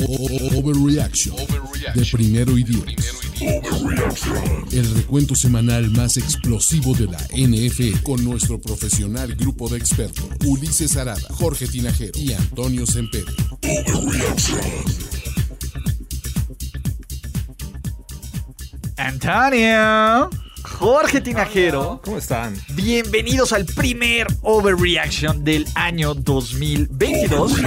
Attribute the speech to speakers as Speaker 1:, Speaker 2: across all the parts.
Speaker 1: O- o- o- Overreaction de primero y diez. El recuento semanal más explosivo de la NFL con nuestro profesional grupo de expertos Ulises Arada, Jorge Tinajero y Antonio Semper.
Speaker 2: Antonio. Jorge Tinajero.
Speaker 3: ¿Cómo están?
Speaker 2: Bienvenidos al primer Overreaction del año 2022,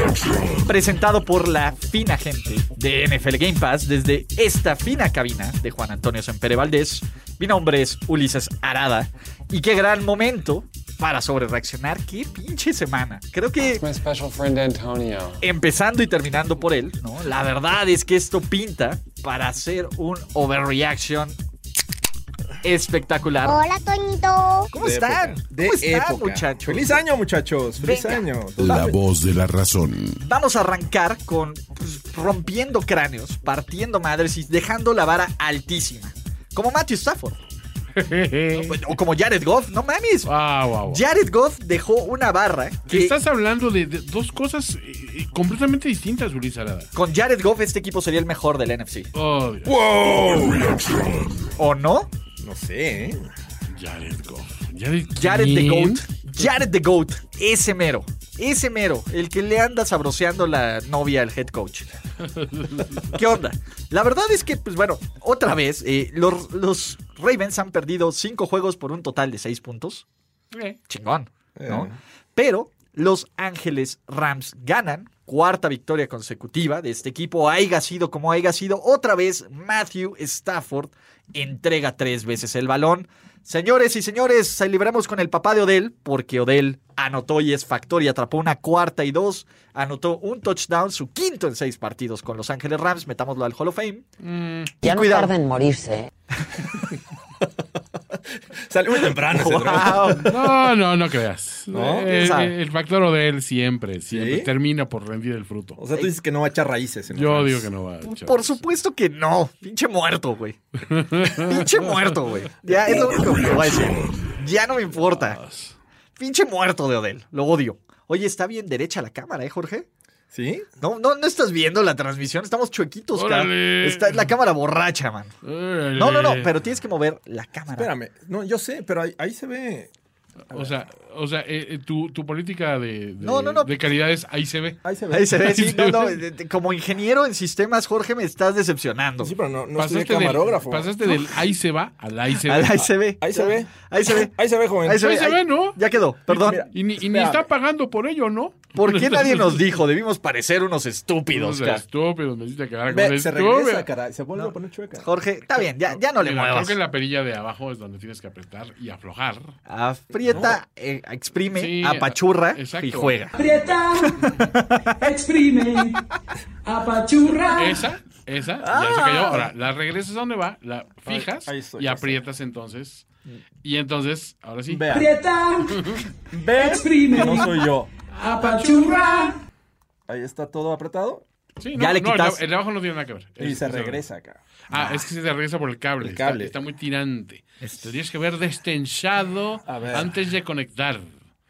Speaker 2: presentado por la fina gente de NFL Game Pass desde esta fina cabina de Juan Antonio Sempere Valdés. Mi nombre es Ulises Arada y qué gran momento para sobrereaccionar. Qué pinche semana. Creo que
Speaker 4: My special friend Antonio.
Speaker 2: empezando y terminando por él, ¿no? La verdad es que esto pinta para hacer un overreaction espectacular.
Speaker 5: Hola, Toñito.
Speaker 2: ¿Cómo
Speaker 3: De
Speaker 2: están?
Speaker 3: época.
Speaker 2: ¿Cómo
Speaker 3: De
Speaker 2: están,
Speaker 3: época.
Speaker 2: muchachos?
Speaker 3: Feliz año, muchachos. Feliz
Speaker 2: Venga.
Speaker 3: año.
Speaker 1: La voz de la razón.
Speaker 2: Vamos a arrancar con pues, rompiendo cráneos, partiendo madres y dejando la vara altísima. Como Matthew Stafford. pues, O como Jared Goff, no mames.
Speaker 6: Wow, wow, wow.
Speaker 2: Jared Goff dejó una barra que
Speaker 6: Estás hablando de, de dos cosas eh, eh, completamente distintas, Ulises Arada.
Speaker 2: con Jared Goff este equipo sería el mejor del NFC.
Speaker 6: Oh,
Speaker 2: ¿O no?
Speaker 3: No sé, ¿eh?
Speaker 6: Jared Goff. Jared,
Speaker 2: Jared the
Speaker 6: ¿quién?
Speaker 2: Goat. Jared the Goat. Ese mero. Ese mero. El que le anda sabroseando la novia al head coach. ¿Qué onda? La verdad es que, pues bueno, otra vez, eh, los, los Ravens han perdido cinco juegos por un total de seis puntos. Chingón, ¿no?
Speaker 3: Eh.
Speaker 2: Pero los Ángeles Rams ganan. Cuarta victoria consecutiva de este equipo, haya sido como haya sido. Otra vez, Matthew Stafford entrega tres veces el balón. Señores y señores, se libramos con el papá de Odell, porque Odell anotó y es factor y atrapó una cuarta y dos. Anotó un touchdown, su quinto en seis partidos con Los Ángeles Rams. Metámoslo al Hall of Fame. Y
Speaker 7: Mm, Ya no
Speaker 2: cuidado.
Speaker 7: tarda en morirse. ¿eh?
Speaker 3: Salió muy temprano ese drama.
Speaker 2: ¡Wow!
Speaker 6: No, no, no creas.
Speaker 3: ¿No?
Speaker 6: Eh,
Speaker 2: ¿Quién
Speaker 6: eh,
Speaker 2: sabe?
Speaker 6: El, factor de él siempre, siempre
Speaker 3: ¿Sí?
Speaker 6: termina por rendir el fruto.
Speaker 3: O sea, tú dices que no va a echar raíces. en
Speaker 6: Yo
Speaker 3: los
Speaker 6: digo que no va. chavos.
Speaker 2: Por supuesto que no. Pinche muerto, güey. Pinche muerto, güey. Ya es lo único que voy a decir. Ya no me importa. Pinche muerto de Odell. Lo odio. Oye, está bien derecha la cámara, ¿eh, Jorge?
Speaker 3: ¿Sí?
Speaker 2: No, no, no estás viendo la transmisión. Estamos chuequitos, cabrón.
Speaker 6: Órale. Eh.
Speaker 2: Está la cámara borracha, man.
Speaker 6: Órale.
Speaker 2: No, no, no, pero tienes que mover la cámara.
Speaker 3: Espérame. No, yo sé, pero ahí, ahí se ve.
Speaker 6: O sea, o sea eh, eh, tu, tu política de, de,
Speaker 2: No, no, no.
Speaker 6: de calidades ahí se ve.
Speaker 3: Ahí se ve.
Speaker 2: Ahí se ve,
Speaker 6: Ahí
Speaker 2: sí,
Speaker 6: se
Speaker 2: no,
Speaker 6: ve.
Speaker 2: no, de- de- como ingeniero en sistemas, Jorge, me estás decepcionando.
Speaker 3: Sí, pero no, no estudié
Speaker 6: pasaste, del,
Speaker 3: camarógrafo.
Speaker 6: pasaste del ahí se va al ahí se
Speaker 2: Ahí
Speaker 6: ve.
Speaker 2: se ve.
Speaker 3: Ahí se ve.
Speaker 2: Ahí se ve.
Speaker 3: Ahí se ve, joven.
Speaker 2: Ahí se ve,
Speaker 6: Ahí se
Speaker 2: ahí-
Speaker 6: ve, ¿no?
Speaker 2: Ya quedó, perdón.
Speaker 3: Mira,
Speaker 6: Y ni, y ni
Speaker 3: Espérame.
Speaker 6: está pagando por ello, ¿no?
Speaker 2: ¿Por qué nadie nos dijo? Debimos parecer unos estúpidos,
Speaker 6: Estúpidos,
Speaker 2: cara.
Speaker 6: estúpidos, me hiciste quedar
Speaker 3: Ve,
Speaker 6: como
Speaker 3: se
Speaker 6: estúpido.
Speaker 3: regresa, caray. Se vuelve a poner chueca.
Speaker 2: Jorge, está bien, ya, ya no le
Speaker 6: Mira, creo
Speaker 2: muevas.
Speaker 6: que la perilla de abajo es donde tienes que apretar y aflojar.
Speaker 2: Aprieta, eh, exprime,
Speaker 6: Sí,
Speaker 2: apachurra
Speaker 6: a- exacto.
Speaker 2: y juega.
Speaker 8: Aprieta, exprime, apachurra.
Speaker 6: Esa, esa, ya se cayó. Ahora, la regresas a donde va, la fijas
Speaker 3: ahí estoy,
Speaker 6: y
Speaker 3: ya Mm.
Speaker 6: aprietas entonces. Y entonces, ahora sí.
Speaker 3: Vean.
Speaker 8: Aprieta,
Speaker 3: Ve.
Speaker 8: exprime,
Speaker 3: No soy yo.
Speaker 8: apachurra.
Speaker 3: Ahí está todo apretado
Speaker 6: Sí,
Speaker 2: Ya le
Speaker 6: el de-
Speaker 2: quitas-
Speaker 6: El de abajo no tiene nada que ver.
Speaker 3: y
Speaker 6: Es-
Speaker 3: se
Speaker 6: es-
Speaker 3: regresa acá.
Speaker 6: Ah, es que se regresa por el cable.
Speaker 3: El cable. Este.
Speaker 6: Está, está muy tirante. Tendrías que haber destensado
Speaker 3: A ver.
Speaker 6: antes de conectar.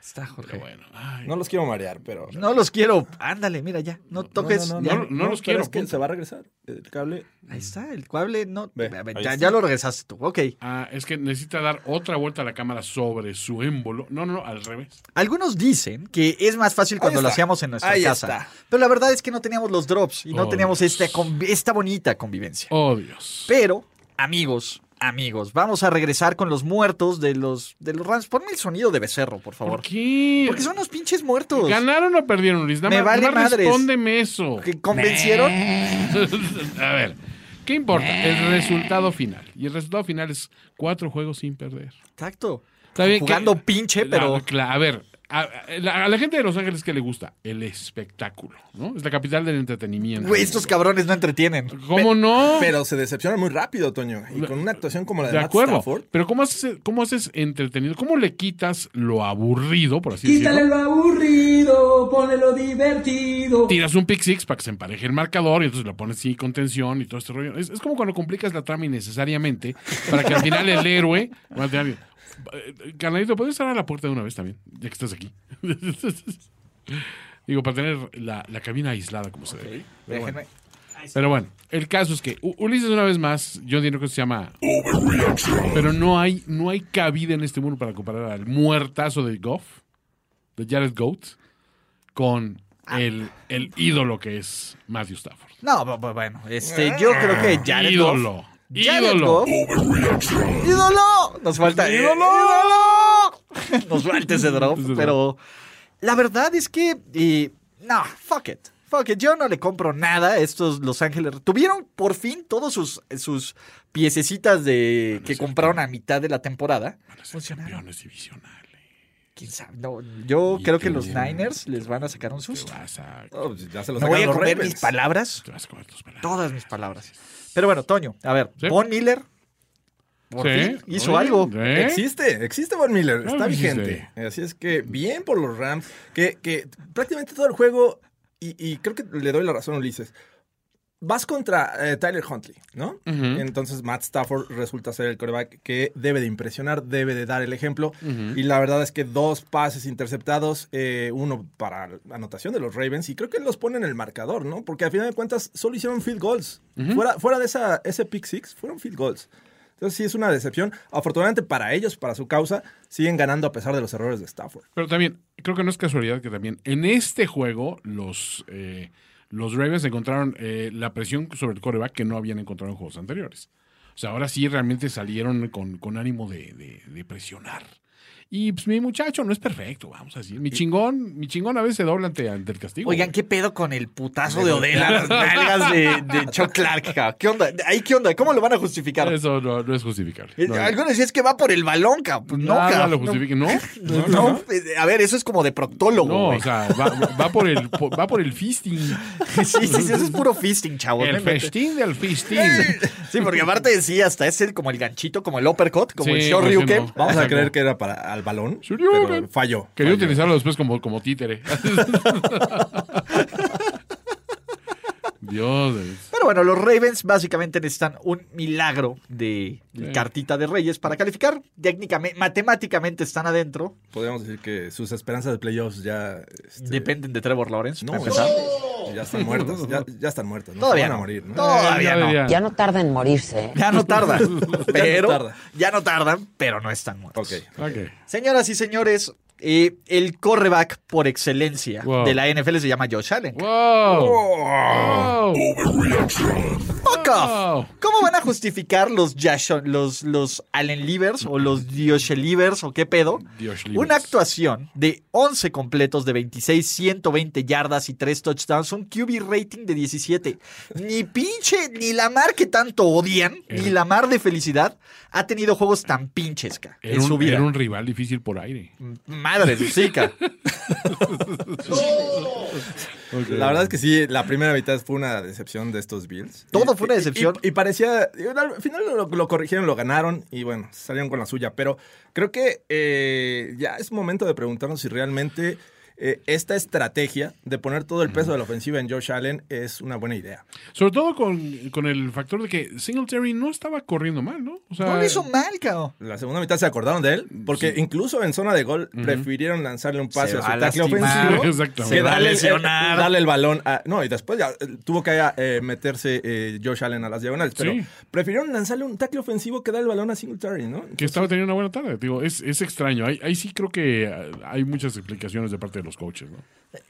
Speaker 2: Está,
Speaker 6: Pero
Speaker 2: Jorge.
Speaker 6: bueno. ay.
Speaker 3: No pues, los quiero marear, pero.
Speaker 2: No los quiero. Ándale, mira ya. No toques.
Speaker 3: no,
Speaker 2: ya.
Speaker 6: no, no los
Speaker 3: pero
Speaker 6: quiero,
Speaker 3: Es que
Speaker 6: punto.
Speaker 3: se va a regresar el cable.
Speaker 2: Ahí está, el cable no.
Speaker 3: Ve,
Speaker 2: a ver,
Speaker 3: ahí
Speaker 2: ya,
Speaker 3: está.
Speaker 2: ya lo regresaste tú. Ok.
Speaker 6: Ah, es que necesita dar otra vuelta a la cámara sobre su émbolo. No, no, no, al revés.
Speaker 2: Algunos dicen que es más fácil cuando lo
Speaker 3: está.
Speaker 2: hacíamos en nuestra
Speaker 3: Ahí
Speaker 2: casa.
Speaker 3: está.
Speaker 2: Pero la verdad es que no teníamos los drops y no
Speaker 6: Oh,
Speaker 2: teníamos esta, conv- esta bonita convivencia.
Speaker 6: Oh, Dios.
Speaker 2: Pero, amigos, amigos, vamos a regresar con los muertos de los, de los Rams. Ponme el sonido de becerro, por favor.
Speaker 6: ¿Por qué?
Speaker 2: Porque son unos pinches muertos.
Speaker 6: ¿Ganaron o perdieron, Luis? Nada
Speaker 2: Pues, Me
Speaker 6: más, nada
Speaker 2: vale
Speaker 6: más
Speaker 2: madres.
Speaker 6: respóndeme eso.
Speaker 2: ¿Que convencieron?
Speaker 6: A ver, ¿qué importa?
Speaker 2: Eh.
Speaker 6: El resultado final. Y el resultado final es cuatro juegos sin perder.
Speaker 2: Exacto.
Speaker 6: Está bien que-
Speaker 2: Jugando pinche,
Speaker 6: La-
Speaker 2: pero
Speaker 6: cla- a ver, a, a la, a la gente de Los Ángeles que le gusta el espectáculo, ¿no? Es la capital del entretenimiento.
Speaker 2: Güey, estos cabrones no entretienen.
Speaker 6: ¿Cómo no?
Speaker 3: Pero se decepciona muy rápido, Toño. Y con una actuación como la de,
Speaker 6: de
Speaker 3: Matt
Speaker 6: acuerdo.
Speaker 3: Stafford.
Speaker 6: Pero ¿cómo haces, ¿cómo haces entretenido? ¿Cómo le quitas lo aburrido, por así
Speaker 8: Quítale
Speaker 6: decirlo?
Speaker 8: lo aburrido, ponle lo divertido.
Speaker 6: Tiras un pick six para que se empareje el marcador y entonces lo pones así con tensión y todo este rollo. Es, es como cuando complicas la trama innecesariamente para que al final el héroe. va a tener- Eh, Carnalito, ¿puedes cerrar la puerta de una vez también? Ya que estás aquí. Digo, para tener la, la cabina aislada como se debe. Pero bueno.
Speaker 2: Déjenme.
Speaker 6: Pero bueno, el caso es que U- Ulises una vez más, yo entiendo que se llama... Pero no hay, no hay cabida en este mundo para comparar al muertazo de Goff, de Jared Goat, con
Speaker 2: Ah.
Speaker 6: el, el ídolo que es Matthew Stafford.
Speaker 2: No, bu- bu- bueno, este, yo creo que Jared Goff-
Speaker 6: Ah, ídolo.
Speaker 2: Jared
Speaker 6: ídolo.
Speaker 2: Goff. ¡Ídolo! Nos falta. ¡Ídolo! Nos falta ese drop,
Speaker 6: Ese drop.
Speaker 2: pero la verdad es que. eh, no, fuck it. Fuck it. Yo no le compro nada a estos Los Ángeles. Tuvieron por fin todos sus, sus piececitas de, que compraron a mitad de la temporada. Funcionaron.
Speaker 6: Campeones divisionales.
Speaker 2: ¿Quién sabe? No, yo
Speaker 6: Y
Speaker 2: creo que
Speaker 6: te
Speaker 2: los
Speaker 6: llevan.
Speaker 2: Niners les van a sacar un susto.
Speaker 6: Te vas a,
Speaker 3: Oh, pues ya se lo
Speaker 2: Me voy
Speaker 3: sacan
Speaker 2: a
Speaker 3: los
Speaker 2: comer
Speaker 3: Ravens.
Speaker 2: mis palabras.
Speaker 6: te vas a comer tus palabras.
Speaker 2: Todas mis palabras. Pero bueno, Toño, a ver,
Speaker 6: Sí.
Speaker 2: Von Miller por
Speaker 6: Sí,
Speaker 2: fin hizo
Speaker 6: oye,
Speaker 2: algo.
Speaker 6: ¿eh?
Speaker 3: Existe, existe Von Miller,
Speaker 6: Claro
Speaker 3: está
Speaker 6: que existe.
Speaker 3: vigente. Así es que bien por los Rams, que, que prácticamente todo el juego, y, y creo que le doy la razón a Ulises, vas contra eh, Tyler Huntley, ¿no? Entonces Matt Stafford resulta ser el coreback que debe de impresionar, debe de dar el ejemplo, y la verdad es que dos pases interceptados, eh, uno para anotación de los Ravens, y creo que los pone en el marcador, ¿no? Porque al final de cuentas solo hicieron field goals. Fuera, fuera de esa, ese pick six, fueron field goals. Entonces sí es una decepción. Afortunadamente para ellos, para su causa, siguen ganando a pesar de los errores de Stafford.
Speaker 6: Pero también, creo que no es casualidad que también en este juego los, eh, los Ravens encontraron eh, la presión sobre el coreback que no habían encontrado en juegos anteriores. O sea, ahora sí realmente salieron con, con ánimo de, de- de presionar. Y pues mi muchacho no es perfecto, vamos a decir. Mi chingón, mi chingón a veces se dobla ante, ante el castigo.
Speaker 2: Oigan, ¿qué pedo con el putazo de Odell a las nalgas de, de Chuck Clark? ja? ¿Qué onda? ¿Ahí qué onda? ¿Cómo lo van a justificar?
Speaker 6: Eso no, no es justificable.
Speaker 2: Eh,
Speaker 6: No,
Speaker 2: Algunos decían es que va por el balón, ca. Pues no,
Speaker 6: nada
Speaker 2: ca.
Speaker 6: lo justifica. No,
Speaker 2: No, no, eh, a ver, eso es como de proctólogo.
Speaker 6: no,
Speaker 2: güey.
Speaker 6: o sea, va, va por el, por- va por el fisting.
Speaker 2: sí, sí, sí, eso es puro Eh, fisting, chavo.
Speaker 6: El
Speaker 2: no inventes.
Speaker 6: festín del fisting.
Speaker 2: Sí, porque aparte sí, hasta es el, como el ganchito, como el uppercut, como
Speaker 6: Sí,
Speaker 2: el
Speaker 6: pues sí,
Speaker 2: Shoryuken.
Speaker 6: no.
Speaker 3: Vamos a
Speaker 6: Exacto.
Speaker 3: creer que era para al balón,
Speaker 6: Shoryuken.
Speaker 3: pero falló.
Speaker 6: Quería
Speaker 3: falló.
Speaker 6: utilizarlo después como, como títere. Dios. es-
Speaker 2: Pero bueno, los Ravens básicamente necesitan un milagro de cartita de Reyes para calificar. Técnicamente, matemáticamente están adentro.
Speaker 3: Podríamos decir que sus esperanzas de playoffs ya... este,
Speaker 2: Dependen de Trevor Lawrence.
Speaker 3: no,
Speaker 2: para empezar.
Speaker 3: ya están muertos, ya, ya están muertos. ¿no?
Speaker 2: Todavía
Speaker 3: Se van a
Speaker 2: no.
Speaker 3: morir, ¿no?
Speaker 2: Todavía
Speaker 6: Ya
Speaker 2: Ah, no.
Speaker 6: diría,
Speaker 5: Ya no tarda en morirse. ¿eh?
Speaker 2: Ya no tardan, pero ya no,
Speaker 3: tarda.
Speaker 2: tardan, pero no están muertos.
Speaker 3: Ok.
Speaker 6: ok.
Speaker 2: Señoras y señores, eh, el correback por excelencia
Speaker 6: Wow.
Speaker 2: de la NFL se llama Josh Allen.
Speaker 6: Wow.
Speaker 2: Oh.
Speaker 6: Wow.
Speaker 2: Fuck off.
Speaker 6: Wow.
Speaker 2: ¿Cómo van a justificar los Josh- los, los Allen Livers o los Dioshe Livers o qué pedo?
Speaker 6: Dios libre.
Speaker 2: Una actuación de 11 completos de 26, 120 yardas y 3 touchdowns, un QB rating de 17. Ni pinche, ni la mar que tanto odian, ni la mar de felicidad, ha tenido juegos tan pinches, ca, en
Speaker 6: Era
Speaker 2: su
Speaker 6: un,
Speaker 2: vida.
Speaker 6: era un rival difícil por aire.
Speaker 2: Madre de chica.
Speaker 3: La verdad es que sí, la primera mitad fue una decepción de estos Bills.
Speaker 2: Todo
Speaker 3: Y-
Speaker 2: fue una
Speaker 3: y-
Speaker 2: decepción.
Speaker 3: Y, y parecía, y al final lo, lo corrigieron, lo ganaron y bueno, salieron con la suya. Pero creo que eh, ya es momento de preguntarnos si realmente eh, esta estrategia de poner todo el peso de la ofensiva en Josh Allen es una buena idea.
Speaker 6: Sobre todo con, con el factor de que Singletary no estaba corriendo mal, ¿no? O sea,
Speaker 2: No lo hizo mal, cabrón.
Speaker 3: La segunda mitad se acordaron de él, porque incluso en zona de gol prefirieron lanzarle un pase
Speaker 2: Se
Speaker 3: a
Speaker 2: va
Speaker 3: su
Speaker 2: a
Speaker 3: tackle
Speaker 2: lastimar.
Speaker 3: ofensivo.
Speaker 6: Exactamente.
Speaker 3: que
Speaker 2: Se va a
Speaker 3: darle el-
Speaker 2: lesionar.
Speaker 3: darle el balón a- No, y después ya eh, tuvo que eh, meterse eh, Josh Allen a las diagonales. Pero
Speaker 6: Sí.
Speaker 3: prefirieron lanzarle un tackle ofensivo que dar el balón a Singletary, ¿no?
Speaker 6: que estaba teniendo una buena tarde. Digo, es, es extraño. Ahí, ahí sí creo que eh, hay muchas explicaciones de parte de los coaches, ¿no?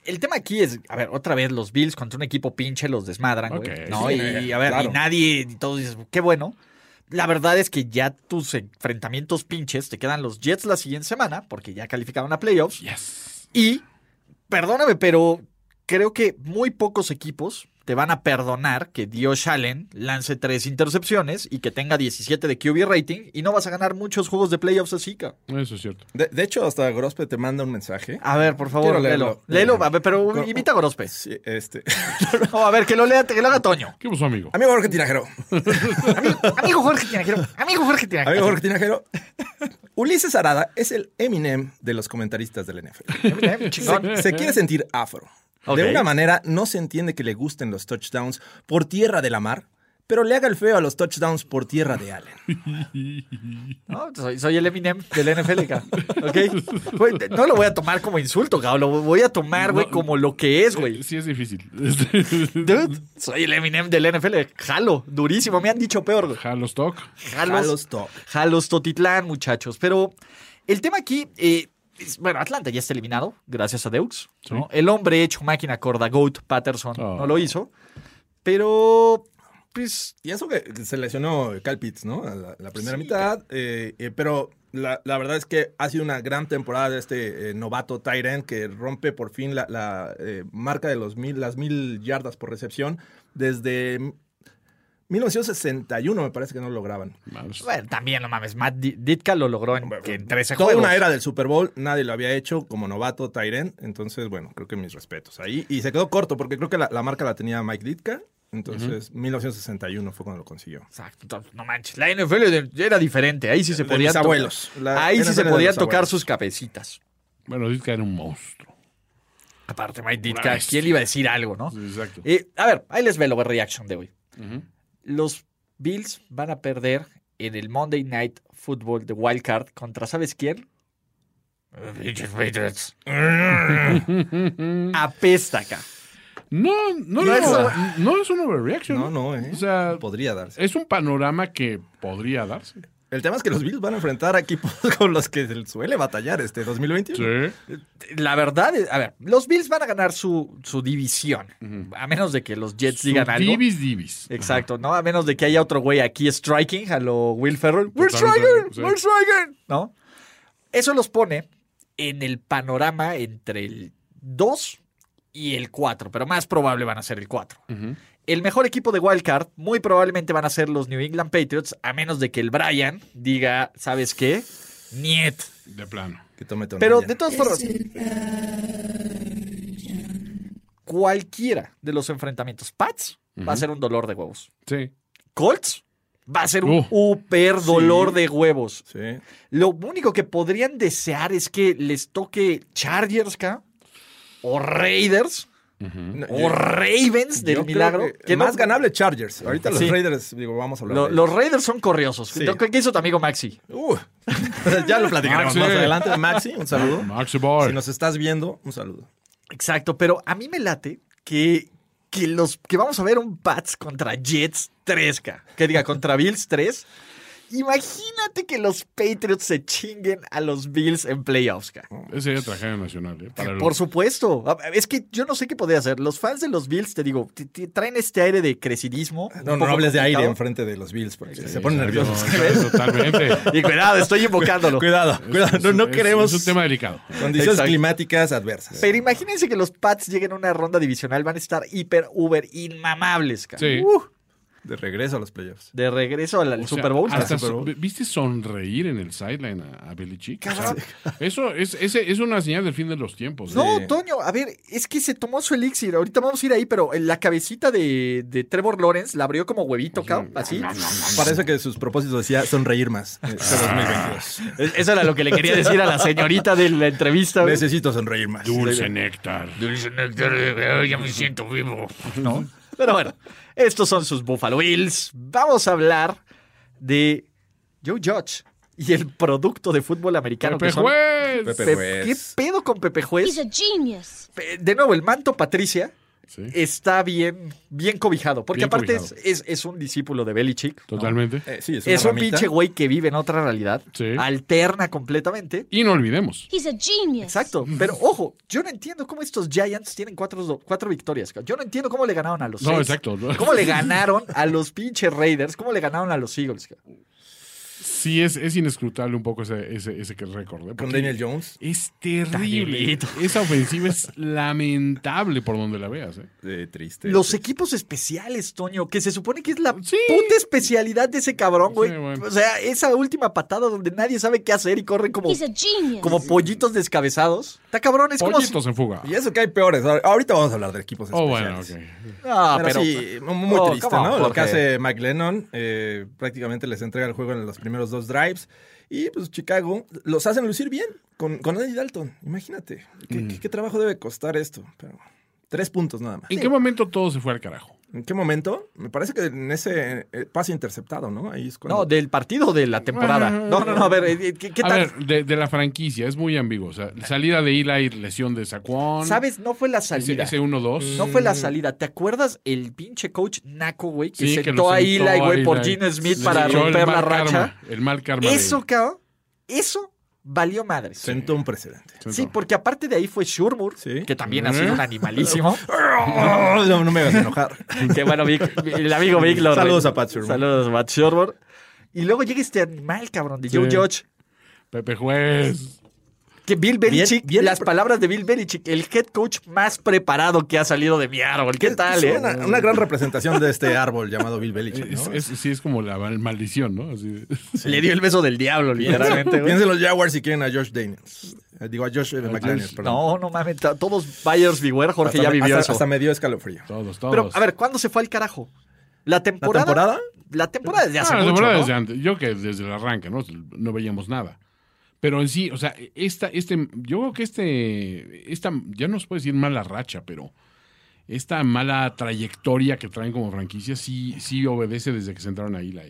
Speaker 2: El tema aquí es, a ver, otra vez los Bills contra un equipo pinche los desmadran, güey.
Speaker 6: Ok,
Speaker 2: ¿no?
Speaker 3: sí,
Speaker 2: y a ver,
Speaker 3: claro.
Speaker 2: y nadie, y todos dices, qué bueno. La verdad es que ya tus enfrentamientos pinches te quedan los Jets la siguiente semana, porque ya calificaron a playoffs.
Speaker 6: Yes.
Speaker 2: Y, perdóname, pero creo que muy pocos equipos te van a perdonar que Dios Allen lance tres intercepciones y que tenga 17 de QB rating y no vas a ganar muchos juegos de playoffs así, cabrón.
Speaker 6: Eso es cierto.
Speaker 3: De, de hecho, hasta Grospe te manda un mensaje.
Speaker 2: A ver, por favor,
Speaker 3: Quiero
Speaker 2: léelo.
Speaker 3: leerlo.
Speaker 2: Léelo, a ver, pero
Speaker 3: Con-
Speaker 2: invita a Gorospe.
Speaker 3: Sí, este.
Speaker 2: No, a ver, que lo lea, que lo haga Toño.
Speaker 6: ¿Qué pasó, amigo?
Speaker 3: Amigo Jorge Tinajero.
Speaker 2: Amigo, amigo Jorge Tinajero. Amigo Jorge Tinajero.
Speaker 3: Amigo Jorge Tinajero. Ulises Arada es el Eminem de los comentaristas del NFL.
Speaker 2: Jorge. Chingón.
Speaker 3: Se quiere sentir afro.
Speaker 2: Ok.
Speaker 3: De una manera, no se entiende que le gusten los touchdowns por tierra de la mar, pero le haga el feo a los touchdowns por tierra de Allen.
Speaker 2: No, soy, soy el Eminem del NFL, cabrón. ¿Ok? Güey, no lo voy a tomar como insulto, cabrón. Lo voy a tomar, güey,
Speaker 6: No.
Speaker 2: como lo que es, güey.
Speaker 6: Sí, es difícil.
Speaker 2: Dude, soy el Eminem del NFL. Jalo, durísimo. Me han dicho peor, güey.
Speaker 6: Halos Talk.
Speaker 2: Jalos,
Speaker 3: Jalos Top.
Speaker 2: Jalos Totitlán, muchachos. Pero el tema aquí, eh, es- bueno, Atlanta ya está eliminado, gracias a Deux. ¿no? El hombre hecho máquina corda, Goat Patterson,
Speaker 6: Oh.
Speaker 2: no lo hizo. Pero, pues,
Speaker 3: Y eso que se lesionó Cal Pitts, ¿no? A La, la primera mitad. eh, eh, pero la, la verdad es que ha sido una gran temporada de este eh, novato Tyrant que rompe por fin la, la, eh, marca de los mil, las mil yardas por recepción. Desde 1961 me parece que no lo lograban.
Speaker 6: Madres.
Speaker 2: bueno, también no mames, Matt Di- Ditka lo logró en, que en 13
Speaker 3: Toda
Speaker 2: juegos.
Speaker 3: una era del Super Bowl, nadie lo había hecho como novato Tyrant. Entonces, bueno, creo que mis respetos ahí. Y se quedó corto porque creo que la, la marca la tenía Mike Ditka. Entonces, 1961 fue cuando lo consiguió.
Speaker 2: Exacto, no manches. La NFL de- era diferente, ahí sí se
Speaker 3: De
Speaker 2: podían
Speaker 3: mis
Speaker 2: tocar-
Speaker 3: abuelos. La
Speaker 2: Ahí sí
Speaker 3: NFL
Speaker 2: se
Speaker 3: de
Speaker 2: podían
Speaker 3: los
Speaker 2: tocar
Speaker 3: abuelos.
Speaker 2: sus cabecitas.
Speaker 6: Bueno, dice que era un monstruo.
Speaker 2: Aparte, Mike Ditka,
Speaker 6: bestia.
Speaker 2: ¿quién le iba a decir algo, no?
Speaker 6: Exacto.
Speaker 2: Eh, a ver, ahí les ve el overreaction de hoy. Los Bills van a perder en el Monday Night Football de Wild Card contra, ¿sabes quién? Pinches Patriots. Apesta acá.
Speaker 6: No,
Speaker 2: No
Speaker 6: no, no,
Speaker 2: es-
Speaker 6: no, es una overreaction.
Speaker 3: No, no, ¿eh?
Speaker 6: O sea,
Speaker 3: Podría darse.
Speaker 6: es un panorama que podría darse.
Speaker 3: El tema es que los Bills van a enfrentar a equipos con los que se suele batallar este 2021.
Speaker 2: La verdad, es- a ver, los Bills van a ganar su, su división. A menos de que los Jets
Speaker 6: Su
Speaker 2: digan algo.
Speaker 6: Divis, divis.
Speaker 2: Exacto, ¿no? A menos de que haya otro güey aquí striking a lo Will Ferrell. We're
Speaker 6: Totalmente,
Speaker 2: striking,
Speaker 6: sí.
Speaker 2: we're striking, ¿no? Eso los pone en el panorama entre el 2 y el 4, pero más probable van a ser el 4. El mejor equipo de Wildcard muy probablemente van a ser los New England Patriots, a menos de que el Brian diga, ¿sabes qué? Niet.
Speaker 6: De plano.
Speaker 3: Que tome Tonaya.
Speaker 2: Pero de todas formas, cualquiera de los enfrentamientos, Pats va a ser un dolor de huevos.
Speaker 6: Sí.
Speaker 2: Colts va a ser un
Speaker 6: Uh.
Speaker 2: super dolor de huevos.
Speaker 3: Sí.
Speaker 2: Lo único que podrían desear es que les toque Chargers, ¿ca? O Raiders.
Speaker 3: No,
Speaker 2: O
Speaker 3: yo-
Speaker 2: Ravens Mm. del
Speaker 3: yo creo
Speaker 2: milagro.
Speaker 3: que
Speaker 2: que no-
Speaker 3: más ganable Chargers. Ahorita los
Speaker 2: Sí.
Speaker 3: Raiders, digo, vamos a hablar.
Speaker 2: Lo-
Speaker 3: de
Speaker 2: los Raiders son corriosos.
Speaker 3: Sí.
Speaker 2: ¿Qué qué hizo tu amigo Maxi?
Speaker 3: ellos. Uh, ya lo platicaremos
Speaker 6: Maxi.
Speaker 3: más adelante. Maxi, un saludo.
Speaker 6: Maxi Boy.
Speaker 3: Si nos estás viendo, un saludo.
Speaker 2: Exacto, pero a mí me late que, que, los, que vamos a ver un Pats contra Jets 3K. Que diga, contra Bills 3. Imagínate que los Patriots se chinguen a los Bills en playoffs, ¿ca?
Speaker 6: Ese ya tragedia nacional, ¿eh? Para
Speaker 2: Por
Speaker 6: los-
Speaker 2: supuesto. A- Es que yo no sé qué podría hacer. Los fans de los Bills, te digo, te- te traen este aire de crecidismo. un
Speaker 3: No, no,
Speaker 2: poco
Speaker 3: hables de aire
Speaker 2: complicado.
Speaker 3: enfrente de los Bills porque se
Speaker 6: Sí,
Speaker 3: ponen
Speaker 6: exacto,
Speaker 3: nerviosos.
Speaker 6: exacto, Totalmente.
Speaker 2: Y cuidado, estoy invocándolo.
Speaker 3: Cuidado, cuidado. No, no
Speaker 6: Es-
Speaker 3: queremos
Speaker 6: Es un tema delicado.
Speaker 3: condiciones
Speaker 2: Exacto.
Speaker 3: climáticas adversas.
Speaker 2: Pero imagínense que los Pats lleguen a una ronda divisional, van a estar hiper, uber, inmamables, cara.
Speaker 6: Sí.
Speaker 2: Uh,
Speaker 3: De regreso a los playoffs.
Speaker 2: de regreso al al
Speaker 6: O sea,
Speaker 2: Super Bowl.
Speaker 6: hasta
Speaker 2: cara.
Speaker 6: so- ¿Viste sonreír en el sideline a, a Belichick? O sea, eso es, ese es una señal del fin de los tiempos. ¿eh?
Speaker 2: No, Toño, a ver, es que se tomó su elixir. Ahorita vamos a ir ahí, pero en la cabecita de, de Trevor Lawrence la abrió como huevito, cabrón, así.
Speaker 3: Parece que sus propósitos decía sonreír más. eh,
Speaker 6: Ah.
Speaker 3: este 2022.
Speaker 2: Es- Eso era lo que le quería decir a la señorita de la entrevista. güey.
Speaker 3: Necesito sonreír más.
Speaker 6: Dulce néctar.
Speaker 2: Pero bueno, estos son sus Buffalo Bills. Vamos a hablar de Joe Judge y el producto de fútbol americano.
Speaker 6: Pepe
Speaker 2: que son-
Speaker 6: Juez.
Speaker 3: Pepe
Speaker 2: Pe-
Speaker 3: Juez.
Speaker 2: ¿Qué pedo con Pepe Juez?
Speaker 5: genius.
Speaker 2: Pe- De nuevo, el manto Patricia
Speaker 6: Sí,
Speaker 2: está bien, bien cobijado. Porque
Speaker 6: Bien
Speaker 2: aparte
Speaker 6: cobijado.
Speaker 2: Es, es- es un discípulo de Belichick. ¿no?
Speaker 6: Totalmente.
Speaker 3: Eh, sí, es, una
Speaker 2: Es un
Speaker 3: ramita.
Speaker 2: pinche güey que vive en otra realidad.
Speaker 6: Sí.
Speaker 2: Alterna completamente.
Speaker 6: Y no olvidemos.
Speaker 5: He's a genius.
Speaker 2: Exacto. Pero ojo, yo no entiendo cómo estos Giants tienen cuatro, cuatro victorias. Yo no entiendo cómo le ganaron a los
Speaker 6: No,
Speaker 2: Saints.
Speaker 6: exacto.
Speaker 2: ¿Cómo le ganaron a los pinches Raiders? ¿Cómo le ganaron a los Eagles? cabrón?
Speaker 6: sí es, es inescrutable un poco ese, ese, ese que récord. ¿eh?
Speaker 3: Con
Speaker 6: Porque
Speaker 3: Daniel Jones.
Speaker 6: Es terrible.
Speaker 2: Danielito.
Speaker 6: Esa ofensiva es lamentable por donde la veas. ¿eh?
Speaker 3: Eh, triste.
Speaker 2: Los
Speaker 3: triste.
Speaker 2: equipos especiales, Toño, que se supone que es la
Speaker 6: Sí.
Speaker 2: puta especialidad de ese cabrón, güey.
Speaker 6: Sí, bueno.
Speaker 2: O sea, esa última patada donde nadie sabe qué hacer y corren como,
Speaker 5: He's a genius.
Speaker 2: como pollitos descabezados. Está cabrón, es como.
Speaker 6: Pollitos en fuga.
Speaker 3: Y eso que hay peores. Ahor- Ahorita vamos a hablar de equipos
Speaker 6: Oh,
Speaker 3: especiales.
Speaker 6: bueno, ok.
Speaker 2: si- Ah,
Speaker 3: Pero,
Speaker 2: pero.
Speaker 3: sí, mu- muy
Speaker 2: Oh,
Speaker 3: triste,
Speaker 2: come on,
Speaker 3: ¿no? Lo que
Speaker 2: Jorge.
Speaker 3: hace Mike Lennon, eh, prácticamente les entrega el juego en los primeros dos drives. Y pues Chicago los hacen lucir bien con, con Andy Dalton. Imagínate, ¿qué, qué- qué trabajo debe costar esto? Pero, tres puntos nada más.
Speaker 6: ¿En qué momento todo se fue al carajo?
Speaker 3: ¿En qué momento? Me parece que en ese eh, pase interceptado, ¿no? Ahí es cuando...
Speaker 2: No, del partido de la temporada. No, no, no, a ver, eh, ¿qué, qué
Speaker 6: a
Speaker 2: tal?
Speaker 6: ver, de, de la franquicia, es muy ambiguo. O sea, salida de Eli, lesión de Saquon.
Speaker 2: ¿Sabes? No fue la
Speaker 6: Ese,
Speaker 2: salida. Mm.
Speaker 6: ese 1-2.
Speaker 2: No fue la salida. ¿Te acuerdas el pinche coach Naco, güey? Que
Speaker 6: Sí, que
Speaker 2: sentó
Speaker 6: lo
Speaker 2: a
Speaker 6: sentó
Speaker 2: Eli,
Speaker 6: a
Speaker 2: güey, por
Speaker 6: Eli.
Speaker 2: Gene Smith
Speaker 6: Le
Speaker 2: para
Speaker 6: echó el
Speaker 2: romper la
Speaker 6: mal
Speaker 2: racha.
Speaker 6: karma, el mal karma. de-
Speaker 2: Eso, cabrón. Eso valió madres. Sí,
Speaker 3: Sentó un precedente.
Speaker 2: porque aparte de ahí fue Shurmur,
Speaker 3: Sí.
Speaker 2: que también ha sido
Speaker 6: ¿Eh?
Speaker 2: un animalísimo.
Speaker 3: no, no me hagas enojar.
Speaker 2: Qué bueno, Vic- el amigo Vic lo-
Speaker 3: Saludos a Pat Shurmur.
Speaker 2: Saludos a Pat Shurmur. Y luego llega este animal, cabrón, de Joe
Speaker 6: Sí.
Speaker 2: Judge.
Speaker 6: Pepe Juez.
Speaker 2: Que Bill Belichick,
Speaker 3: bien
Speaker 2: las
Speaker 3: pre-
Speaker 2: palabras de Bill Belichick, el head coach más preparado que ha salido de mi árbol. ¿Qué tal,
Speaker 3: Es
Speaker 2: eh?
Speaker 3: una, una gran representación de este árbol llamado Bill Belichick,
Speaker 6: Es-
Speaker 3: ¿no?
Speaker 6: es- sí, es como la mal- maldición, ¿no? Así de-
Speaker 2: Le dio el beso del diablo, literalmente, güey.
Speaker 3: Piensen los Jaguars si quieren a Josh Daniels. Eh, Digo, a Josh eh, McDaniels, perdón.
Speaker 2: No, no mames, to- todos buyers beware, Jorge
Speaker 3: Hasta
Speaker 2: ya
Speaker 3: me-
Speaker 2: vivió
Speaker 3: hasta,
Speaker 2: eso.
Speaker 3: hasta me dio escalofrío.
Speaker 6: Todos, todos.
Speaker 2: Pero, a ver, ¿cuándo se fue al carajo? ¿La temporada?
Speaker 3: temporada?
Speaker 2: La temporada desde hace
Speaker 6: Ah, la
Speaker 2: mucho,
Speaker 6: temporada
Speaker 2: ¿no?
Speaker 6: desde antes. Yo que desde el arranque, ¿no? No veíamos nada. Pero en sí, o sea, esta, este, yo creo que este, esta, ya no se puede decir mala racha, pero esta mala trayectoria que traen como franquicia sí, sí obedece desde que se entraron ahí. La,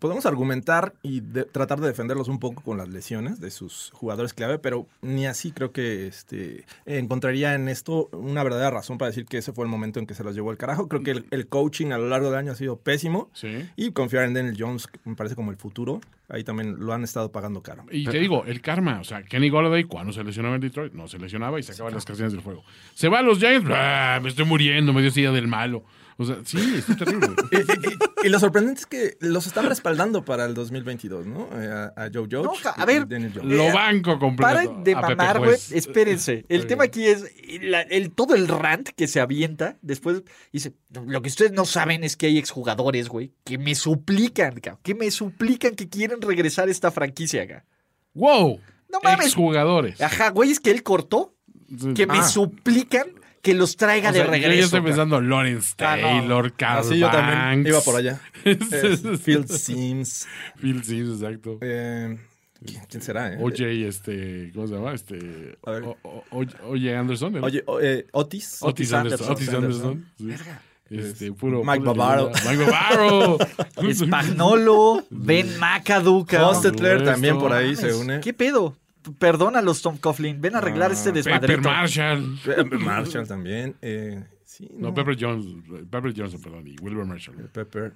Speaker 3: Podemos argumentar y de- tratar de defenderlos un poco con las lesiones de sus jugadores clave, pero ni así creo que este, encontraría en esto una verdadera razón para decir que ese fue el momento en que se los llevó el carajo. Creo que el, el coaching a lo largo del año ha sido pésimo.
Speaker 6: Sí.
Speaker 3: Y confiar en Daniel Jones que me parece como el futuro. Ahí también lo han estado pagando caro.
Speaker 6: Y te digo, el karma, o sea, Kenny Golladay, cuando se lesionaba en Detroit, no se lesionaba y se acaban las canciones del juego. Se va a los Giants, ¡ah! me estoy muriendo, me dio silla del malo. O sea, sí, está terrible.
Speaker 3: Y, y- y lo sorprendente es que los están respaldando para el 2022, ¿no? Eh, A, a Joe Judge.
Speaker 2: No, ja- a
Speaker 3: y
Speaker 2: ver,
Speaker 3: Daniel Jones.
Speaker 6: Lo banco completo.
Speaker 2: Paren de
Speaker 6: a Ah, Pepe pues, eh,
Speaker 2: mamar, güey.
Speaker 6: Juez.
Speaker 2: Espérense. El tema aquí es la- el, todo el rant que se avienta. Después dice: Lo que ustedes no saben es que hay exjugadores, güey, que me suplican, cabrón, que me suplican que quieren regresar a esta franquicia, acá.
Speaker 6: ¡Wow!
Speaker 2: No mames. Ah,
Speaker 6: Exjugadores.
Speaker 2: Ajá, güey, es que él cortó, que me
Speaker 6: Ah.
Speaker 2: suplican que los traiga
Speaker 6: O sea,
Speaker 2: de
Speaker 6: Yo ya
Speaker 2: regreso.
Speaker 6: estoy
Speaker 2: cabrón.
Speaker 6: pensando Lawrence
Speaker 2: Ah, no.
Speaker 6: Taylor, Carl
Speaker 3: Así yo también
Speaker 6: Banks.
Speaker 3: iba por allá. Eh, Field Sims.
Speaker 6: Phil Sims, exacto.
Speaker 3: Eh, ¿quién, quién será? Eh?
Speaker 6: OJ, este, ¿cómo se llama? Este,
Speaker 3: A ver.
Speaker 6: o- o- o- OJ Anderson. ¿era?
Speaker 3: Oye, o- eh, Otis.
Speaker 6: Otis Anderson. Otis Anderson. sí. Este, puro.
Speaker 3: Mike
Speaker 6: puro
Speaker 3: Bavaro.
Speaker 6: leyenda. Mike Bavaro.
Speaker 2: Spagnolo, Ben McAdoo, cabrón.
Speaker 3: Hostetler también por ahí
Speaker 2: Mames,
Speaker 3: se une.
Speaker 2: ¿Qué pedo? Perdona los Tom Coughlin.
Speaker 6: Ah,
Speaker 2: Ven a arreglar este
Speaker 6: Pepper
Speaker 2: desmadrito.
Speaker 6: Marshall.
Speaker 3: Pepper Marshall también. Eh, sí,
Speaker 2: Mm.
Speaker 6: No, Pepper Jones. Pepper Johnson, perdón. Y Wilbur Marshall.
Speaker 3: Pepper.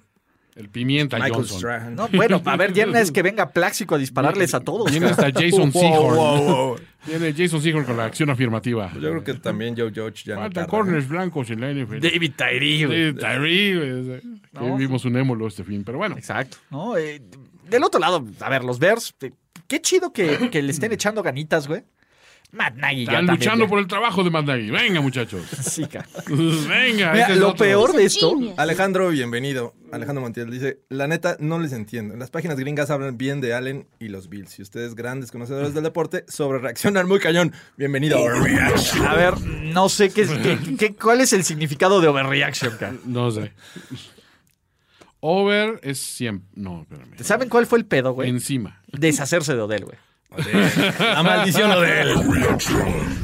Speaker 6: El Pimienta
Speaker 3: Michael
Speaker 6: Johnson.
Speaker 3: Strahan.
Speaker 2: No, bueno, a ver, ya no es que venga Pláxico a dispararles a todos.
Speaker 6: Viene
Speaker 2: cabrón.
Speaker 6: hasta Jason
Speaker 3: Oh, Wow,
Speaker 6: Seahorn.
Speaker 3: wow, wow.
Speaker 6: Viene Jason Seahorn con la acción afirmativa.
Speaker 3: Pues Yo creo que también Joe Judge ya no
Speaker 6: Faltan
Speaker 3: tarda,
Speaker 6: corners blancos en la NFL.
Speaker 2: David Tyree, güey.
Speaker 6: Sí, Tyree, güey, o sea, que
Speaker 2: No.
Speaker 6: vimos un émulo este fin, pero bueno.
Speaker 2: Exacto. ¿no? Eh, del otro lado, a ver, los Bears. eh, Qué chido que, que le estén echando ganitas, güey. Matt Nagy ya
Speaker 6: Están
Speaker 2: también,
Speaker 6: luchando
Speaker 2: ya.
Speaker 6: por el trabajo de Matt Nagy. Venga, muchachos.
Speaker 2: Sí, cabrón.
Speaker 6: Venga.
Speaker 2: Mira,
Speaker 6: este es
Speaker 2: lo
Speaker 6: otro.
Speaker 2: peor
Speaker 5: He's a
Speaker 2: de esto.
Speaker 5: genius.
Speaker 3: Alejandro, bienvenido. Alejandro Montiel dice, la neta, no les entiendo. Las páginas gringas hablan bien de Allen y los Bills. Y ustedes, grandes conocedores del deporte, sobre reaccionan muy cañón. Bienvenido. a Overreaction.
Speaker 2: A ver, no sé qué, qué- qué- cuál es el significado de overreaction, cabrón.
Speaker 6: No sé. Over es siempre. No, espérame.
Speaker 2: ¿Saben cuál fue el pedo, güey?
Speaker 6: Encima.
Speaker 2: Deshacerse de Odell, güey.
Speaker 3: La maldición de él.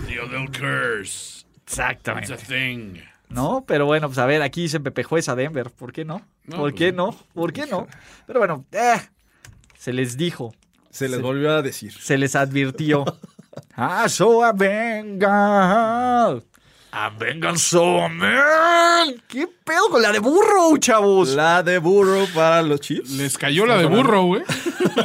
Speaker 6: The Odell curse.
Speaker 2: Exactamente.
Speaker 6: thing.
Speaker 2: ¿No? Pero bueno, pues a ver, aquí dicen Pepe Juez a Denver. ¿Por qué no?
Speaker 6: No,
Speaker 2: ¿Por
Speaker 6: pues
Speaker 2: qué
Speaker 6: sí.
Speaker 2: no? ¿Por qué no? Pero bueno, eh, se les dijo,
Speaker 3: Se les volvió a decir.
Speaker 2: se les advirtió. Ah, so a venga. A vengan so man. ¿Qué pedo con la de burro, chavos?
Speaker 3: La de burro para los chips.
Speaker 6: Les cayó la de burro, güey.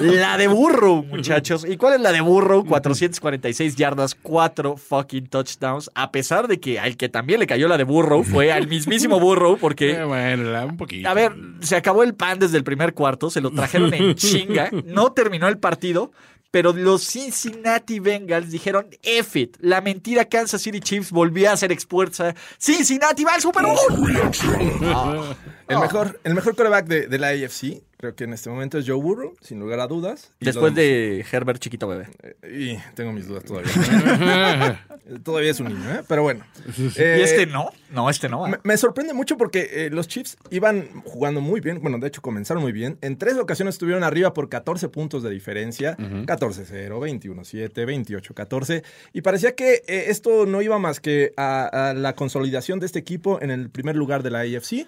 Speaker 2: La de Burrow, muchachos. ¿Y cuál es la de Burrow? 446 yardas, 4 fucking touchdowns. A pesar de que al que también le cayó la de Burrow fue al mismísimo Burrow, porque
Speaker 6: Eh, bueno, la- un poquito.
Speaker 2: a ver, se acabó el pan desde el primer cuarto, se lo trajeron en chinga, no terminó el partido, pero los Cincinnati Bengals dijeron, F it, la mentira Kansas City Chiefs volvió a ser expuesta, Cincinnati va al Super Bowl. Oh.
Speaker 3: El, mejor, el mejor coreback de, de la AFC, creo que en este momento es Joe Burrow, sin lugar a dudas. Y
Speaker 2: Después
Speaker 3: lo-
Speaker 2: de Herbert Chiquito Bebé.
Speaker 3: Y tengo mis dudas todavía. todavía es un niño, ¿eh? Pero bueno. Eh,
Speaker 2: ¿Y este no? No, este no. ah.
Speaker 3: Me, me sorprende mucho porque eh, los Chiefs iban jugando muy bien. Bueno, de hecho comenzaron muy bien. En tres ocasiones estuvieron arriba por 14 puntos de diferencia. 14-0, 21-7, 28-14. Y parecía que eh, esto no iba más que a, a la consolidación de este equipo en el primer lugar de la AFC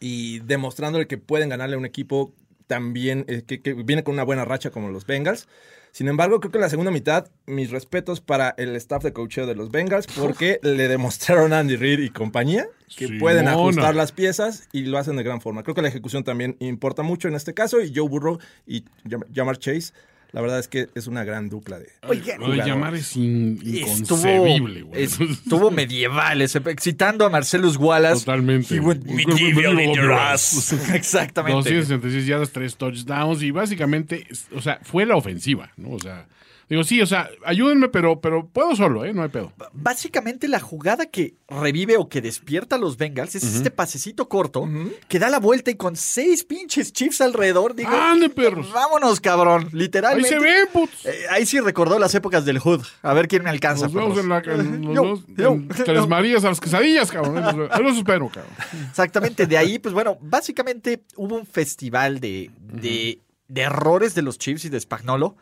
Speaker 3: y demostrándole que pueden ganarle a un equipo también eh, que, que viene con una buena racha como los Bengals. Sin embargo, creo que en la segunda mitad, mis respetos para el staff de coacheo de los Bengals, porque le demostraron a Andy Reid y compañía que
Speaker 6: Simona.
Speaker 3: pueden ajustar las piezas y lo hacen de gran forma. Creo que la ejecución también importa mucho en este caso y Joe Burrow y Jam- Jamar Chase, la verdad es que es una gran dupla de...
Speaker 6: Lo de
Speaker 3: jugadores.
Speaker 6: llamar es in- inconcebible,
Speaker 2: Estuvo,
Speaker 6: güey.
Speaker 2: estuvo medieval, ese- excitando a Marcelus Wallace.
Speaker 6: Totalmente.
Speaker 2: He went medieval in your ass. Exactamente.
Speaker 6: 266 yardas, 3 touchdowns y básicamente, es- o sea, fue la ofensiva, ¿no? O sea, digo, sí, o sea, ayúdenme, pero, pero puedo solo, ¿eh? No hay pedo.
Speaker 2: Básicamente la jugada que revive o que despierta a los Bengals es este pasecito corto que da la vuelta y con seis pinches chips alrededor digo,
Speaker 6: ¡Ande, perros!
Speaker 2: vámonos cabrón,
Speaker 6: Ahí
Speaker 2: literalmente.
Speaker 6: se ven, putz.
Speaker 2: Eh, ahí sí recordó las épocas del Hood. A ver quién me alcanza.
Speaker 6: Nos vemos
Speaker 2: perros.
Speaker 6: en, la, en los
Speaker 2: Yo,
Speaker 6: dos-
Speaker 2: yo,
Speaker 6: en
Speaker 2: yo.
Speaker 6: Tres Marías a las quesadillas, cabrón. Ahí los- ahí los espero, cabrón.
Speaker 2: Exactamente, de ahí, pues bueno, básicamente hubo un festival de, de, de errores de los Chiefs y de Spagnolo.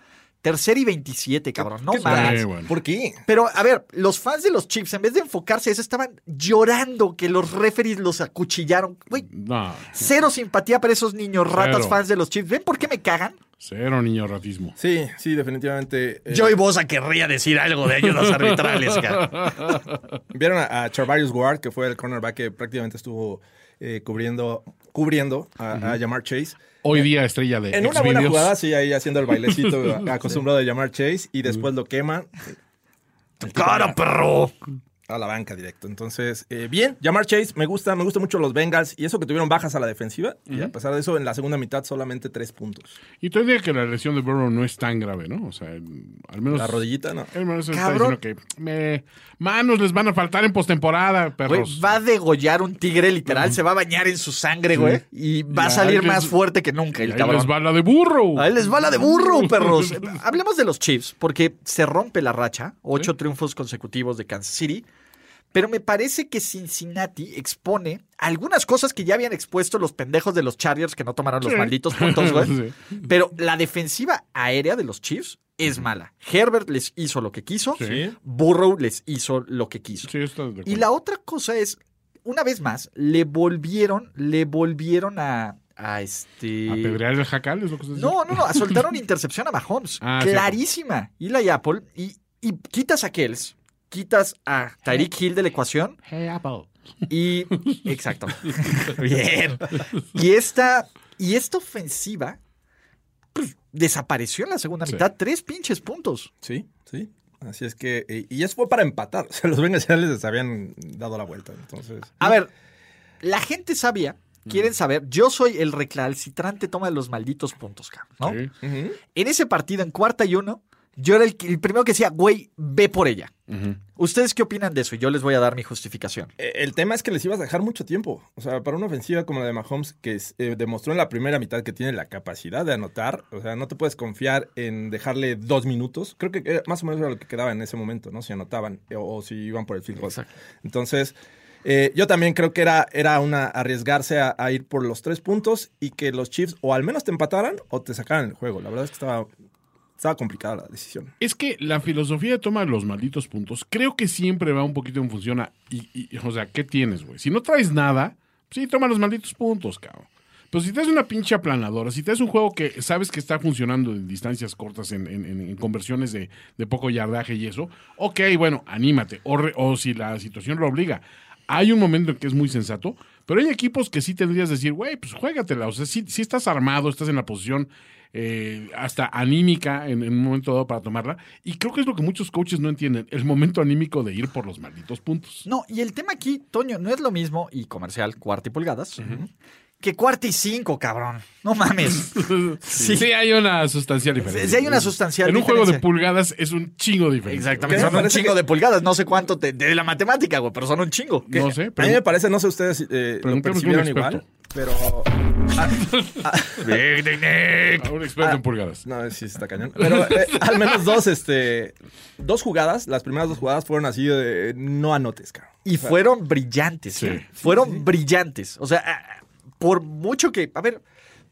Speaker 2: Tercer y 27, cabrón, no
Speaker 3: ¿Qué
Speaker 2: más.
Speaker 3: tal?
Speaker 6: bueno.
Speaker 3: ¿Por qué?
Speaker 2: Pero, a ver, los fans de los Chiefs, en vez de enfocarse a eso, estaban llorando que los referees los acuchillaron. Güey,
Speaker 6: No,
Speaker 2: cero simpatía para esos niños ratas
Speaker 6: Cero.
Speaker 2: fans de los Chiefs. ¿Ven por qué me cagan?
Speaker 6: cero niño ratismo.
Speaker 3: Sí, sí, definitivamente. eh,
Speaker 2: Joey Bosa querría decir algo de ayudas arbitrales, cara.
Speaker 3: Vieron a, a Charvarius Ward, que fue el cornerback que prácticamente estuvo eh, cubriendo, cubriendo a, a Jamar Chase.
Speaker 6: Hoy día estrella de
Speaker 3: En una buena
Speaker 6: Xvideos.
Speaker 3: jugada, sí, ahí haciendo el bailecito acostumbrado a Jamar Chase y después lo quema
Speaker 2: ¡Cara, perro!
Speaker 3: a la banca directo. Entonces, eh, bien, Jamar Chase, me gusta, me gustan mucho los Bengals y eso que tuvieron bajas a la defensiva y a pesar de eso, en la segunda mitad solamente tres puntos.
Speaker 6: Y te diría que la lesión de Burrow no es tan grave, ¿no? O sea, el- al menos.
Speaker 3: La rodillita, no.
Speaker 6: Al menos está
Speaker 2: Cabrón.
Speaker 6: diciendo que me- manos les van a faltar en postemporada,
Speaker 2: Güey,
Speaker 6: perros.
Speaker 2: va a degollar un tigre literal, se va a bañar en su sangre, güey, y va a
Speaker 6: Y
Speaker 2: salir
Speaker 6: ahí les-
Speaker 2: más fuerte que nunca
Speaker 6: Y
Speaker 2: el
Speaker 6: ahí
Speaker 2: cabrón.
Speaker 6: les va la de burro.
Speaker 2: Ahí les va la de burro, perros. Hablemos de los Chiefs, porque se rompe la racha. Ocho triunfos consecutivos de Kansas City. Pero me parece que Cincinnati expone algunas cosas que ya habían expuesto los pendejos de los Chargers que no tomaron los
Speaker 6: Sí.
Speaker 2: malditos puntos, güey.
Speaker 6: Sí.
Speaker 2: Pero la defensiva aérea de los Chiefs es mala. Herbert les hizo lo que quiso.
Speaker 6: Sí.
Speaker 2: Burrow les hizo lo que quiso.
Speaker 6: Sí, está de acuerdo.
Speaker 2: Y la otra cosa es, una vez más, le volvieron, le volvieron a, a este.
Speaker 6: ¿Apedrear el jacal es lo que usted dice?
Speaker 2: No, no, no, a soltar una intercepción a Mahomes.
Speaker 6: Pues Ah, cierto.
Speaker 2: clarísima. Y la Apple. Y, y quitas a Kells, quitas a Tyreek Hill de la ecuación.
Speaker 6: Hey, Apple.
Speaker 2: Y. Exacto. Bien. Y esta, y esta ofensiva pues, desapareció en la segunda
Speaker 6: Sí.
Speaker 2: mitad. Tres pinches puntos.
Speaker 3: Sí, sí. Así es que, eh, y eso fue para empatar. O sea, los Bengals ya les habían dado la vuelta. Entonces,
Speaker 2: A ver, la gente sabía, quieren
Speaker 6: Mm.
Speaker 2: saber. Yo soy el recalcitrante toma de los malditos puntos, cabrón, ¿no?
Speaker 6: Sí.
Speaker 3: ujú.
Speaker 2: En ese partido, en cuarta y uno, yo era el, que- el primero que decía, güey, ve por ella. ¿Ustedes qué opinan de eso? Y yo les voy a dar mi justificación.
Speaker 3: Eh, El tema es que les ibas a dejar mucho tiempo. O sea, para una ofensiva como la de Mahomes, que eh, demostró en la primera mitad que tiene la capacidad de anotar, o sea, no te puedes confiar en dejarle dos minutos. Creo que eh, más o menos era lo que quedaba en ese momento, ¿no? Si anotaban eh, o, o si iban por el field goal. Entonces, eh, yo también creo que era, era una arriesgarse a, a ir por los tres puntos y que los Chiefs o al menos te empataran o te sacaran el juego. La verdad es que estaba, estaba complicada la decisión.
Speaker 6: Es que la filosofía de toma de los malditos puntos creo que siempre va un poquito en función a... y- y- o sea, ¿qué tienes, güey? Si no traes nada, pues sí, toma los malditos puntos, cabrón. Pero si te das una pinche aplanadora, si te das un juego que sabes que está funcionando en distancias cortas, en, en- en- en conversiones de, de poco yardaje y eso, ok, bueno, anímate. O, re- o si la situación lo obliga. Hay un momento en que es muy sensato, pero hay equipos que sí tendrías que decir, güey, pues juégatela. O sea, si, estás armado, estás en la posición eh, hasta anímica en, en un momento dado para tomarla. Y creo que es lo que muchos coaches no entienden, el momento anímico de ir por los malditos puntos.
Speaker 2: No, y el tema aquí, Toño, no es lo mismo, y comercial, cuarta y pulgadas, que cuarta y cinco, cabrón. No mames.
Speaker 6: Sí, hay una sustancial diferencia.
Speaker 2: Sí, sí hay una sustancial
Speaker 6: En un juego de
Speaker 2: diferencia.
Speaker 6: pulgadas es un chingo diferente.
Speaker 2: Exactamente,
Speaker 3: ¿Qué?
Speaker 2: son un
Speaker 3: Parece
Speaker 2: chingo
Speaker 3: que-
Speaker 2: de pulgadas. No sé cuánto te- de la matemática, güey, pero son un chingo.
Speaker 6: No sé,
Speaker 3: a mí me
Speaker 6: pero...
Speaker 3: parece, no sé ustedes eh, lo
Speaker 6: Preguntemos con un
Speaker 3: percibieron igual, pero...
Speaker 2: Eh, Ah,
Speaker 6: A un experto en pulgadas.
Speaker 3: No, sí está cañón. Pero eh, al menos dos, este... Dos jugadas, las primeras dos jugadas fueron así de... eh, No anotes, cabrón.
Speaker 2: Y fueron brillantes.
Speaker 6: Sí.
Speaker 2: ¿eh? Fueron brillantes. O sea, a- a- por mucho que. A ver,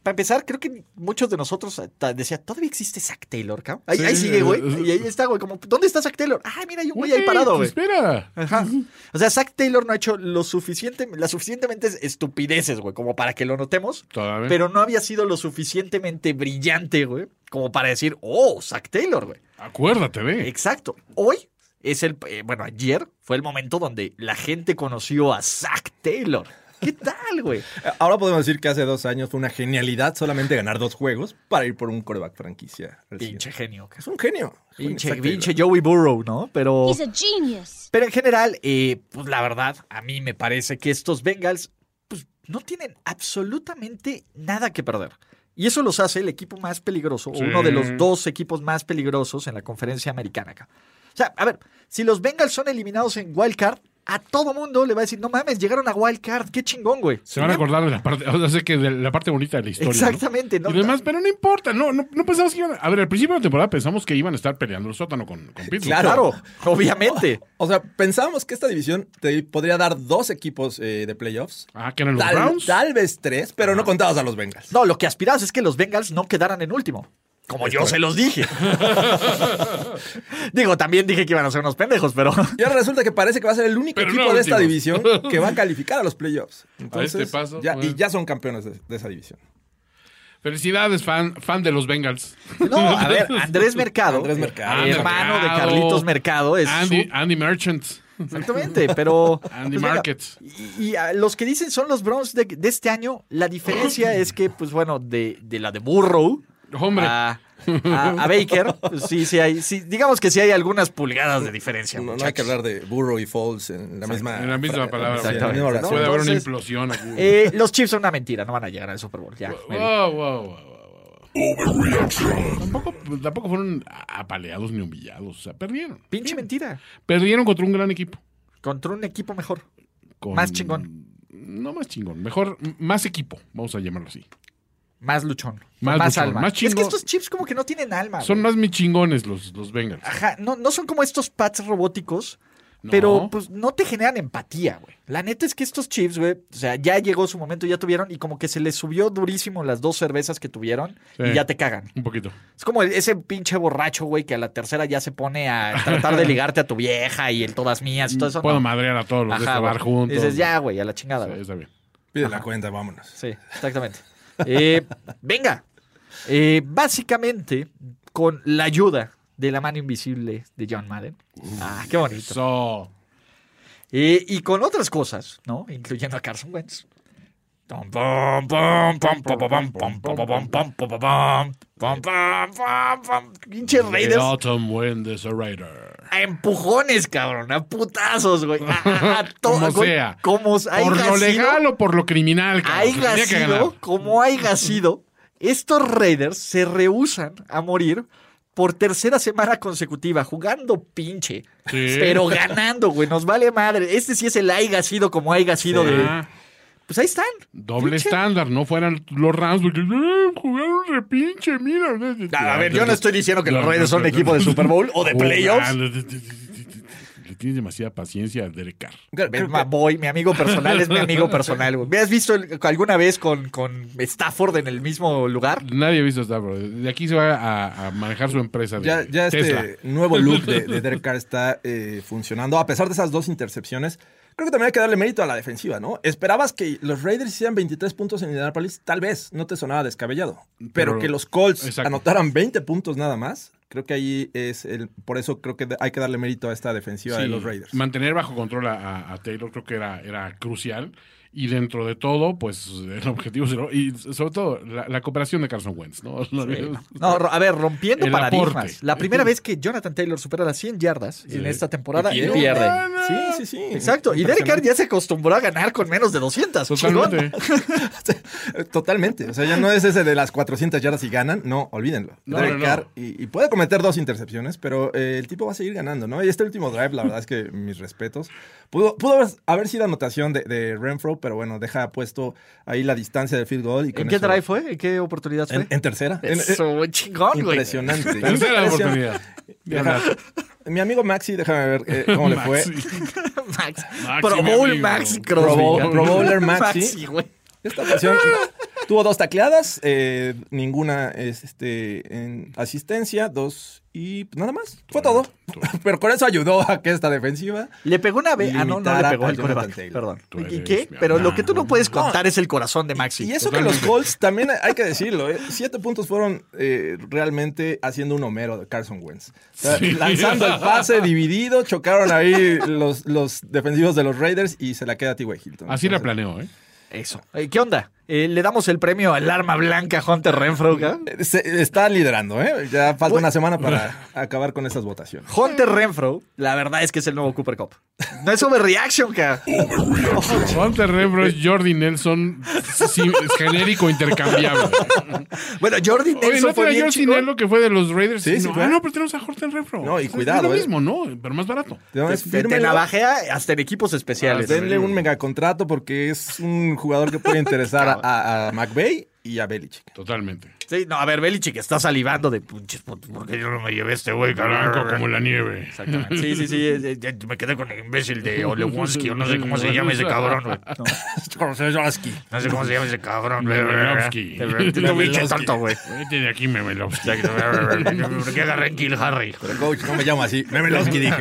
Speaker 2: para empezar, creo que muchos de nosotros eh, ta- decía, todavía existe Zack Taylor, cabrón. Ahí,
Speaker 6: Sí.
Speaker 2: ahí sigue, güey. Y ahí está, güey. Como, ¿dónde está Zack Taylor? Ah, mira, hay un güey ahí
Speaker 6: Güey,
Speaker 2: parado, güey.
Speaker 6: Espera.
Speaker 2: Ajá. O sea, Zack Taylor no ha hecho lo suficiente, las suficientemente estupideces, güey, como para que lo notemos.
Speaker 6: Todavía.
Speaker 2: Pero no había sido lo suficientemente brillante, güey, como para decir, oh, Zack Taylor, güey.
Speaker 6: Acuérdate de.
Speaker 2: Exacto. Hoy es el. eh, bueno, ayer fue el momento donde la gente conoció a Zack Taylor. ¿Qué tal, güey?
Speaker 3: Eh, Ahora podemos decir que hace dos años fue una genialidad solamente ganar dos juegos para ir por un coreback franquicia. al
Speaker 2: Pinche
Speaker 3: siguiente.
Speaker 2: genio. cabrón.
Speaker 3: Es un genio.
Speaker 2: Pinche,
Speaker 3: Zack
Speaker 2: pinche
Speaker 3: Taylor.
Speaker 2: Joey Burrow, ¿no? Pero.
Speaker 5: He's a genius.
Speaker 2: Pero en general, eh, pues la verdad, a mí me parece que estos Bengals pues, no tienen absolutamente nada que perder. Y eso los hace el equipo más peligroso, o
Speaker 6: Sí.
Speaker 2: uno de los dos equipos más peligrosos en la conferencia americana. acá. O sea, a ver, si los Bengals son eliminados en Wild Card, a todo mundo le va a decir, no mames, llegaron a Wild Card, qué chingón, güey.
Speaker 6: Se van a acordar de la parte, o sea, sé que de la parte bonita de la historia. ¿no?
Speaker 2: Exactamente, ¿no?
Speaker 6: Y demás, pero no importa, no, no, no pensamos que iban a, a ver, al principio de la temporada pensamos que iban a estar peleando el sótano con, con Pittsburgh.
Speaker 3: Claro.
Speaker 2: Claro, obviamente.
Speaker 3: O sea, pensábamos que esta división te podría dar dos equipos eh, de playoffs.
Speaker 6: Ah, que eran los
Speaker 3: Tal,
Speaker 6: Browns.
Speaker 3: tal vez tres, pero no contabas a los Bengals.
Speaker 2: No, lo que aspirabas es que los Bengals no quedaran en último. Como yo se los dije. Digo, también dije que iban a ser unos pendejos, pero.
Speaker 3: Y ahora resulta que parece que va a ser el único
Speaker 6: Pero no
Speaker 3: equipo de esta
Speaker 6: últimos.
Speaker 3: división que va a calificar a los playoffs. Entonces,
Speaker 6: este paso,
Speaker 3: ya-
Speaker 6: bueno.
Speaker 3: y ya son campeones de, de esa división.
Speaker 6: Felicidades, fan, fan de los Bengals.
Speaker 2: No, a ver, Andrés Mercado.
Speaker 3: Andrés Mercado.
Speaker 2: eh, hermano de Carlitos Mercado. Es
Speaker 6: Andy,
Speaker 2: su-
Speaker 6: Andy Merchant.
Speaker 2: Exactamente, pero.
Speaker 6: Andy
Speaker 2: venga,
Speaker 6: Market.
Speaker 2: Y, y a los que dicen son los Browns de, de este año, la diferencia es que, pues bueno, de, de la de Burrow.
Speaker 6: Hombre.
Speaker 2: A, a- a Baker, pues, sí, sí hay. Sí, digamos que sí hay algunas pulgadas de diferencia.
Speaker 3: No, no hay
Speaker 2: muchachos.
Speaker 3: que hablar de Burrow y Falls en la
Speaker 2: Ah,
Speaker 3: misma,
Speaker 6: En la misma palabra.
Speaker 3: en la
Speaker 6: Exactamente.
Speaker 3: misma oración.
Speaker 6: Puede haber una
Speaker 2: Entonces,
Speaker 6: implosión aquí.
Speaker 2: Eh, los Chiefs son una mentira, no van a llegar al Super Bowl. Ya, me di-
Speaker 6: Wow, wow, wow, wow, wow. Tampoco, tampoco fueron apaleados ni humillados. O sea, perdieron.
Speaker 2: pinche mentira.
Speaker 6: Perdieron contra un gran equipo.
Speaker 2: Contra un equipo mejor.
Speaker 6: Con-
Speaker 2: Más chingón.
Speaker 6: No más chingón. Mejor, m- más equipo. Vamos a llamarlo así.
Speaker 2: Más luchón.
Speaker 6: Más
Speaker 2: Más,
Speaker 6: luchón,
Speaker 2: alma.
Speaker 6: más
Speaker 2: es
Speaker 6: chingo.
Speaker 2: que estos Chiefs como que no tienen alma.
Speaker 6: Son
Speaker 2: güey.
Speaker 6: más mis chingones los, los Bengals.
Speaker 2: Ajá, no, no son como estos pads robóticos.
Speaker 6: No.
Speaker 2: Pero pues no te generan empatía, güey. La neta es que estos Chiefs, güey, o sea, ya llegó su momento, ya tuvieron y como que se les subió durísimo las dos cervezas que tuvieron
Speaker 6: Sí.
Speaker 2: y ya te cagan.
Speaker 6: Un poquito.
Speaker 2: Es como ese pinche borracho, güey, que a la tercera ya se pone a tratar de ligarte a tu vieja y el todas mías y todo eso.
Speaker 6: Puedo
Speaker 2: no.
Speaker 6: madrear a todos los de
Speaker 2: Ajá,
Speaker 6: este bar
Speaker 2: güey.
Speaker 6: juntos.
Speaker 2: Dices, ya, güey, a la chingada,
Speaker 6: Sí,
Speaker 2: güey.
Speaker 6: está bien.
Speaker 3: Pide la cuenta, vámonos.
Speaker 2: Sí, exactamente. Eh, venga, Eh, básicamente con la ayuda de la mano invisible de John Madden. Ah, qué bonito.
Speaker 6: So,
Speaker 2: Eh, y con otras cosas, ¿no? Incluyendo a Carson Wentz. Tom, pom, pom, pom, pom, pom, pom, pom, pom, pom, pom, pom, pom, pom, pom, pom, pom, pom. Pinche
Speaker 6: the
Speaker 2: Raiders
Speaker 6: autumn wind is a raider.
Speaker 2: a empujones, cabrón, a putazos, güey. A- A, a to-
Speaker 6: Como
Speaker 2: güey,
Speaker 6: sea.
Speaker 2: Ah, Como haya
Speaker 6: Por lo
Speaker 2: sido-
Speaker 6: legal o por lo criminal. cabrón. Se
Speaker 2: haya
Speaker 6: pues, tenía que ganar.
Speaker 2: sido, como haya sido, estos Raiders se rehusan a morir por tercera semana consecutiva, jugando pinche,
Speaker 6: Sí.
Speaker 2: pero ganando, güey, nos vale madre. Este sí es el haya sido como haya sido de...
Speaker 6: Ah,
Speaker 2: Pues ahí están.
Speaker 6: doble
Speaker 2: Pinche-
Speaker 6: estándar, no fueran los Rams porque eh, jugaron de pinche, mira.
Speaker 2: A ver, yo no estoy diciendo que los Raiders son un equipo de Super Bowl o de
Speaker 6: Ah,
Speaker 2: playoffs.
Speaker 6: Le tienes demasiada paciencia a Derek Carr.
Speaker 3: Creo-
Speaker 2: Ven,
Speaker 3: creo
Speaker 2: ma-
Speaker 3: que-
Speaker 2: Voy, mi amigo personal es mi amigo personal. güey. ¿Me has visto el- alguna vez con, con Stafford en el mismo lugar?
Speaker 6: Nadie ha visto esta, bro. De aquí se va a, a manejar su empresa. De
Speaker 3: Ya, ya este
Speaker 6: Tesla.
Speaker 3: nuevo look de, de Derek Carr está eh, funcionando. A pesar de esas dos intercepciones, creo que también hay que darle mérito a la defensiva, ¿no? Esperabas que los Raiders hicieran 23 puntos en Indianapolis, tal vez no te sonaba descabellado. Pero,
Speaker 6: Pero-
Speaker 3: que los Colts
Speaker 6: exacto.
Speaker 3: anotaran 20 puntos nada más, Creo que ahí es el. Por eso creo que hay que darle mérito a esta defensiva de
Speaker 6: Sí,
Speaker 3: los Raiders.
Speaker 6: Mantener bajo control a, a- a Taylor creo que era, era crucial. Y dentro de todo, pues el objetivo cero. Y sobre todo, la, la cooperación de Carson Wentz, ¿no?
Speaker 2: No, ro- a ver, rompiendo
Speaker 6: El
Speaker 2: paradigmas.
Speaker 6: aporte.
Speaker 2: La primera vez que Jonathan Taylor supera las 100 yardas en esta temporada.
Speaker 5: Y
Speaker 2: y-
Speaker 5: pierde.
Speaker 3: Sí, sí, sí.
Speaker 2: Exacto. Y Derek Carr ya se acostumbró a ganar con menos de 200.
Speaker 6: Totalmente.
Speaker 2: chingón.
Speaker 3: Totalmente. O sea, ya no es ese de las 400 yardas y ganan. No, olvídenlo.
Speaker 6: No,
Speaker 3: Derek
Speaker 6: no, no.
Speaker 3: Carr, y, y puede cometer dos intercepciones, pero eh, el tipo va a seguir ganando, ¿no? Y este último drive, la verdad es que mis respetos. Pudo, pudo haber, haber sido anotación de, de Renfro, pero bueno, deja puesto ahí la distancia del field goal. Y
Speaker 2: ¿En
Speaker 3: con
Speaker 2: qué
Speaker 3: eso-
Speaker 2: drive fue? este? ¿En qué oportunidad fue?
Speaker 3: En, en tercera. En- eh,
Speaker 5: Eso, muy chingón, güey.
Speaker 3: impresionante.
Speaker 6: Tercera
Speaker 3: Impresionante.
Speaker 6: oportunidad. de
Speaker 3: Deja-
Speaker 6: hablar.
Speaker 3: mi amigo Maxi, déjame ver eh, cómo le fue.
Speaker 6: Maxi.
Speaker 2: Max.
Speaker 6: Maxi,
Speaker 2: Pro
Speaker 6: mi
Speaker 2: Bowl
Speaker 6: amigo.
Speaker 2: Max
Speaker 3: Pro,
Speaker 2: Crosby.
Speaker 3: Bowl- Pro Bowler Maxi.
Speaker 2: Maxi, güey.
Speaker 3: Esta ocasión tuvo dos tacleadas, eh, ninguna este, en asistencia, dos y nada más. Fue todo. Pero con eso ayudó a que esta defensiva.
Speaker 2: Le pegó una vez. Ah, no, no le
Speaker 3: Limitar
Speaker 2: pegó
Speaker 3: a
Speaker 2: al
Speaker 3: Jonathan
Speaker 2: coreback.
Speaker 3: Taylor.
Speaker 2: Perdón.
Speaker 6: Tú eres
Speaker 2: ¿Y qué?
Speaker 6: mi
Speaker 2: Pero lo
Speaker 6: amigo.
Speaker 2: que tú no puedes contar es el corazón de Maxi.
Speaker 3: Y eso que los Colts también hay que decirlo, ¿eh? siete puntos fueron eh, realmente haciendo un homero de Carson Wentz. O sea,
Speaker 6: Sí.
Speaker 3: Lanzando el pase dividido, chocaron ahí los, los defensivos de los Raiders y se la queda a T. Hilton.
Speaker 6: Así la planeó, ¿eh?
Speaker 2: Eso. Eh, ¿Qué onda? Eh, ¿Le damos el premio al arma blanca a Hunter Renfro? güey?
Speaker 3: Eh, se- está liderando, ¿eh? Ya falta una semana para acabar con estas votaciones.
Speaker 2: Hunter Renfro, la verdad es que es el nuevo Cooper Cup. No es overreaction, ca.
Speaker 3: Oh,
Speaker 6: Hunter Renfro es Jordi Nelson sí, es genérico intercambiable.
Speaker 2: Bueno, Jordi
Speaker 6: Oye,
Speaker 2: Nelson
Speaker 6: ¿no
Speaker 2: fue
Speaker 6: traía
Speaker 2: bien
Speaker 6: Jordi
Speaker 2: chingón.
Speaker 6: Nelson, lo que fue de los Raiders?
Speaker 3: Sí, sí,
Speaker 6: no,
Speaker 3: fue.
Speaker 6: ah, no, pero tenemos a Hunter Renfro.
Speaker 3: No, y
Speaker 6: Es-
Speaker 3: cuidado,
Speaker 6: Es lo
Speaker 3: ¿eh?
Speaker 6: mismo, ¿no? Pero más barato.
Speaker 2: Te-
Speaker 3: Entonces,
Speaker 2: Te, te
Speaker 3: fírmenlo.
Speaker 2: navajea hasta en equipos especiales.
Speaker 6: Ah,
Speaker 3: Denle un megacontrato porque es un jugador que puede interesar a, a- a McVay y a Belichick.
Speaker 6: Totalmente.
Speaker 2: Sí, no, a ver, Belichick está salivando de pinches putos, ¿por qué yo no me llevé a este güey,
Speaker 6: Blanco
Speaker 2: carajo?
Speaker 6: como la nieve.
Speaker 2: Exactamente. Sí, sí, sí. eh, eh, Me quedé con el imbécil de Olewonski o no sé cómo se llama ese cabrón, güey. No sé cómo se llama ese cabrón, güey.
Speaker 6: Memelovsky.
Speaker 2: No me eches tanto, güey.
Speaker 6: Vete de aquí, Memelovsky.
Speaker 2: ¿Por qué agarré Kill Harry?
Speaker 3: Pero coach, no me llamo así. Memelowski dije.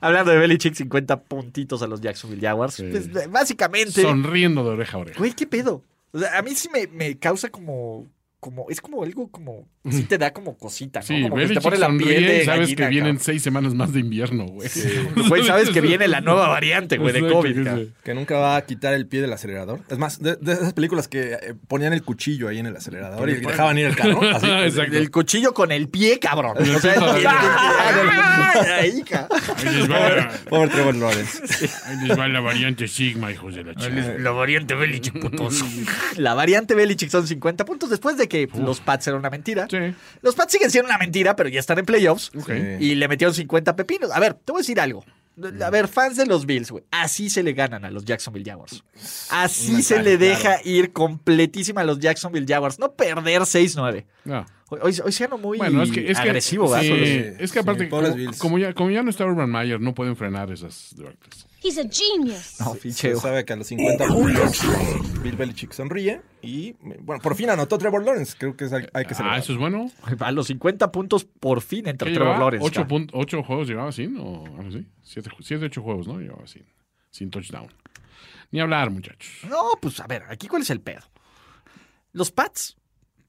Speaker 2: Hablando de Belichick, 50 puntitos a los Jacksonville Jaguars. Pues, básicamente.
Speaker 6: Sonriendo de oreja a oreja.
Speaker 2: Güey, ¿qué pedo? O sea, a mí sí me, me causa como. como Es como algo como. Sí te da como cosita, ¿no?
Speaker 6: Sí,
Speaker 2: como
Speaker 6: Belichick sonríe y sabes
Speaker 2: gallina,
Speaker 6: que vienen
Speaker 2: cabrón.
Speaker 6: seis semanas más de invierno, güey.
Speaker 2: Güey, sabes que viene la nueva variante, güey, de
Speaker 6: Exacto,
Speaker 2: COVID.
Speaker 6: que
Speaker 2: cabrón.
Speaker 3: Que nunca va a quitar el pie del acelerador. Es más, de, de esas películas que eh, ponían el cuchillo ahí en el acelerador y dejaban ir el carro.
Speaker 6: se-
Speaker 3: así.
Speaker 6: Exacto.
Speaker 2: El cuchillo con el pie, cabrón. O sea,
Speaker 6: pie.
Speaker 2: tiene- Ay, hija.
Speaker 6: Ahí les va la-
Speaker 3: Pobre Trevor Lawrence.
Speaker 6: ahí les va la variante Sigma, hijos de la chica.
Speaker 2: La variante Belichick, putos. La variante Belichick son 50 puntos después de que los Pats eran una mentira.
Speaker 6: Sí.
Speaker 2: Los Pats siguen siendo una mentira, pero ya están en playoffs.
Speaker 3: Sí.
Speaker 2: Y le metieron 50 pepinos. A ver, te voy a decir algo. A ver, fans de los Bills, güey. Así se le ganan a los Jacksonville Jaguars. Así
Speaker 3: Una
Speaker 2: se le
Speaker 3: calidad.
Speaker 2: deja ir completísima a los Jacksonville Jaguars. No perder 6-9.
Speaker 6: No.
Speaker 2: Hoy, hoy, hoy se ganó muy
Speaker 6: Ah. Bueno, es que es que-
Speaker 2: agresivo, ¿verdad?
Speaker 6: sí,
Speaker 2: Con los-
Speaker 6: es que aparte
Speaker 3: Sí, pobres
Speaker 6: como,
Speaker 3: Bills.
Speaker 6: como ya como ya no está Urban Meyer, no pueden frenar esas directas.
Speaker 7: He's a genius.
Speaker 2: No,
Speaker 3: Se
Speaker 2: pinche-
Speaker 3: sabe que a los 50 puntos Bill Belichick sonríe y, bueno, por fin anotó Trevor Lawrence. Creo que es, al- hay que
Speaker 6: Ah,
Speaker 3: celebrar.
Speaker 6: eso es bueno.
Speaker 2: A los 50 puntos por fin
Speaker 6: ¿Qué
Speaker 2: entre Trevor
Speaker 6: llevaba?
Speaker 2: Lawrence.
Speaker 6: Ocho,
Speaker 2: cabrón.
Speaker 6: pun- ocho juegos llevaba sin o algo así. Siete, ju- siete, ocho juegos, ¿no? Llevaba sin, sin touchdown. Ni hablar, muchachos.
Speaker 2: No, pues a ver, aquí cuál es el pedo. Los Pats,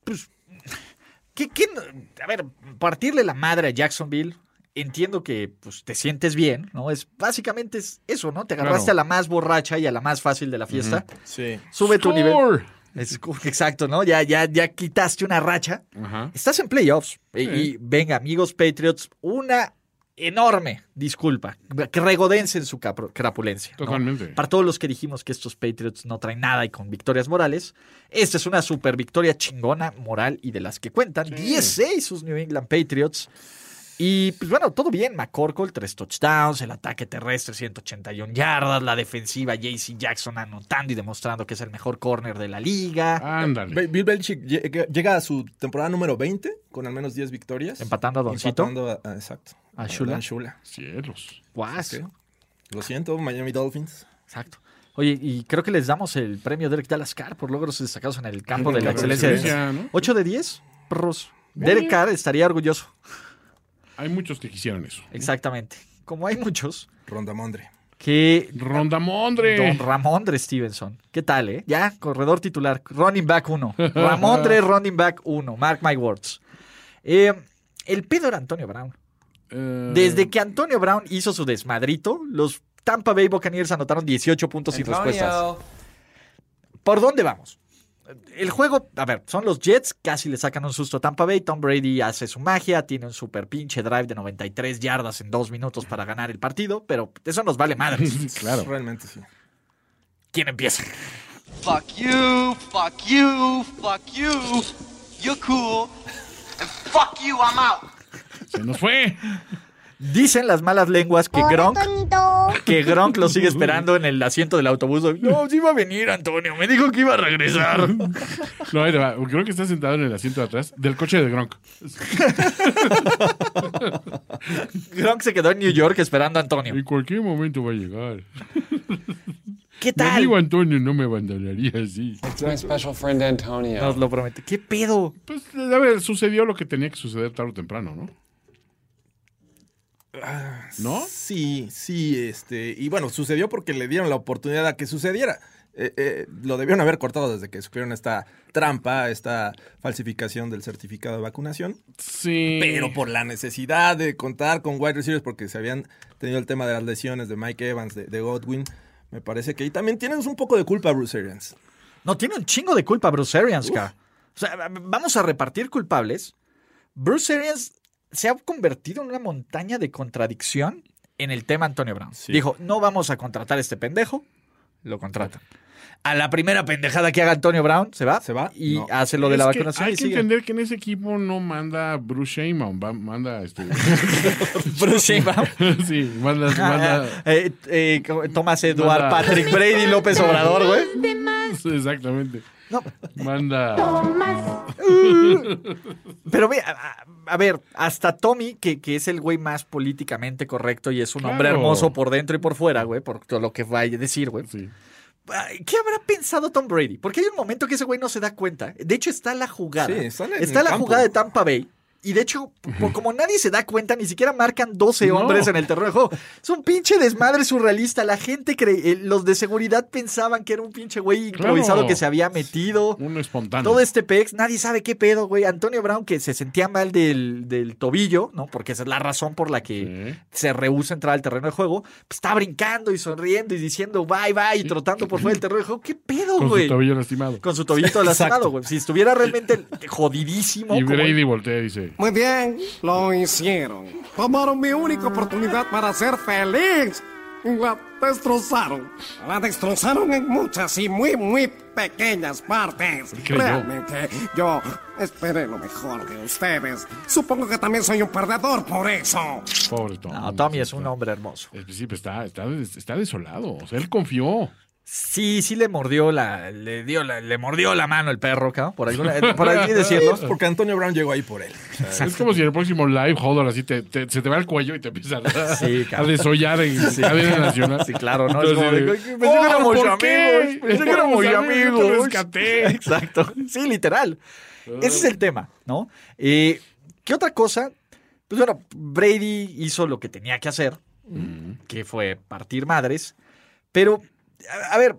Speaker 2: pues, ¿qué, qué no- a ver, partirle la madre a Jacksonville, entiendo que pues, te sientes bien, ¿no? Es básicamente es eso, ¿no? Te agarraste
Speaker 6: Claro.
Speaker 2: a la más borracha y a la más fácil de la fiesta.
Speaker 3: Sí.
Speaker 2: Sube tu nivel.
Speaker 6: Score.
Speaker 2: Es- exacto, ¿no? Ya, ya, ya quitaste una racha.
Speaker 6: Ajá.
Speaker 2: Estás en playoffs. Y,
Speaker 6: Sí.
Speaker 2: y venga, amigos Patriots, una enorme disculpa. Que regodense en su capro- crapulencia. ¿no?
Speaker 6: Totalmente.
Speaker 2: Para todos los que dijimos que estos Patriots no traen nada y con victorias morales, esta es una super victoria chingona, moral y de las que cuentan. 16 sus New England Patriots. Y pues bueno, todo bien. McCorkle, tres touchdowns, el ataque terrestre, 181 yardas, la defensiva, JC Jackson anotando y demostrando que es el mejor corner de la liga.
Speaker 6: Ándale.
Speaker 3: Be- Bill Belichick llega llega a su temporada número 20 con al menos 10 victorias.
Speaker 2: Empatando a Doncito.
Speaker 3: Empatando a- a- exacto.
Speaker 2: A Shula.
Speaker 3: Dan Shula.
Speaker 6: Cielos.
Speaker 2: Guas.
Speaker 3: Sí. Lo siento, Miami Dolphins.
Speaker 2: Exacto. Oye, y creo que les damos el premio Derek Dallas Carr por logros destacados en el campo de la excelencia.
Speaker 6: excelencia, ¿no?
Speaker 2: 8 de 10, perros. Derek Carr estaría orgulloso.
Speaker 6: Hay muchos que quisieran eso.
Speaker 2: Exactamente. Como hay muchos
Speaker 3: Rondamondre.
Speaker 2: que
Speaker 6: Rondamondre.
Speaker 2: Don Ramondre Stevenson. ¿Qué tal, eh? Ya, corredor titular. Running back 1. Ramondre, running back 1. Mark my words. Eh, El pedo era Antonio Brown.
Speaker 6: Eh,
Speaker 2: Desde que Antonio Brown hizo su desmadrito, los Tampa Bay Buccaneers anotaron 18 puntos sin
Speaker 8: Pues
Speaker 2: respuestas.
Speaker 5: Antonio.
Speaker 2: ¿Por dónde vamos? El juego, a ver, son los Jets, casi le sacan un susto a Tampa Bay. Tom Brady hace su magia, tiene un super pinche drive de 93 yardas en dos minutos para ganar el partido, pero eso nos vale madre.
Speaker 6: Claro.
Speaker 3: Realmente sí.
Speaker 2: ¿Quién empieza?
Speaker 7: Fuck you, fuck you, fuck you. You're cool. And fuck you, I'm out.
Speaker 6: Se nos fue.
Speaker 2: Dicen las malas lenguas que Gronk, que Gronk lo sigue esperando en el asiento del autobús. No, sí iba a venir, Antonio. Me dijo que iba a regresar.
Speaker 6: No, ahí te va. creo que está sentado en el asiento de atrás del coche de Gronk.
Speaker 2: Gronk se quedó en New York esperando a Antonio.
Speaker 6: En cualquier momento va a llegar.
Speaker 2: ¿Qué
Speaker 6: Mi
Speaker 2: tal?
Speaker 6: amigo Antonio no me abandonaría así.
Speaker 4: It's my special friend Antonio.
Speaker 2: Nos lo promete. ¿Qué pedo?
Speaker 6: Pues, a ver, sucedió lo que tenía que suceder tarde o temprano, ¿no? ¿No?
Speaker 3: Sí, sí, este. Y bueno, sucedió porque le dieron la oportunidad a que sucediera. Eh, eh, lo debieron haber cortado desde que supieron esta trampa, esta falsificación del certificado de vacunación.
Speaker 6: Sí.
Speaker 3: Pero por la necesidad de contar con wide receivers, porque se habían tenido el tema de las lesiones de Mike Evans, de, de Godwin, me parece que ahí también tienes un poco de culpa, Bruce Arians.
Speaker 2: No, tiene un chingo de culpa Bruce Arians, ca. O sea, vamos a repartir culpables. Bruce Arians se ha convertido en una montaña de contradicción en el tema Antonio Brown. Dijo, no vamos a contratar a este pendejo, lo contratan. A la primera pendejada que haga Antonio Brown, se va.
Speaker 3: Se va,
Speaker 2: Y
Speaker 3: no.
Speaker 2: hace Este, lo de la
Speaker 6: Es que
Speaker 2: vacunación.
Speaker 6: Hay
Speaker 2: y
Speaker 6: que
Speaker 2: sigue.
Speaker 6: entender que en ese equipo no manda Bruce Sheinbaum, va- manda este.
Speaker 2: Bruce Sheinbaum.
Speaker 6: sí, manda, manda.
Speaker 2: Eh, eh, Tomás Eduard,
Speaker 6: Manda-
Speaker 2: Patrick Brady, López Obrador, güey.
Speaker 6: Exactamente.
Speaker 2: No,
Speaker 6: Manda.
Speaker 2: Pero ve, a, a- a ver, hasta Tommy, que, que es el güey más políticamente correcto y es un hombre
Speaker 6: Claro.
Speaker 2: hermoso por dentro y por fuera, güey, por todo lo que vaya a decir, güey.
Speaker 6: Sí.
Speaker 2: Ay, ¿Qué habrá pensado Tom Brady? Porque hay un momento que ese güey no se da cuenta. De hecho, está la jugada.
Speaker 3: Sí, está en el
Speaker 2: está la
Speaker 3: campo.
Speaker 2: jugada de Tampa Bay. Y de hecho, po- como nadie se da cuenta, ni siquiera marcan 12
Speaker 6: No.
Speaker 2: hombres en el terreno de juego. Es un pinche desmadre surrealista. La gente, cre- eh, los de seguridad pensaban que era un pinche güey
Speaker 6: Claro.
Speaker 2: improvisado que se había metido.
Speaker 6: Uno espontáneo.
Speaker 2: Todo este pex, nadie sabe qué pedo, güey. Antonio Brown que se sentía mal del, del tobillo, ¿no? Porque esa es la razón por la que se rehúsa a entrar al terreno de juego. Pues está brincando y sonriendo y diciendo bye, bye y trotando por fuera del terreno de juego. ¿Qué pedo,
Speaker 6: Con
Speaker 2: güey?
Speaker 6: su tobillo lastimado.
Speaker 2: Con su tobillito lastimado, güey. Si estuviera realmente jodidísimo.
Speaker 6: Y
Speaker 2: como-
Speaker 6: Brady voltea y dice:
Speaker 8: Muy bien, lo hicieron. Tomaron mi única oportunidad para ser feliz. y La destrozaron. La destrozaron en muchas y muy, muy pequeñas partes.
Speaker 6: creyó?
Speaker 8: Realmente, yo esperé lo mejor de ustedes. Supongo que también soy un perdedor por eso.
Speaker 6: Pobre Tom.
Speaker 2: No, Tommy es un hombre hermoso.
Speaker 6: Es- Sí, pero está, está, des- está desolado. O sea, él confió.
Speaker 2: Sí, sí le mordió la, le dio la, le mordió la mano el perro, cabrón, por alguna, por así decirlo.
Speaker 3: Porque Antonio Brown llegó ahí por él.
Speaker 6: Es como si en el próximo live, Hodor, así te, te- se te va el cuello y te empieza a,
Speaker 2: Sí,
Speaker 6: a
Speaker 2: cabrón.
Speaker 6: desollar en cadena nacional.
Speaker 2: Sí, claro, ¿no? Es
Speaker 6: Entonces,
Speaker 2: como de,
Speaker 6: eh,
Speaker 2: pensé que éramos
Speaker 6: ¿por
Speaker 2: amigos,
Speaker 6: qué?
Speaker 2: pensé que éramos
Speaker 6: yo te
Speaker 2: amigos".
Speaker 6: rescaté.
Speaker 2: Exacto. Sí, literal.
Speaker 6: Ah.
Speaker 2: Ese es el tema, ¿no? Eh, ¿Qué otra cosa? Pues bueno, Brady hizo lo que tenía que hacer,
Speaker 6: Mm.
Speaker 2: que fue partir madres, pero... a- A ver,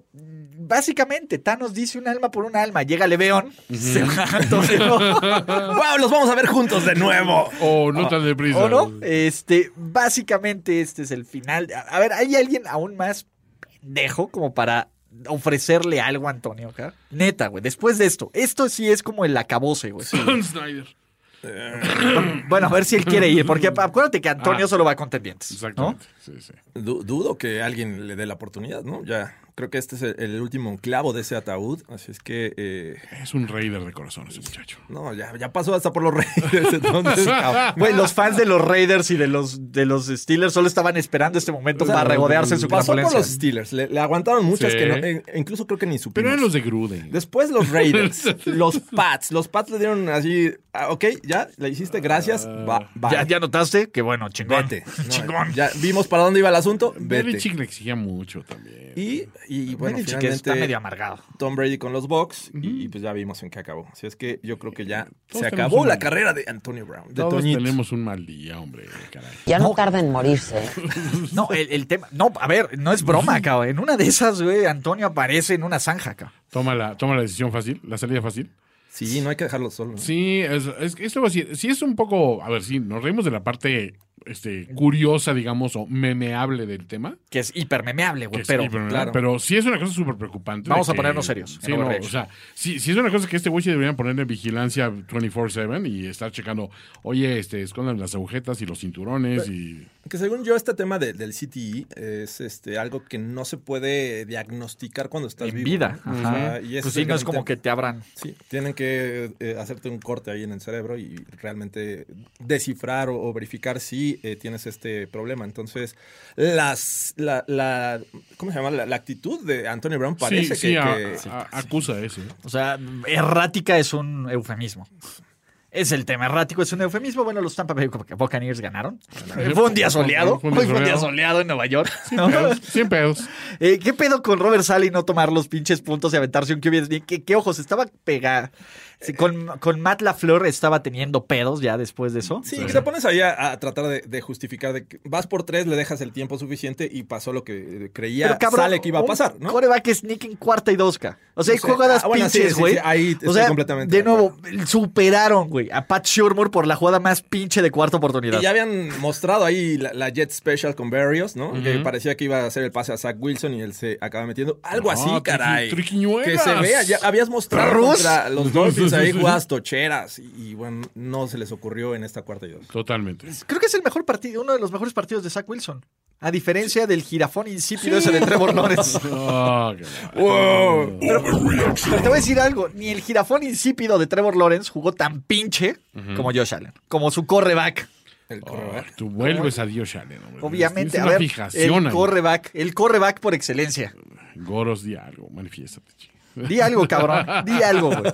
Speaker 2: básicamente Thanos dice un alma por un alma. Llega Leveón, se va a Toledo.
Speaker 6: Ah.
Speaker 3: ¡Wow! ¡Los vamos a ver juntos de nuevo!
Speaker 6: O no tan deprisa.
Speaker 2: ¿O no? Este, básicamente este es el final. A, a ver, ¿hay alguien aún más pendejo como para ofrecerle algo a Antonio acá? Neta, güey, después de esto. Esto sí es como el acabose, güey.
Speaker 6: Tom Snyder.
Speaker 2: Bueno, a ver si él quiere ir, porque ap- acuérdate que Antonio
Speaker 6: Ah.
Speaker 2: solo va con tendientes, ¿no?
Speaker 6: Exactamente. Sí, sí.
Speaker 3: Du- dudo que alguien le dé la oportunidad, ¿no? Ya creo que este es el, el último clavo de ese ataúd, así es que eh,
Speaker 6: Es un raider de corazón ese muchacho.
Speaker 3: no, ya, ya pasó hasta por los reyes, entonces cabrón.
Speaker 2: Güey, los fans de los Raiders y de los, de los Steelers solo estaban esperando este momento
Speaker 3: O sea,
Speaker 2: para regodearse en su
Speaker 3: pasó por
Speaker 2: crapulencia.
Speaker 3: los Steelers, le, le aguantaron muchas
Speaker 6: Sí.
Speaker 3: que no- eh, incluso creo que ni supimos.
Speaker 6: Pero eran los de Gruden.
Speaker 3: Después los Raiders, los Pats, los Pats le dieron así, ah, ok, ya, le hiciste, gracias, va, va.
Speaker 2: ¿Ya, ya notaste? Que bueno, chingón.
Speaker 3: vete. No,
Speaker 2: chingón.
Speaker 3: Ya vimos para dónde iba el asunto, vete.
Speaker 6: Belichick le exigía mucho también.
Speaker 3: Y, y bueno,
Speaker 2: Belichick
Speaker 3: finalmente
Speaker 2: está medio amargado.
Speaker 3: Tom Brady con los Bucks y, y pues ya vimos en qué acabó. Así es que yo creo que ya
Speaker 6: Todos
Speaker 3: se
Speaker 6: tenemos
Speaker 3: acabó
Speaker 6: un-
Speaker 3: la carrera de Antonio Brown. De
Speaker 6: Todos
Speaker 3: Toñito.
Speaker 6: tenemos un mal día, hombre. Caray.
Speaker 9: Ya no tarda en morirse.
Speaker 2: No, el, el tema. No, a ver, no es broma, cabrón. En una de esas, güey, Antonio aparece en una zanja, cabrón.
Speaker 6: Toma la, toma la decisión fácil, la salida fácil.
Speaker 3: Sí, no hay que dejarlo solo.
Speaker 6: Sí, es, es, esto va a decir, sí es un poco, a ver, sí, nos reímos de la parte este, curiosa, digamos, o memeable del tema.
Speaker 2: Que es hipermemeable,
Speaker 6: que
Speaker 2: güey.
Speaker 6: es
Speaker 2: Pero,
Speaker 6: hiper-
Speaker 3: claro.
Speaker 6: pero sí es una cosa súper preocupante. de
Speaker 2: Vamos a
Speaker 6: que-
Speaker 2: ponernos serios en
Speaker 6: Sí, no, o
Speaker 2: Overreaction.
Speaker 6: sea, sí, sí es una cosa que este güey se deberían poner en vigilancia 24-7 y estar checando, oye, este, escondan las agujetas y los cinturones y...
Speaker 3: Que según yo, este tema de- del CTE es este, algo que no se puede diagnosticar cuando estás
Speaker 2: en
Speaker 3: vivo,
Speaker 2: vida.
Speaker 3: ¿no? O
Speaker 2: Ajá.
Speaker 3: sea, y ese
Speaker 2: Pues sí,
Speaker 3: el
Speaker 2: no es
Speaker 3: gran
Speaker 2: como
Speaker 3: tema.
Speaker 2: que te abran.
Speaker 3: Sí, tienen que eh, hacerte un corte ahí en el cerebro y realmente descifrar o, o verificar si eh, tienes este problema. Entonces, las, la, la- ¿cómo se llama? La, la actitud de Anthony Brown parece que...
Speaker 6: sí, sí, a-
Speaker 3: que-
Speaker 6: a- ¿eh? acusa eso.
Speaker 2: O sea, errática es un eufemismo. Es el tema errático, es un eufemismo. Bueno, los Tampa Bay Buccaneers ganaron. Fue un día soleado.
Speaker 6: Fue un día
Speaker 2: Hoy fue un día soleado
Speaker 6: soleado.
Speaker 2: en Nueva York. ¿no?
Speaker 6: Pedos, Sin pedos.
Speaker 2: Eh, ¿Qué pedo con Robert Sala y no tomar los pinches puntos y aventarse un QB? ¿Qué, qué, ojos? Estaba pegada. Sí, con, con Matt LaFleur estaba teniendo pedos ya después de eso.
Speaker 3: Sí, que te pones ahí a, a tratar de, de justificar de que vas por tres, le dejas el tiempo suficiente y pasó lo que eh, creía sale que iba a
Speaker 2: un
Speaker 3: pasar, ¿no?
Speaker 2: Coreback que sneak en cuarta y dosca. O sea, hay
Speaker 3: No sé.
Speaker 2: jugadas
Speaker 3: Ah, bueno, sí,
Speaker 2: pinches,
Speaker 3: sí, sí,
Speaker 2: güey.
Speaker 3: ahí
Speaker 2: o
Speaker 3: estoy
Speaker 2: sea,
Speaker 3: completamente
Speaker 2: de
Speaker 3: de
Speaker 2: nuevo, superaron, güey, a Pat Shurmur por la jugada más pinche de cuarta oportunidad.
Speaker 3: Y ya habían mostrado ahí la, la Jet Special con Barrios, ¿no? Que parecía que iba a hacer el pase a Zach Wilson y él se acaba metiendo. Algo
Speaker 6: Ah,
Speaker 3: así,
Speaker 6: triqui-
Speaker 3: caray.
Speaker 6: triquiñuelas.
Speaker 3: Que se vea. Ya habías mostrado
Speaker 2: Rus.
Speaker 3: contra los Dolphins
Speaker 6: Sí, sí,
Speaker 3: ahí
Speaker 6: sí.
Speaker 3: jugadas tocheras. Y, y, bueno, no se les ocurrió en esta cuarta y dos.
Speaker 6: Totalmente.
Speaker 2: Creo que es el mejor partido, uno de los mejores partidos de Zach Wilson. A diferencia del jirafón insípido ese de Trevor Lawrence.
Speaker 6: Ah, qué mal.
Speaker 2: Pero, pero te voy a decir algo, ni el jirafón insípido de Trevor Lawrence jugó tan pinche como Josh Allen, como su correback.
Speaker 3: El corredor.
Speaker 6: Tú vuelves a Dios Allen, hombre.
Speaker 2: Oh, Obviamente,
Speaker 6: Es
Speaker 2: a
Speaker 6: una
Speaker 2: ver,
Speaker 6: fijación.
Speaker 2: el
Speaker 6: ahí.
Speaker 2: correback, el correback por excelencia.
Speaker 6: Goros, di algo, manifiéstate. chico.
Speaker 2: Di algo, cabrón. Di algo, güey.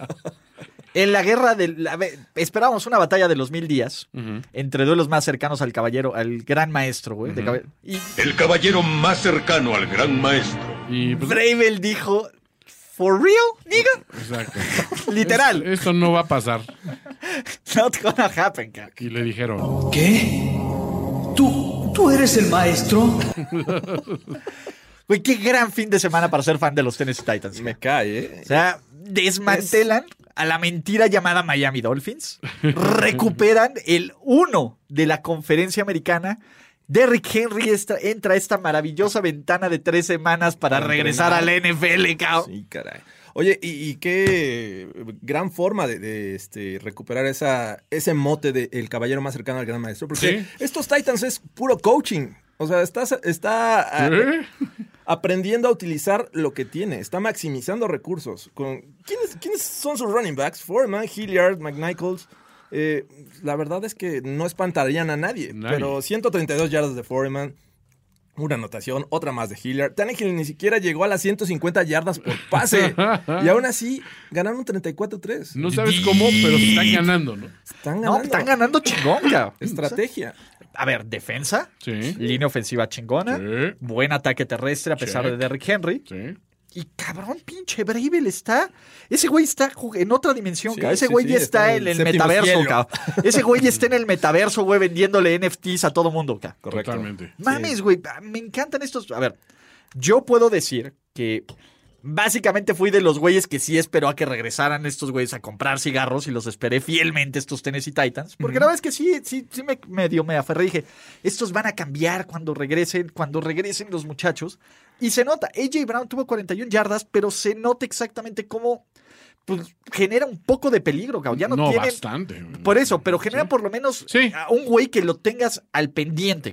Speaker 2: En la guerra del. la ve- esperábamos una batalla de los mil días entre duelos más cercanos al caballero, al gran maestro, güey. de cabe- Y
Speaker 5: El caballero más cercano al gran maestro.
Speaker 6: Y pues,
Speaker 2: Bravel dijo: ¿For real, nigga?
Speaker 6: exacto.
Speaker 2: Literal.
Speaker 6: Esto no va a pasar.
Speaker 2: Not gonna happen, cabrón.
Speaker 6: Y le dijeron,
Speaker 9: ¿Qué? ¿Tú, tú eres el maestro?
Speaker 2: Güey, qué gran fin de semana para ser fan de los Tennessee Titans.
Speaker 3: Me cae, ¿eh?
Speaker 2: O sea, desmantelan a la mentira llamada Miami Dolphins, recuperan el uno de la conferencia americana. Derrick Henry estra- entra a esta maravillosa ventana de tres semanas para regresar a la NFL, cabrón.
Speaker 3: Sí, caray. Oye, y, y qué gran forma de, de, este, recuperar esa, ese mote de el caballero más cercano al gran maestro. Porque
Speaker 6: Sí.
Speaker 3: estos Titans es puro coaching. O sea, estás,
Speaker 2: Ah,
Speaker 3: está
Speaker 6: ¿eh?
Speaker 3: aprendiendo a utilizar lo que tiene. Está maximizando recursos. Con, ¿quiénes, quiénes son sus running backs? Foreman, Hilliard, McNichols. Eh, la verdad es que no espantarían a nadie,
Speaker 6: Nadie.
Speaker 3: Pero 132 yardas de Foreman. Una anotación, otra más de Hilliard. Tannehill ni siquiera llegó a las 150 yardas por pase. y aún así, ganaron 34-3.
Speaker 6: No sabes cómo, pero se están ganando, ¿no?
Speaker 3: Están ganando.
Speaker 2: No, pues están ganando chingón, cabrón.
Speaker 3: Estrategia.
Speaker 2: A ver, defensa,
Speaker 6: Sí.
Speaker 2: línea ofensiva chingona,
Speaker 6: Sí.
Speaker 2: buen ataque terrestre a pesar
Speaker 6: Check.
Speaker 2: de Derrick Henry.
Speaker 6: Sí.
Speaker 2: Y cabrón, pinche Bravel está. Ese güey está jug- en otra dimensión,
Speaker 3: Sí,
Speaker 2: cabrón. Ese
Speaker 3: sí,
Speaker 2: güey
Speaker 3: sí,
Speaker 2: ya
Speaker 3: está
Speaker 2: está,
Speaker 3: en
Speaker 2: en
Speaker 3: el
Speaker 2: el
Speaker 3: séptimo
Speaker 2: metaverso,
Speaker 3: cielo.
Speaker 2: cabrón. Ese güey ya está en el metaverso, güey, vendiéndole NFTs a todo mundo, cabrón.
Speaker 3: Correcto.
Speaker 6: Totalmente.
Speaker 2: Mames, güey. ah, Me encantan estos. A ver, yo puedo decir que básicamente fui de los güeyes que sí esperó a que regresaran estos güeyes a comprar cigarros y los esperé fielmente estos Tennessee Titans. Porque la verdad es que sí, sí, sí me medio me aferré. y Dije, estos van a cambiar cuando regresen, cuando regresen los muchachos. Y se nota, AJ Brown tuvo 41 yardas, pero se nota exactamente cómo pues, genera un poco de peligro, cabrón. Ya no,
Speaker 6: No,
Speaker 2: tienen-
Speaker 6: bastante.
Speaker 2: por eso, pero genera por lo menos
Speaker 6: Sí.
Speaker 2: a un güey que lo tengas al pendiente,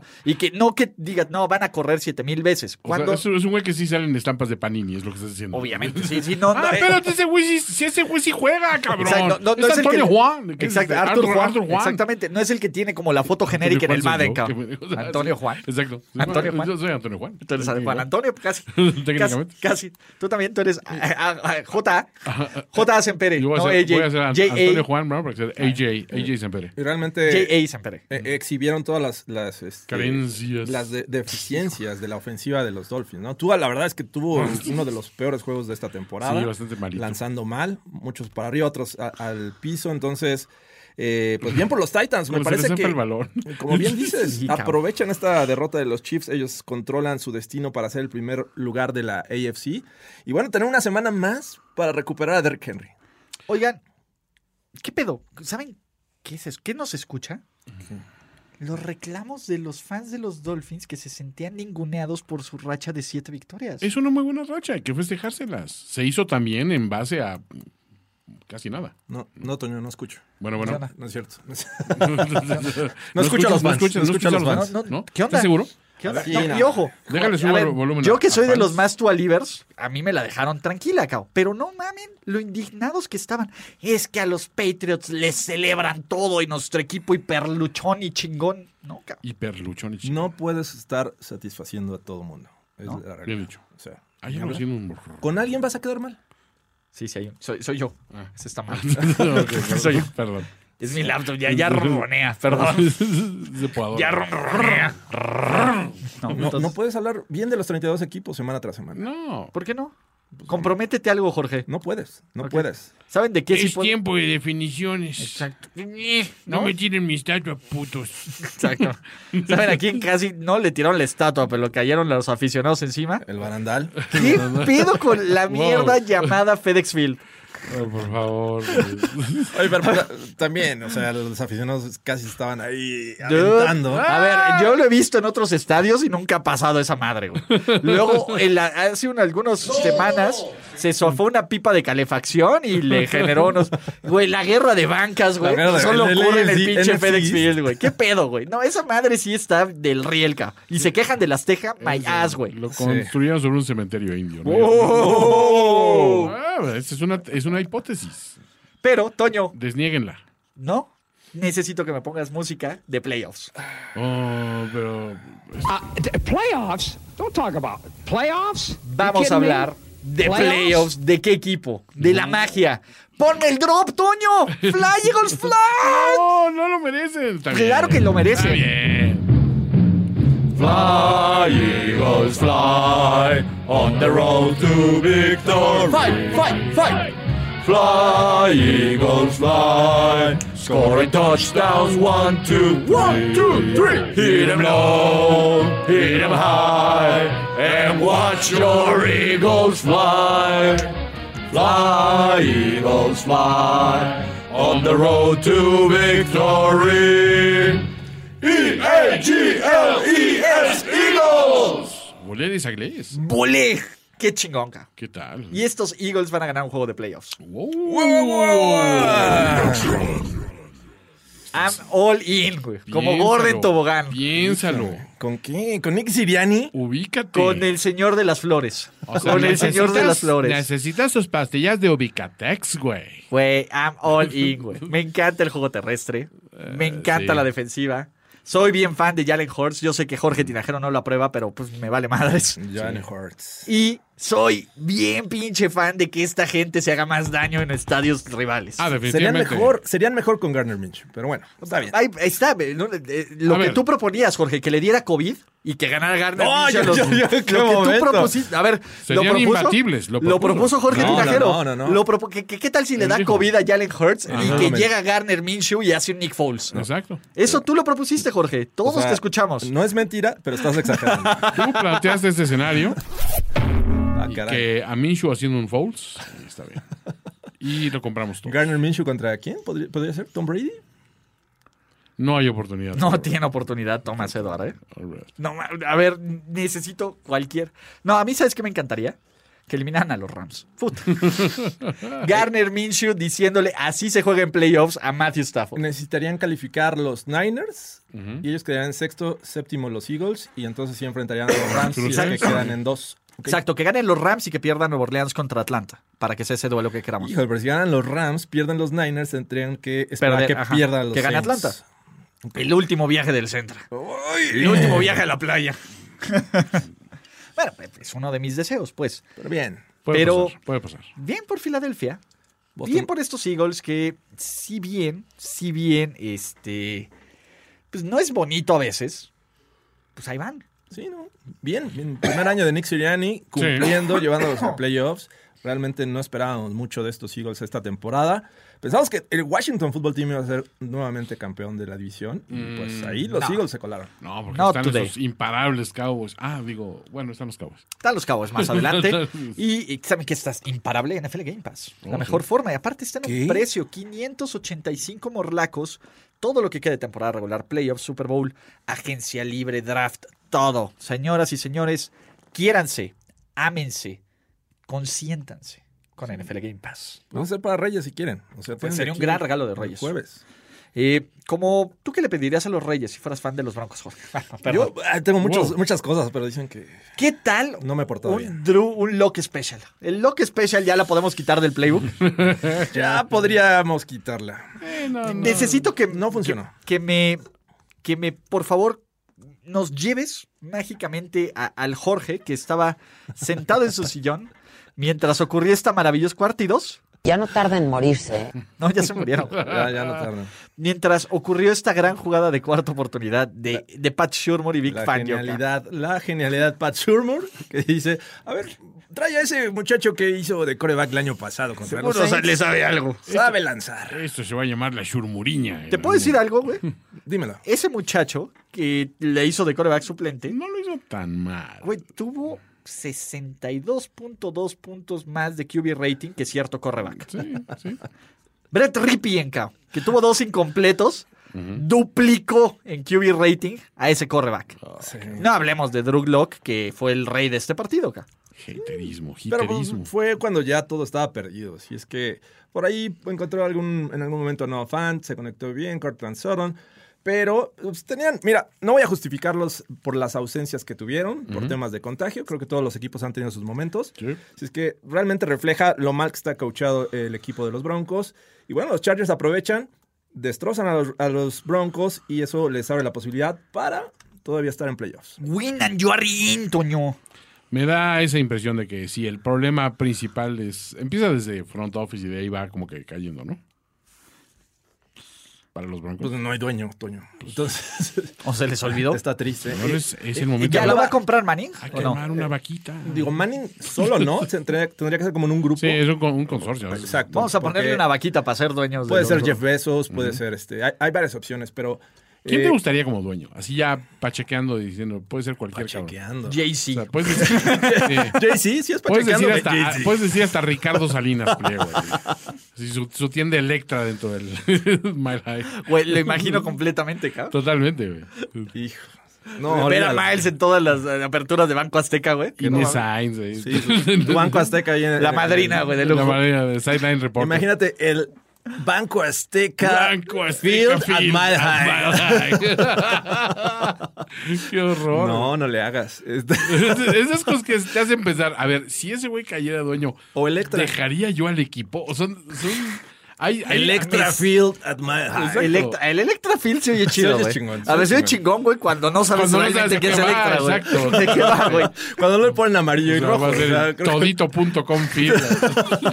Speaker 2: ¿no? y que no que digas, no, van a correr siete mil veces.
Speaker 6: O sea,
Speaker 2: Cuando,
Speaker 6: es, es un güey que sí salen estampas de panini, es lo que estás diciendo.
Speaker 2: obviamente, sí, sí, no.
Speaker 6: Ah,
Speaker 2: no, eh,
Speaker 6: espérate, ese güey sí, sí, ese güey sí juega, cabrón.
Speaker 2: exacto, no, no
Speaker 6: es,
Speaker 2: es el que-
Speaker 6: Antonio Juan. ¿qué es
Speaker 2: Exacto,
Speaker 6: este?
Speaker 2: Arthur, Juan,
Speaker 6: Arthur Juan.
Speaker 2: Exactamente, no es el que tiene como la foto
Speaker 6: Antonio
Speaker 2: genérica en el
Speaker 6: Juan
Speaker 2: Madden,
Speaker 6: soy yo,
Speaker 2: cabrón.
Speaker 6: que me- o sea,
Speaker 2: Antonio
Speaker 6: sí,
Speaker 2: Juan.
Speaker 6: Exacto.
Speaker 2: Antonio Juan.
Speaker 6: Yo soy Antonio Juan.
Speaker 2: Entonces, Juan Antonio, casi. casi,
Speaker 6: Técnicamente.
Speaker 2: casi. Tú también, tú eres a- a- a- J. J. Eh, Sempere.
Speaker 6: Yo voy a
Speaker 2: No,
Speaker 6: hacer, voy
Speaker 2: AJ.
Speaker 6: a hacer a- Antonio
Speaker 2: J.A.
Speaker 6: Juan, ¿no? Para que sea AJ, AJ Sempere.
Speaker 3: Y realmente...
Speaker 2: J.A. Sempere.
Speaker 3: Eh, exhibieron todas las, las este,
Speaker 6: Carencias.
Speaker 3: las de- deficiencias de la ofensiva de los Dolphins, ¿no? Tua, la verdad es que tuvo uno de los peores juegos de esta temporada.
Speaker 6: Ah, Sí, bastante malito.
Speaker 3: Lanzando mal, muchos para arriba, otros a- al piso. Entonces, eh, pues bien por los Titans. Me
Speaker 6: Como se les
Speaker 3: parece
Speaker 6: zafa
Speaker 3: que.
Speaker 6: el balón.
Speaker 3: Como bien dices,
Speaker 2: Sí, cabrón.
Speaker 3: aprovechan esta derrota de los Chiefs. Ellos controlan su destino para ser el primer lugar de la AFC. Y bueno, tener una semana más para recuperar a Derrick Henry.
Speaker 2: Oigan, ¿qué pedo? ¿Saben qué es eso? ¿Qué nos escucha? Los reclamos de los fans de los Dolphins que se sentían ninguneados por su racha de siete victorias.
Speaker 6: Es una muy buena racha, hay que festejárselas. Se hizo también en base a casi nada.
Speaker 3: No, no, Toño, no escucho.
Speaker 6: Bueno, bueno. No,
Speaker 3: No es cierto. No es-
Speaker 6: escuchas,
Speaker 3: escucho a los
Speaker 6: no
Speaker 3: fans,
Speaker 6: escuchas,
Speaker 3: no escucho a los
Speaker 6: fans,
Speaker 3: fans.
Speaker 2: No, no,
Speaker 6: ¿no?
Speaker 2: ¿qué onda?
Speaker 6: ¿Estás seguro?
Speaker 2: ¿Qué onda?
Speaker 3: Sí,
Speaker 2: No,
Speaker 3: no.
Speaker 2: y ojo.
Speaker 6: Déjale,
Speaker 2: a
Speaker 6: sube
Speaker 2: ver,
Speaker 6: el volumen
Speaker 2: Yo
Speaker 6: a-
Speaker 2: que
Speaker 6: a
Speaker 2: soy de
Speaker 6: fans.
Speaker 2: los más tualivers, a mí me la dejaron tranquila, cabo. Pero no mamen lo indignados que estaban. Es que a los Patriots les celebran todo y nuestro equipo hiperluchón y chingón. No, cabo.
Speaker 6: Hiperluchón y ch-
Speaker 3: No puedes estar satisfaciendo a todo mundo. Es la
Speaker 2: No.
Speaker 6: Bien
Speaker 3: realidad.
Speaker 6: dicho.
Speaker 3: O sea,
Speaker 6: Ay, algo así en un-
Speaker 3: con alguien vas a quedar mal.
Speaker 2: Sí, sí, hay un- soy, soy yo.
Speaker 6: Ah.
Speaker 2: Ese está mal.
Speaker 6: Ok, perdón,
Speaker 2: Soy-
Speaker 6: Perdón.
Speaker 2: Es mi laptop, ya, ya ronronea, perdón.
Speaker 6: Se puede adorar.
Speaker 2: Ya ronronea. No,
Speaker 3: No,
Speaker 2: entonces,
Speaker 3: no puedes hablar bien de los 32 equipos semana tras semana.
Speaker 6: No.
Speaker 2: ¿Por qué no?
Speaker 6: Pues
Speaker 2: Comprométete algo, Jorge.
Speaker 3: No puedes, no
Speaker 2: Ok.
Speaker 3: puedes.
Speaker 2: ¿Saben de qué sí
Speaker 6: es
Speaker 2: puedo?
Speaker 6: tiempo de definiciones.
Speaker 2: Exacto.
Speaker 6: pues. No,
Speaker 2: ¿No?
Speaker 6: me tiren mi estatua, putos.
Speaker 2: Exacto. ¿Saben a quién casi no le tiraron la estatua, pero lo cayeron los aficionados encima?
Speaker 3: El barandal.
Speaker 2: ¿Qué pedo con la mierda llamada FedEx Field?
Speaker 6: Oh, por favor.
Speaker 3: Oye, pero, pero, también, o sea, los aficionados casi estaban ahí
Speaker 2: Dude, Ah.
Speaker 3: aventando.
Speaker 2: A ver, yo lo he visto en otros estadios y nunca ha pasado esa madre, güey. Luego, en la- hace un- algunas semanas, se sofó una pipa de calefacción y le generó unos. Güey, la guerra de bancas, güey.
Speaker 3: La guerra de-
Speaker 2: Solo
Speaker 3: el
Speaker 2: ocurre en el
Speaker 3: LFC.
Speaker 2: pinche FedEx Field, güey. ¿Qué pedo, güey? No, esa madre sí está del riel, cabrón. Y se quejan de las tejas, my ass, güey.
Speaker 6: Lo construyeron sobre un cementerio indio. ¿no?
Speaker 2: Oh.
Speaker 6: Ah, esa es una, es una hipótesis.
Speaker 2: Pero, Toño,
Speaker 6: Desniéguenla.
Speaker 2: no. Necesito que me pongas música de playoffs.
Speaker 6: Oh, pero.
Speaker 9: playoffs? Don't talk about it. Playoffs?
Speaker 2: Vamos a hablar de playoffs, Mm. de qué equipo, de la magia. ¡Ponme el drop, Toño! ¡Fly, Eagles, fly!
Speaker 6: No, no lo merecen. Está bien.
Speaker 2: Claro que lo merece.
Speaker 6: Está bien.
Speaker 2: Fly, Eagles, fly on the road to victory. Fight, fight, fight. Fly, Eagles, fly. Scoring touchdowns, one, two, one, two, three. Hit 'em low, hit 'em high, and watch your Eagles fly. Fly, Eagles, fly on the road to victory. E A G L E S Eagles.
Speaker 6: Volé de Isaglés.
Speaker 2: ¡Volé! ¡Qué chingonga!
Speaker 6: ¿Qué tal?
Speaker 2: Y estos Eagles van a ganar un juego de playoffs.
Speaker 6: Wow.
Speaker 2: I'm all in, güey. Como
Speaker 6: Piénsalo,
Speaker 2: Gordon Tobogán.
Speaker 6: Piénsalo.
Speaker 3: ¿Con qué? ¿Con Nick Siriani?
Speaker 6: Ubícate.
Speaker 2: Con el señor de las flores.
Speaker 6: O sea,
Speaker 2: con el señor de
Speaker 6: necesitas-
Speaker 2: las flores.
Speaker 6: Necesitas sus pastillas de Ubicatex, güey.
Speaker 2: Güey, I'm all in, güey. Me encanta el juego terrestre. Me encanta
Speaker 6: sí.
Speaker 2: la defensiva. Soy bien fan de Jalen Hurts. Yo sé que Jorge Tinajero no lo aprueba, pero pues me vale madres.
Speaker 3: Johnny Hurts.
Speaker 2: Y soy bien pinche fan de que esta gente se haga más daño en estadios rivales.
Speaker 6: Ah,
Speaker 3: Serían
Speaker 6: definitivamente.
Speaker 3: mejor, serían mejor con Garner Minch, pero bueno, pues está bien.
Speaker 2: Ahí está, eh, no, eh, lo
Speaker 6: A
Speaker 2: que
Speaker 6: ver.
Speaker 2: tú proponías, Jorge, que le diera COVID y que ganara Garner.
Speaker 3: No,
Speaker 2: Minshew a
Speaker 3: yo- yo- yo- qué
Speaker 2: lo que
Speaker 3: momento.
Speaker 2: tú propusiste. A ver,
Speaker 6: Serían
Speaker 2: lo propuso,
Speaker 6: imbatibles, lo propuso.
Speaker 2: Jorge
Speaker 3: No, no,
Speaker 2: Tinajero.
Speaker 3: no, no, no.
Speaker 2: Lo propo- que- que- ¿Qué tal si le
Speaker 6: Él
Speaker 2: da
Speaker 6: dijo.
Speaker 2: COVID a Jalen Hurts y
Speaker 3: Ajá.
Speaker 2: que llega Garner Minshew y hace un Nick Foles?
Speaker 6: Exacto.
Speaker 2: Eso tú lo propusiste, Jorge. Todos
Speaker 3: O sea,
Speaker 2: te escuchamos.
Speaker 3: No es mentira, pero estás exagerando. Ah,
Speaker 6: Tú planteaste este escenario
Speaker 3: caray.
Speaker 6: que a Minshew haciendo un Fouls. Está bien. Y lo compramos todo.
Speaker 3: Garner Minshew contra quién? ¿Podría, podría ser Tom Brady?
Speaker 6: No hay oportunidad.
Speaker 2: No tiene oportunidad Tomás Eduardo. ¿eh?
Speaker 6: All right.
Speaker 2: No, ma- a ver, necesito cualquier. No, a mí, ¿sabes qué me encantaría? Que eliminaran a los Rams. Puta. Garner Minshew diciéndole así se juega en playoffs a Matthew Stafford.
Speaker 3: Necesitarían calificar los Niners y ellos quedarían sexto, séptimo los Eagles y entonces sí enfrentarían a los Rams y es que
Speaker 2: Exacto.
Speaker 3: quedan en dos. Ok.
Speaker 2: Exacto, que ganen los Rams y que pierdan Nueva Orleans contra Atlanta. Para que sea ese duelo que queramos.
Speaker 3: Híjole, pero si ganan los Rams, pierden los Niners, tendrían que esperar
Speaker 2: Perder,
Speaker 3: que
Speaker 2: ajá,
Speaker 3: pierdan los
Speaker 2: que gane
Speaker 3: Saints.
Speaker 2: Atlanta. El último viaje del centro. El último viaje a la playa. bueno, pues, es uno de mis deseos, pues.
Speaker 3: Pero bien.
Speaker 6: Puede
Speaker 2: Pero-
Speaker 6: pasar, puede pasar.
Speaker 2: Bien por Filadelfia.
Speaker 3: Boston-
Speaker 2: Bien por estos Eagles que, si bien, si bien, este, pues no es bonito a veces, pues ahí van.
Speaker 3: Sí, ¿no? Bien, bien. Primer año de Nick Sirianni, cumpliendo, llevándolos a playoffs. Realmente no esperábamos mucho de estos Eagles esta temporada. Pensamos que el Washington Football Team iba a ser nuevamente campeón de la división. Y pues ahí los
Speaker 2: Mm, no.
Speaker 3: Eagles se colaron.
Speaker 6: No, porque
Speaker 2: Not
Speaker 6: están
Speaker 2: today.
Speaker 6: esos imparables Cowboys. Ah, digo, bueno, están los Cowboys.
Speaker 2: Están los cabos más adelante. y, y saben que estás imparable en NFL Game Pass. La
Speaker 6: Oh,
Speaker 2: mejor
Speaker 6: sí.
Speaker 2: forma. Y aparte está en un
Speaker 3: ¿Qué?
Speaker 2: precio: 585 morlacos. Todo lo que quede de temporada regular, playoffs, Super Bowl, agencia libre, draft, todo. Señoras y señores, quiéranse, ámense, consiéntanse con NFL Game Pass.
Speaker 3: Vamos a hacer para Reyes si quieren. O sea, tienen
Speaker 2: Pues sería un
Speaker 3: aquí
Speaker 2: gran regalo de Reyes.
Speaker 3: El jueves.
Speaker 2: Eh, como tú qué le pedirías a los Reyes si fueras fan de los Broncos, Jorge? Perdón.
Speaker 3: Yo ah, tengo muchos-
Speaker 6: Wow.
Speaker 3: muchas cosas, pero dicen que
Speaker 2: ¿Qué tal?
Speaker 3: no me he portado bien.
Speaker 2: Un Drew, un Lock Special. El Lock Special ya la podemos quitar del playbook.
Speaker 3: Ya podríamos quitarla.
Speaker 2: Necesito que
Speaker 3: No funcionó.
Speaker 2: Que, que me, que me, por favor, nos lleves mágicamente a- al Jorge que estaba sentado en su sillón mientras ocurría esta maravillosa cuarta y dos.
Speaker 10: Ya no tarda en morirse. ¿eh?
Speaker 2: No, ya se murieron.
Speaker 3: Ya, ya no tardan.
Speaker 2: Mientras ocurrió esta gran jugada de cuarta oportunidad de, de Pat Shurmur y Big
Speaker 3: La
Speaker 2: Fan Yoka.
Speaker 3: genialidad, la genialidad Pat Shurmur, que dice, a ver, trae a ese muchacho que hizo de coreback el año pasado contra los
Speaker 11: Seguro sa-
Speaker 3: Saints.
Speaker 11: le sabe algo.
Speaker 3: Sabe lanzar.
Speaker 6: Esto se va a llamar la churmuriña.
Speaker 2: ¿Te puedo decir algo, güey?
Speaker 3: Dímelo.
Speaker 2: Ese muchacho que le hizo de coreback suplente,
Speaker 6: No lo hizo tan mal.
Speaker 2: güey, tuvo 62.2 puntos más de QB rating que cierto coreback.
Speaker 6: Sí, sí.
Speaker 2: Brett Ripienka, que tuvo dos incompletos, duplicó en QB rating a ese correback.
Speaker 3: Ah.
Speaker 2: No hablemos de Drew Lock, que fue el rey de este partido. ca.
Speaker 6: Haterismo,
Speaker 3: Pero pues,
Speaker 6: hiterismo.
Speaker 3: fue cuando ya todo estaba perdido. Si es que por ahí encontró algún, en algún momento a Noah Fan, se conectó bien, Cortland Sutton. Pero pues, tenían, mira, no voy a justificarlos por las ausencias que tuvieron, por temas de contagio. Creo que todos los equipos han tenido sus momentos.
Speaker 6: Sí.
Speaker 3: Si es que realmente refleja lo mal que está coachado el equipo de los Broncos. Y bueno, los Chargers aprovechan, destrozan a los, a los Broncos y eso les abre la posibilidad para todavía estar en playoffs.
Speaker 2: Win and you are in, Toño.
Speaker 6: Me da esa impresión de que sí, el problema principal es. Empieza desde front office y de ahí va como que cayendo, ¿no? Para los Broncos.
Speaker 3: Pues no hay dueño, Toño. Entonces,
Speaker 2: ¿O se les olvidó?
Speaker 3: está triste. Eh,
Speaker 6: Señores, es el momento.
Speaker 2: ¿Ya
Speaker 6: de-
Speaker 2: lo va a comprar Manning?
Speaker 6: Hay que
Speaker 2: ¿O no?
Speaker 6: armar una vaquita.
Speaker 3: Digo, Manning solo, ¿no? Se entre- tendría que ser como en un grupo.
Speaker 6: sí, es un, con- un consorcio.
Speaker 3: Pues, Exacto.
Speaker 2: Vamos a
Speaker 3: porque
Speaker 2: ponerle una vaquita para ser dueños de
Speaker 3: Puede
Speaker 2: los
Speaker 3: ser
Speaker 2: Broncos.
Speaker 3: Jeff Bezos, puede ser este. Hay, hay varias opciones, pero.
Speaker 6: ¿Quién
Speaker 3: eh,
Speaker 6: te gustaría como dueño? Así ya pachequeando y diciendo, puede ser cualquier cabrón.
Speaker 3: Chequeando.
Speaker 6: O
Speaker 2: JC.
Speaker 6: sea, puedes decir, sí.
Speaker 3: Jay-Z, sí es
Speaker 6: Puedes
Speaker 3: pachequeando
Speaker 6: decir,
Speaker 3: de
Speaker 6: hasta,
Speaker 3: Jay-Z.
Speaker 6: puedes decir hasta Ricardo Salinas Pliego. güey. Así, su, su tienda Electra dentro del Mile High.
Speaker 2: Güey, lo imagino completamente, cabrón.
Speaker 6: Totalmente, güey.
Speaker 3: Hijo. No,
Speaker 2: Ver a
Speaker 3: olvídalo.
Speaker 2: Miles en todas las eh, aperturas de Banco Azteca, güey.
Speaker 6: Inés Sainz, güey.
Speaker 3: Sí, sí. Tu banco azteca ahí en
Speaker 2: La madrina, güey, de
Speaker 6: La
Speaker 2: lujo.
Speaker 6: manera de Sideline Report.
Speaker 3: Imagínate el Banco Azteca.
Speaker 6: Blanco, Azteca,
Speaker 3: Field at Mile High.
Speaker 6: Mile High. Qué horror.
Speaker 3: No, no le hagas. Este-
Speaker 6: Esas esas cosas que te hacen pensar, a ver, si ese güey cayera dueño,
Speaker 3: O Electra.
Speaker 6: ¿dejaría yo al equipo? O son, son hay, hay-
Speaker 3: Electra
Speaker 6: mes-
Speaker 3: Field at Mile High.
Speaker 6: Exacto.
Speaker 2: Ah, Electra- el Electrafield se oye chido,
Speaker 3: oye
Speaker 2: güey.
Speaker 3: chingón, se
Speaker 2: A ver,
Speaker 3: oye
Speaker 2: se oye
Speaker 3: chingón.
Speaker 2: chingón, güey, cuando no sabes
Speaker 6: Cuando no
Speaker 2: realmente
Speaker 6: sabes de
Speaker 2: qué es
Speaker 6: qué va,
Speaker 2: Electra, güey.
Speaker 6: exacto.
Speaker 2: ¿De qué va, güey?
Speaker 3: Cuando no le ponen amarillo
Speaker 6: O
Speaker 3: y
Speaker 6: sea,
Speaker 3: rojo.
Speaker 6: va a ser
Speaker 3: o sea,
Speaker 6: el
Speaker 3: creo que-
Speaker 6: todito.com field.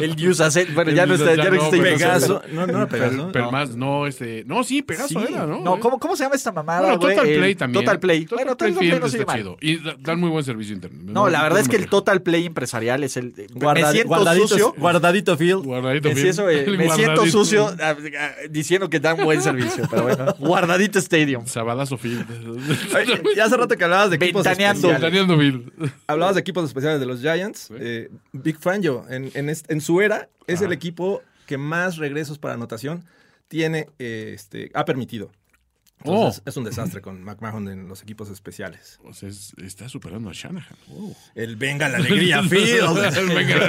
Speaker 2: El use asset. Bueno, ya no
Speaker 6: El
Speaker 2: está, ya
Speaker 6: Yusa-
Speaker 2: no
Speaker 6: ya
Speaker 2: existe
Speaker 6: no,
Speaker 2: Yusa
Speaker 6: Pegaso.
Speaker 2: Asset.
Speaker 3: No, no era Pegaso.
Speaker 6: Pero
Speaker 3: No.
Speaker 6: más, no, este. No, sí, Pegaso
Speaker 2: Sí.
Speaker 6: era, ¿no?
Speaker 2: No, ¿cómo, ¿cómo se llama esta mamada,
Speaker 6: Bueno,
Speaker 2: güey?
Speaker 6: Total
Speaker 2: El
Speaker 6: Play también.
Speaker 2: Total Play. bueno, Total Play,
Speaker 6: Field
Speaker 2: no sigue
Speaker 6: está
Speaker 2: mal.
Speaker 6: chido. Y da- dan muy buen servicio a internet.
Speaker 2: No, la verdad es que el
Speaker 6: total
Speaker 2: Total Play empresarial es el... me
Speaker 3: Guarda-
Speaker 2: siento
Speaker 3: guardadito,
Speaker 2: sucio.
Speaker 3: guardadito Field.
Speaker 6: Guardadito
Speaker 2: Es
Speaker 6: field.
Speaker 2: eso, eh,
Speaker 6: El
Speaker 2: me siento
Speaker 6: guardadito.
Speaker 2: sucio ah, ah, diciendo que dan buen servicio, pero bueno. Guardadito Stadium.
Speaker 6: Sabadazo Field.
Speaker 3: Ay, ya hace rato que hablabas de equipos
Speaker 2: Ventaneando.
Speaker 3: especiales.
Speaker 6: Ventaneando Field.
Speaker 3: Hablabas de equipos especiales de los Giants. Eh, Big Fangio, en, en, es- en su era, es el equipo que más regresos para anotación tiene, eh, este, ha permitido. Entonces,
Speaker 6: Oh.
Speaker 3: Es un desastre con McMahon en los equipos especiales.
Speaker 6: O sea, Pues es- está superando a Shanahan. Wow.
Speaker 3: El venga la alegría, Field.
Speaker 6: Venga, la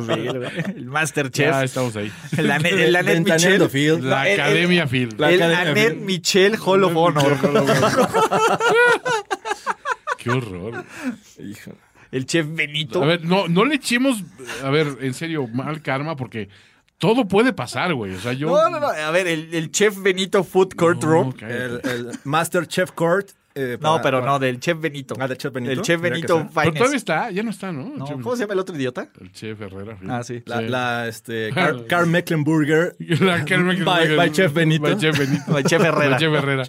Speaker 6: Field.
Speaker 2: el Masterchef.
Speaker 6: Ya estamos ahí.
Speaker 2: El Anet, el Anet
Speaker 3: Ventaneando
Speaker 2: Michel.
Speaker 3: Field.
Speaker 6: La
Speaker 2: el- el-
Speaker 6: Academia Field.
Speaker 3: La
Speaker 2: el
Speaker 3: Academia
Speaker 2: Anet
Speaker 3: Field.
Speaker 2: Michel Hall of Honor.
Speaker 6: Qué horror.
Speaker 3: Híjole.
Speaker 2: El chef Benito.
Speaker 6: A ver, no, no le echemos, a ver, en serio, mal karma porque todo puede pasar, güey. O sea, yo...
Speaker 2: No, no, no. A ver, el, el chef Benito Food Court Room.
Speaker 6: No, cállate.
Speaker 3: El, el Master Chef Court. eh,
Speaker 2: No,
Speaker 3: para-
Speaker 2: pero
Speaker 3: para-
Speaker 2: no, del chef Benito.
Speaker 3: Ah, del chef Benito.
Speaker 2: El chef
Speaker 3: Mira que
Speaker 2: Benito
Speaker 3: sea.
Speaker 6: Pero todavía
Speaker 2: Finest.
Speaker 6: está, ya no está, ¿no? El
Speaker 2: No,
Speaker 6: chef-
Speaker 2: ¿Cómo se llama el otro idiota?
Speaker 6: El chef Herrera. Field.
Speaker 2: Ah, sí.
Speaker 3: La,
Speaker 6: Sí.
Speaker 3: la, este, Car- Carl Mecklenburger.
Speaker 6: La Carmen
Speaker 3: By-
Speaker 6: Rodríguez.
Speaker 3: by Chef Benito.
Speaker 6: By Chef Benito.
Speaker 2: El chef Herrera.
Speaker 6: By Chef Herrera.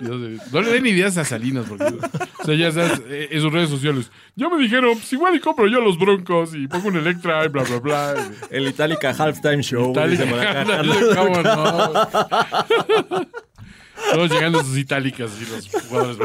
Speaker 6: Yo sé, no le den ideas a Salinas, porque. O sea, ya sabes, eh, en sus redes sociales. Ya me dijeron, pues igual y compro yo los broncos y pongo un Electra y bla, bla, bla.
Speaker 3: El Itálica Halftime Show.
Speaker 6: Itálica,
Speaker 3: dice por acá.
Speaker 6: ¿cómo no? Todos llegando a sus itálicas y los jugadores.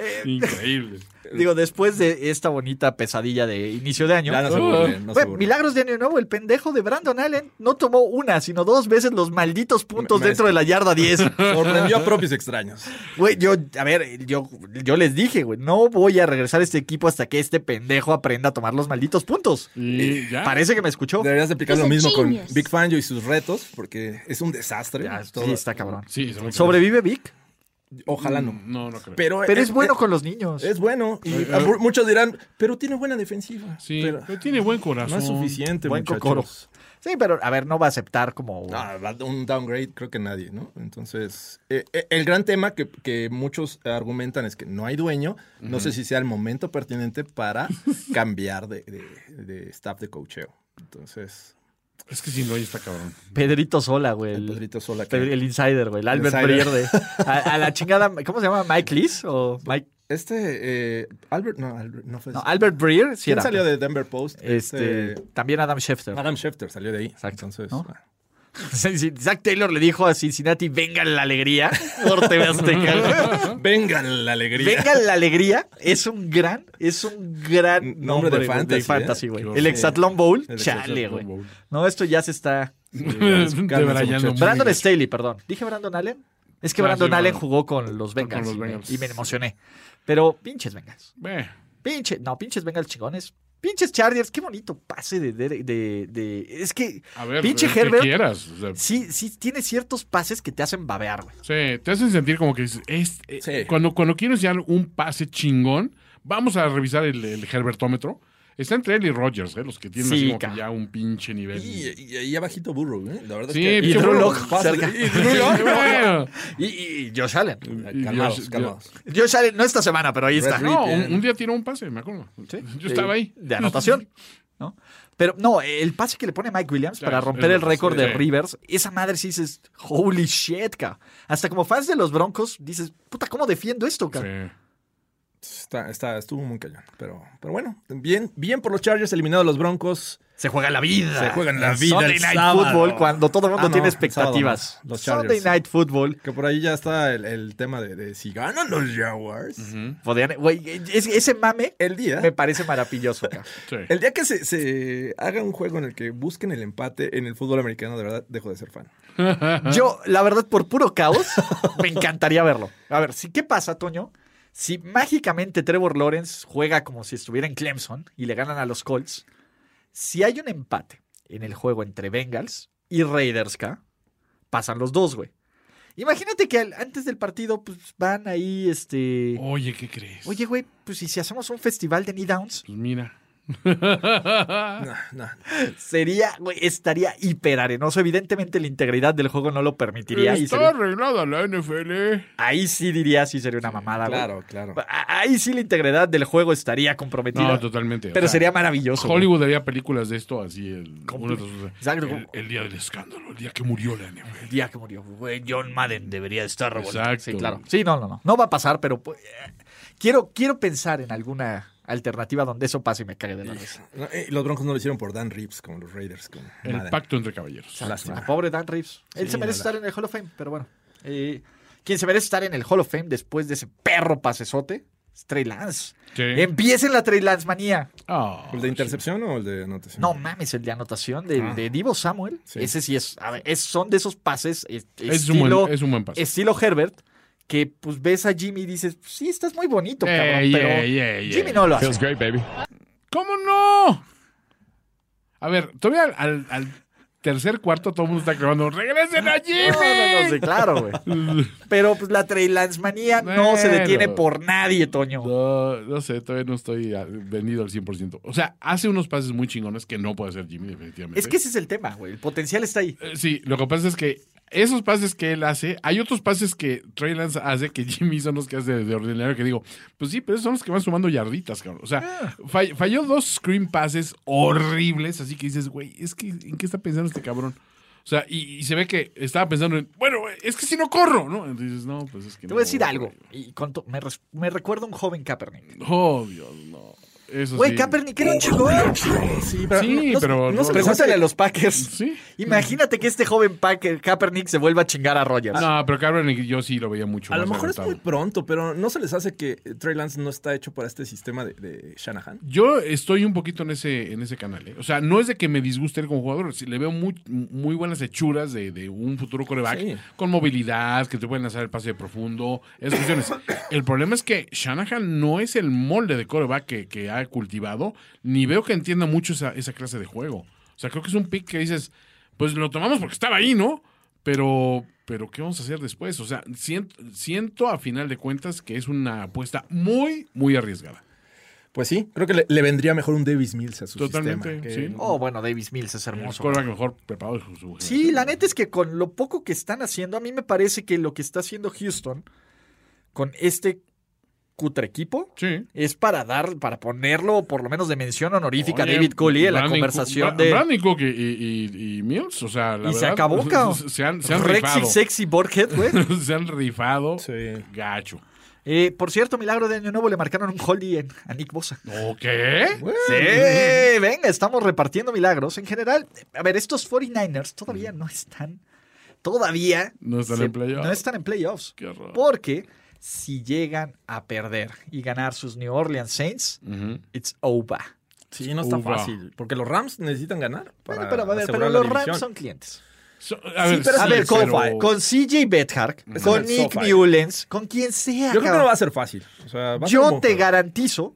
Speaker 3: Eh,
Speaker 6: Increíble.
Speaker 2: Digo, después de esta bonita pesadilla de inicio de año.
Speaker 3: Ya no se burlen, no se
Speaker 2: Fue
Speaker 3: burlen.
Speaker 2: milagros de año nuevo, el pendejo de Brandon Allen no tomó una, sino dos veces los malditos puntos
Speaker 3: Me- me-
Speaker 2: dentro de la yarda 10.
Speaker 3: Sorprendió a propios extraños.
Speaker 2: Güey, yo, a ver, yo, yo les dije, güey, no voy a regresar a este equipo hasta que este pendejo aprenda a tomar los malditos puntos.
Speaker 3: eh,
Speaker 6: Y ya.
Speaker 2: Parece que me escuchó.
Speaker 3: Deberías Ah. de aplicar lo
Speaker 11: He's a
Speaker 3: mismo con
Speaker 11: genius.
Speaker 3: Big Fangio y sus retos, porque es un desastre.
Speaker 2: Ya,
Speaker 3: Todo-
Speaker 2: Ah, sí, está cabrón.
Speaker 6: Sí, se me
Speaker 2: ¿Sobrevive Vic?
Speaker 3: Ojalá no.
Speaker 6: Mm, No, no creo.
Speaker 3: Pero,
Speaker 2: Pero es bueno
Speaker 3: eh,
Speaker 2: con los niños.
Speaker 3: Es bueno. Y a- mu- muchos dirán, pero tiene buena defensiva.
Speaker 6: Sí,
Speaker 3: Pero
Speaker 6: pero tiene buen corazón.
Speaker 3: no es suficiente,
Speaker 2: Buen cocoro.
Speaker 3: muchachos.
Speaker 2: Sí, pero a ver, no va a aceptar como.
Speaker 3: Ah, va- un downgrade creo que nadie, ¿no? Entonces, eh, eh, el gran tema que, que muchos argumentan es que no hay dueño. No sé si sea el momento pertinente para cambiar de, de- de staff de coacheo. Entonces,
Speaker 6: Es que si no, ahí está cabrón.
Speaker 2: Pedrito Sola, güey.
Speaker 3: el
Speaker 2: El,
Speaker 3: Pedrito Sola. que-
Speaker 2: el, insider, güey. El Albert
Speaker 3: Insider.
Speaker 2: Prierde. A, a la chingada. ¿Cómo se llama? ¿Mike Lees? ¿O Mike?
Speaker 3: Este, eh, Albert, no, Albert, no fue.
Speaker 2: No, Albert Breer. Sí,
Speaker 3: ¿Quién
Speaker 2: era.
Speaker 3: salió de Denver Post?
Speaker 2: Este, También Adam Schefter.
Speaker 3: Adam Schefter salió de ahí.
Speaker 2: Exacto,
Speaker 3: Entonces,
Speaker 2: ¿no?
Speaker 3: ah.
Speaker 2: Zach Taylor le dijo a Cincinnati: venga la alegría por TV Azteca.
Speaker 3: venga la alegría.
Speaker 2: Venga la alegría. Es un gran, es un gran
Speaker 3: Nombre
Speaker 2: nombre,
Speaker 3: de
Speaker 2: güey,
Speaker 3: fantasy, ¿eh?
Speaker 2: güey.
Speaker 6: Yo
Speaker 2: El
Speaker 6: sé.
Speaker 2: Exatlón Bowl.
Speaker 3: El
Speaker 2: Chale,
Speaker 3: Exatlón
Speaker 2: güey.
Speaker 6: Bowl.
Speaker 2: No, esto ya se está.
Speaker 6: Debrayando muy
Speaker 2: Brandon
Speaker 6: gacho.
Speaker 2: Staley, perdón. ¿Dije Brandon Allen? Es que
Speaker 6: Ah,
Speaker 2: Brandon
Speaker 6: sí,
Speaker 2: Allen
Speaker 6: Brandon.
Speaker 2: jugó con los Bengals,
Speaker 6: los
Speaker 2: y me-
Speaker 6: Bengals.
Speaker 2: Y, me, emocioné. Pero pinches Bengals.
Speaker 6: Ve,
Speaker 2: Pinche, no, pinches Bengals chingones. Pinches Chargers, qué bonito pase de... de, de- de- es que
Speaker 6: a ver,
Speaker 2: pinche
Speaker 6: el que
Speaker 2: Herbert
Speaker 6: quieras. o sea,
Speaker 2: sí, sí tiene ciertos pases que te hacen babear, güey.
Speaker 6: Sí, te hacen sentir como que dices, es- eh,
Speaker 3: Sí.
Speaker 6: cuando, cuando quiero enseñar un pase chingón, vamos a revisar el, el Herbertómetro. Está entre él y Rogers, ¿eh? los que tienen
Speaker 2: Sí,
Speaker 6: así como que
Speaker 2: ca-
Speaker 6: ya un pinche nivel.
Speaker 3: Y, y ahí abajito burro, ¿eh? La verdad
Speaker 6: Sí,
Speaker 3: es que.
Speaker 6: pinche Drew Burrow. Lock
Speaker 3: Fácil.
Speaker 2: cerca.
Speaker 3: Y Drew Lock.
Speaker 6: Bueno,
Speaker 2: Y, y Josh Allen.
Speaker 6: Y
Speaker 3: Calmados,
Speaker 6: Dios-
Speaker 3: calmados.
Speaker 2: Josh Allen, no esta semana, pero ahí
Speaker 3: Red
Speaker 2: está.
Speaker 3: Ribbon.
Speaker 6: No, un, un día tiró un pase, me acuerdo. Yo estaba ahí.
Speaker 2: De anotación. ¿no? Pero no, el pase que le pone Mike Williams para
Speaker 6: es-
Speaker 2: romper
Speaker 6: es-
Speaker 2: el récord de
Speaker 6: sí.
Speaker 2: Rivers, esa madre sí dices, holy shit, ca. Hasta como fans de los Broncos dices, puta, ¿cómo defiendo esto, ca?
Speaker 6: Sí.
Speaker 3: Está, está, estuvo muy cañón. Pero, pero bueno, bien, bien por los Chargers, eliminados los Broncos.
Speaker 2: Se juega la vida.
Speaker 3: Se juegan la
Speaker 2: En
Speaker 3: vida
Speaker 2: Sunday
Speaker 3: el
Speaker 2: Night
Speaker 3: sábado.
Speaker 2: Football cuando todo el mundo
Speaker 3: Ah, no,
Speaker 2: tiene
Speaker 3: el
Speaker 2: expectativas.
Speaker 3: sábado no, los Chargers.
Speaker 2: Sunday Night Football.
Speaker 3: Que por ahí ya está el, el tema de, de si ganan los Jaguars.
Speaker 2: Podrían, güey, es- ese mame
Speaker 3: El día.
Speaker 2: me parece maravilloso, ca.
Speaker 6: Sí.
Speaker 3: El día que se, se haga un juego en el que busquen el empate en el fútbol americano, de verdad, dejo de ser fan.
Speaker 2: Yo, la verdad, por puro caos, me encantaría verlo. A ver, si, ¿qué pasa, Toño? Si mágicamente Trevor Lawrence juega como si estuviera en Clemson y le ganan a los Colts, si hay un empate en el juego entre Bengals y Raiders, ¿ca? pasan los dos, güey. Imagínate que al- antes del partido, pues van ahí, este.
Speaker 6: Oye, ¿qué crees?
Speaker 2: Oye, güey, pues ¿y si hacemos un festival de knee downs,
Speaker 6: Pues mira.
Speaker 3: No, no.
Speaker 2: sería, güey, estaría hiperarenoso. Evidentemente, la integridad del juego no lo permitiría. y
Speaker 6: Está
Speaker 2: sería-
Speaker 6: arreglada la NFL.
Speaker 2: ahí sí diría, sí sería una mamada, güey.
Speaker 3: Claro, claro.
Speaker 2: A- Ahí sí la integridad del juego estaría comprometida.
Speaker 6: No, totalmente. o
Speaker 2: Pero
Speaker 6: sea,
Speaker 2: sería maravilloso. güey.
Speaker 6: Hollywood haría películas de esto así. El,
Speaker 2: Comple-
Speaker 6: uno tras otro.
Speaker 2: Exacto.
Speaker 6: El- el día del escándalo, el día que murió la NFL.
Speaker 2: El día que murió, güey, John Madden debería estar revoltado.
Speaker 6: Exacto,
Speaker 2: Sí, claro.
Speaker 6: güey.
Speaker 2: Sí, no, no, no. No va a pasar, pero pues, eh, quiero, quiero pensar en alguna alternativa donde eso pase y me cague de la risa.
Speaker 3: No, eh, los Broncos no lo hicieron por Dan Reeves, como los Raiders. Como
Speaker 6: El
Speaker 3: Madden.
Speaker 6: pacto entre caballeros.
Speaker 3: Lástima.
Speaker 2: Ah, Pobre Dan Reeves. Él
Speaker 3: Sí,
Speaker 2: se merece
Speaker 3: la-
Speaker 2: estar en el Hall of Fame, pero bueno. Eh, quien se merece estar en el Hall of Fame después de ese perro pasesote es Trey Lance.
Speaker 6: Sí.
Speaker 2: Empiecen la Trey Lance manía.
Speaker 6: Ah,
Speaker 2: pues
Speaker 3: ¿El de intercepción o el de anotación?
Speaker 2: No mames, el de anotación de, de Divo Samuel.
Speaker 3: Sí.
Speaker 2: Ese sí es, a ver, es- Son de esos pases. Es,
Speaker 6: Es un,
Speaker 2: estilo,
Speaker 6: buen, es un buen pase.
Speaker 2: estilo Herbert. Que pues ves a Jimmy y dices, "Pues, sí, estás muy bonito,
Speaker 6: Eh,
Speaker 2: cabrón.
Speaker 6: yeah,
Speaker 2: pero
Speaker 6: yeah, yeah.
Speaker 2: Jimmy no lo hace.
Speaker 4: great, baby.
Speaker 6: ¿Cómo no? A ver, todavía al, al- al tercer cuarto todo el mundo está clavando. ¡Regresen a
Speaker 2: No, no, no,
Speaker 6: Jimmy!
Speaker 2: sí, claro, güey. Pero pues la Trey Lance manía no se
Speaker 6: Bueno.
Speaker 2: detiene por nadie, Toño.
Speaker 6: No, no sé, todavía no estoy ah, vendido al 100%. O sea, hace unos pases muy chingones que no puede hacer Jimmy, definitivamente.
Speaker 2: Es que ese es el tema, güey. El potencial está ahí.
Speaker 6: Eh, Sí, lo que pasa es que esos pases que él hace, hay otros pases que Trey Lance hace que Jimmy son los que hace de, de ordinario que digo, pues sí, pero esos son los que van sumando yarditas, cabrón. O sea, fall- falló dos screen passes horribles, así que dices, güey, es que ¿en qué está pensando este cabrón? O O sea, y, y se ve que estaba pensando en, bueno, es que si no corro, ¿no? Entonces, no, pues es
Speaker 2: Te
Speaker 6: que no.
Speaker 2: voy a decir algo. Y con to- me, res- me recuerda un joven Kaepernick.
Speaker 6: Oh, Dios, no. Eso
Speaker 2: Güey,
Speaker 6: Pues sí.
Speaker 2: Kaepernick era un chingón. Sí, pero.
Speaker 6: Sí,
Speaker 2: no,
Speaker 6: pero-
Speaker 2: no se- pregúntale a los Packers. Imagínate que este joven Packer, Kaepernick se vuelva a chingar a Rogers.
Speaker 6: No, pero Kaepernick yo sí lo veía mucho.
Speaker 3: A lo
Speaker 6: más
Speaker 3: mejor es
Speaker 6: adelantado.
Speaker 3: muy pronto, pero ¿no se les hace que Trey Lance no está hecho para este sistema de, de Shanahan?
Speaker 6: Yo estoy un poquito en ese, en ese canal. ¿eh? O sea, no es de que me disguste él como jugador. sí, le veo muy, muy buenas hechuras de, de un futuro coreback
Speaker 3: Sí.
Speaker 6: con movilidad, que te pueden lanzar el pase de profundo, esas cuestiones. el problema es que Shanahan no es el molde de coreback que, que ha cultivado, ni veo que entienda mucho esa, esa clase de juego. O sea, creo que es un pick que dices, pues lo tomamos porque estaba ahí, ¿no? Pero, pero ¿qué vamos a hacer después? O sea, siento, siento a final de cuentas que es una apuesta muy, muy arriesgada.
Speaker 3: Pues sí, creo que le, le vendría mejor un Davis Mills a su
Speaker 6: Totalmente,
Speaker 3: sistema. que-
Speaker 6: sí.
Speaker 2: Oh, bueno, Davis Mills es
Speaker 6: El
Speaker 2: hermoso.
Speaker 6: quarterback mejor preparado de su- su
Speaker 2: Sí, la neta es que con lo poco que están haciendo, a mí me parece que lo que está haciendo Houston con este cutre equipo
Speaker 6: Sí.
Speaker 2: es para dar, para ponerlo por lo menos de mención honorífica
Speaker 6: Oye,
Speaker 2: a David Cooley en la
Speaker 6: Brandon
Speaker 2: conversación
Speaker 6: Cook- Bra-
Speaker 2: de.
Speaker 6: Brandon Cook y, y- y- y Mills, o sea, la
Speaker 2: y se
Speaker 6: verdad,
Speaker 2: acabó, cabrón.
Speaker 6: Se han, se han
Speaker 2: Rexy
Speaker 6: rifado.
Speaker 2: Sexy Borghead, güey.
Speaker 6: se han rifado.
Speaker 3: Sí.
Speaker 6: Gacho.
Speaker 2: Eh, por cierto, Milagro de Año Nuevo le marcaron un holdie en- a Nick Bosa.
Speaker 6: ¿O qué?
Speaker 2: Sí, venga, estamos repartiendo milagros. En general, a ver, estos 49ers todavía no están. Todavía
Speaker 6: No están
Speaker 2: se-
Speaker 6: en playoffs.
Speaker 2: no están en playoffs.
Speaker 6: Qué horror.
Speaker 2: Porque si llegan a perder y ganar sus New Orleans Saints,
Speaker 6: Ujú.
Speaker 2: it's over.
Speaker 3: Sí, no está
Speaker 6: Uva.
Speaker 3: fácil. Porque los Rams necesitan ganar.
Speaker 2: Bueno,
Speaker 3: para
Speaker 2: pero, a ver, pero
Speaker 3: asegurar la
Speaker 2: los Rams
Speaker 3: división.
Speaker 2: son clientes.
Speaker 6: So- a
Speaker 3: Sí,
Speaker 6: ver,
Speaker 3: pero-
Speaker 2: a
Speaker 6: sí,
Speaker 2: ver, con,
Speaker 6: pero-
Speaker 2: con CJ Beathard,
Speaker 3: Es
Speaker 2: con
Speaker 3: el
Speaker 2: Nick
Speaker 3: SoFi.
Speaker 2: Mullens, con quien sea.
Speaker 3: Yo creo que
Speaker 2: cabrón.
Speaker 3: no va a ser fácil. O sea, va a ser un
Speaker 2: Yo
Speaker 3: buen
Speaker 2: te
Speaker 3: juego.
Speaker 2: garantizo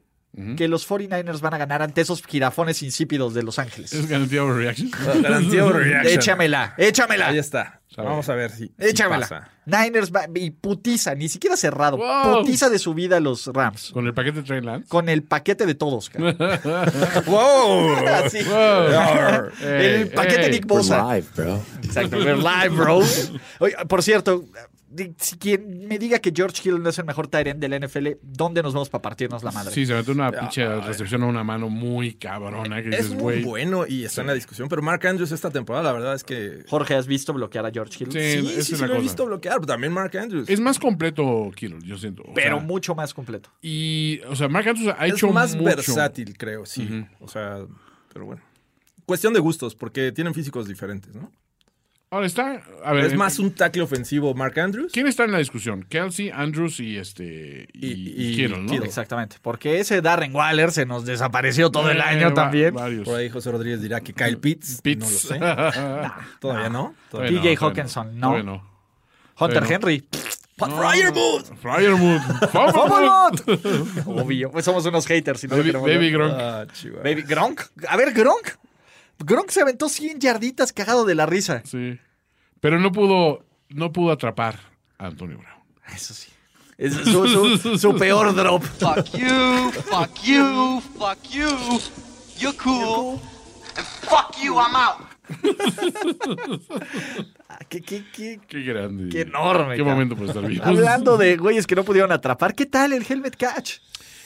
Speaker 2: que los 49ers van a ganar ante esos girafones insípidos de Los
Speaker 6: ¿Es
Speaker 2: Ángeles.
Speaker 6: garantía de overreaction?
Speaker 3: Garantía de overreaction.
Speaker 2: Échamela, échamela.
Speaker 3: Ahí está.
Speaker 6: ver.
Speaker 3: Vamos a ver si, si
Speaker 2: Échamela.
Speaker 3: pasa.
Speaker 2: Niners va- y putiza, ni siquiera cerrado.
Speaker 6: Wow.
Speaker 2: Putiza de su vida a los Rams.
Speaker 6: ¿Con el paquete de Trey Lance?
Speaker 2: Con el paquete de todos, cara.
Speaker 3: ¡Wow!
Speaker 2: Así.
Speaker 6: Wow.
Speaker 2: El
Speaker 6: Ey,
Speaker 2: paquete
Speaker 6: ey.
Speaker 2: Nick Bosa. Exacto, we're live, bro. Oye, por cierto, di- si quien me diga que George Hill no es el mejor Tyrant del NFL, ¿dónde nos vamos para partirnos la madre?
Speaker 6: Sí, se metió una pinche recepción a una mano muy cabrona. Que
Speaker 3: Es
Speaker 6: dices,
Speaker 3: muy
Speaker 6: güey.
Speaker 3: bueno y está en la discusión, pero Mark Andrews esta temporada, la verdad es que.
Speaker 2: Jorge, ¿has visto bloquear a George Hill?
Speaker 6: Sí,
Speaker 3: Sí,
Speaker 6: esa
Speaker 3: sí,
Speaker 6: es
Speaker 3: sí,
Speaker 6: la
Speaker 3: lo he
Speaker 6: cosa.
Speaker 3: visto bloquear, pero también Mark Andrews.
Speaker 6: Es más completo Kiro, yo siento. O
Speaker 2: pero
Speaker 6: sea,
Speaker 2: mucho más completo.
Speaker 6: y, o sea, Mark Andrews ha
Speaker 3: Es
Speaker 6: hecho
Speaker 3: más
Speaker 6: mucho.
Speaker 3: versátil, creo, sí. O sea, pero bueno. Cuestión de gustos, porque tienen físicos diferentes, ¿no?
Speaker 6: Ahora está, a ver, eh,
Speaker 3: Es más un tackle ofensivo Mark Andrews.
Speaker 6: ¿Quién está en la discusión? Kelsey, Andrews y este y,
Speaker 3: Y- y
Speaker 6: Kittle, ¿no?
Speaker 3: Kittle.
Speaker 2: Exactamente. Porque ese Darren Waller se nos desapareció todo el
Speaker 6: Eh,
Speaker 2: año
Speaker 6: va-
Speaker 2: también.
Speaker 6: varios.
Speaker 3: Por ahí José Rodríguez dirá que Kyle Pitts. No lo
Speaker 6: Pitts.
Speaker 3: sé. Todavía no. Todavía.
Speaker 2: TJ
Speaker 6: Bueno, bueno,
Speaker 2: Hawkinson, no.
Speaker 6: Bueno.
Speaker 2: Hunter
Speaker 6: Bueno.
Speaker 2: Henry.
Speaker 3: Pat Fryermuth.
Speaker 6: Fryermuth.
Speaker 2: ¡Vámonos! Obvio. Pues somos unos haters. Y no lo queremos ver.
Speaker 6: Baby, Baby Gronk.
Speaker 3: Ah, chihuahua.
Speaker 2: Baby Gronk. A ver, Gronk. Gronk se aventó 100 yarditas cagado de la risa.
Speaker 6: Sí. Pero no pudo, no pudo atrapar a Antonio Brown.
Speaker 2: Eso sí. Es su, su- su peor drop.
Speaker 7: Fuck you, fuck you, fuck you. You're cool. And fuck you, I'm out.
Speaker 2: Ah, ¿Qué, qué, qué?
Speaker 6: Qué grande.
Speaker 2: Qué enorme,
Speaker 6: Qué
Speaker 2: cabrón.
Speaker 6: momento para estar vivos.
Speaker 2: Hablando de güeyes que no pudieron atrapar, ¿qué tal el helmet catch?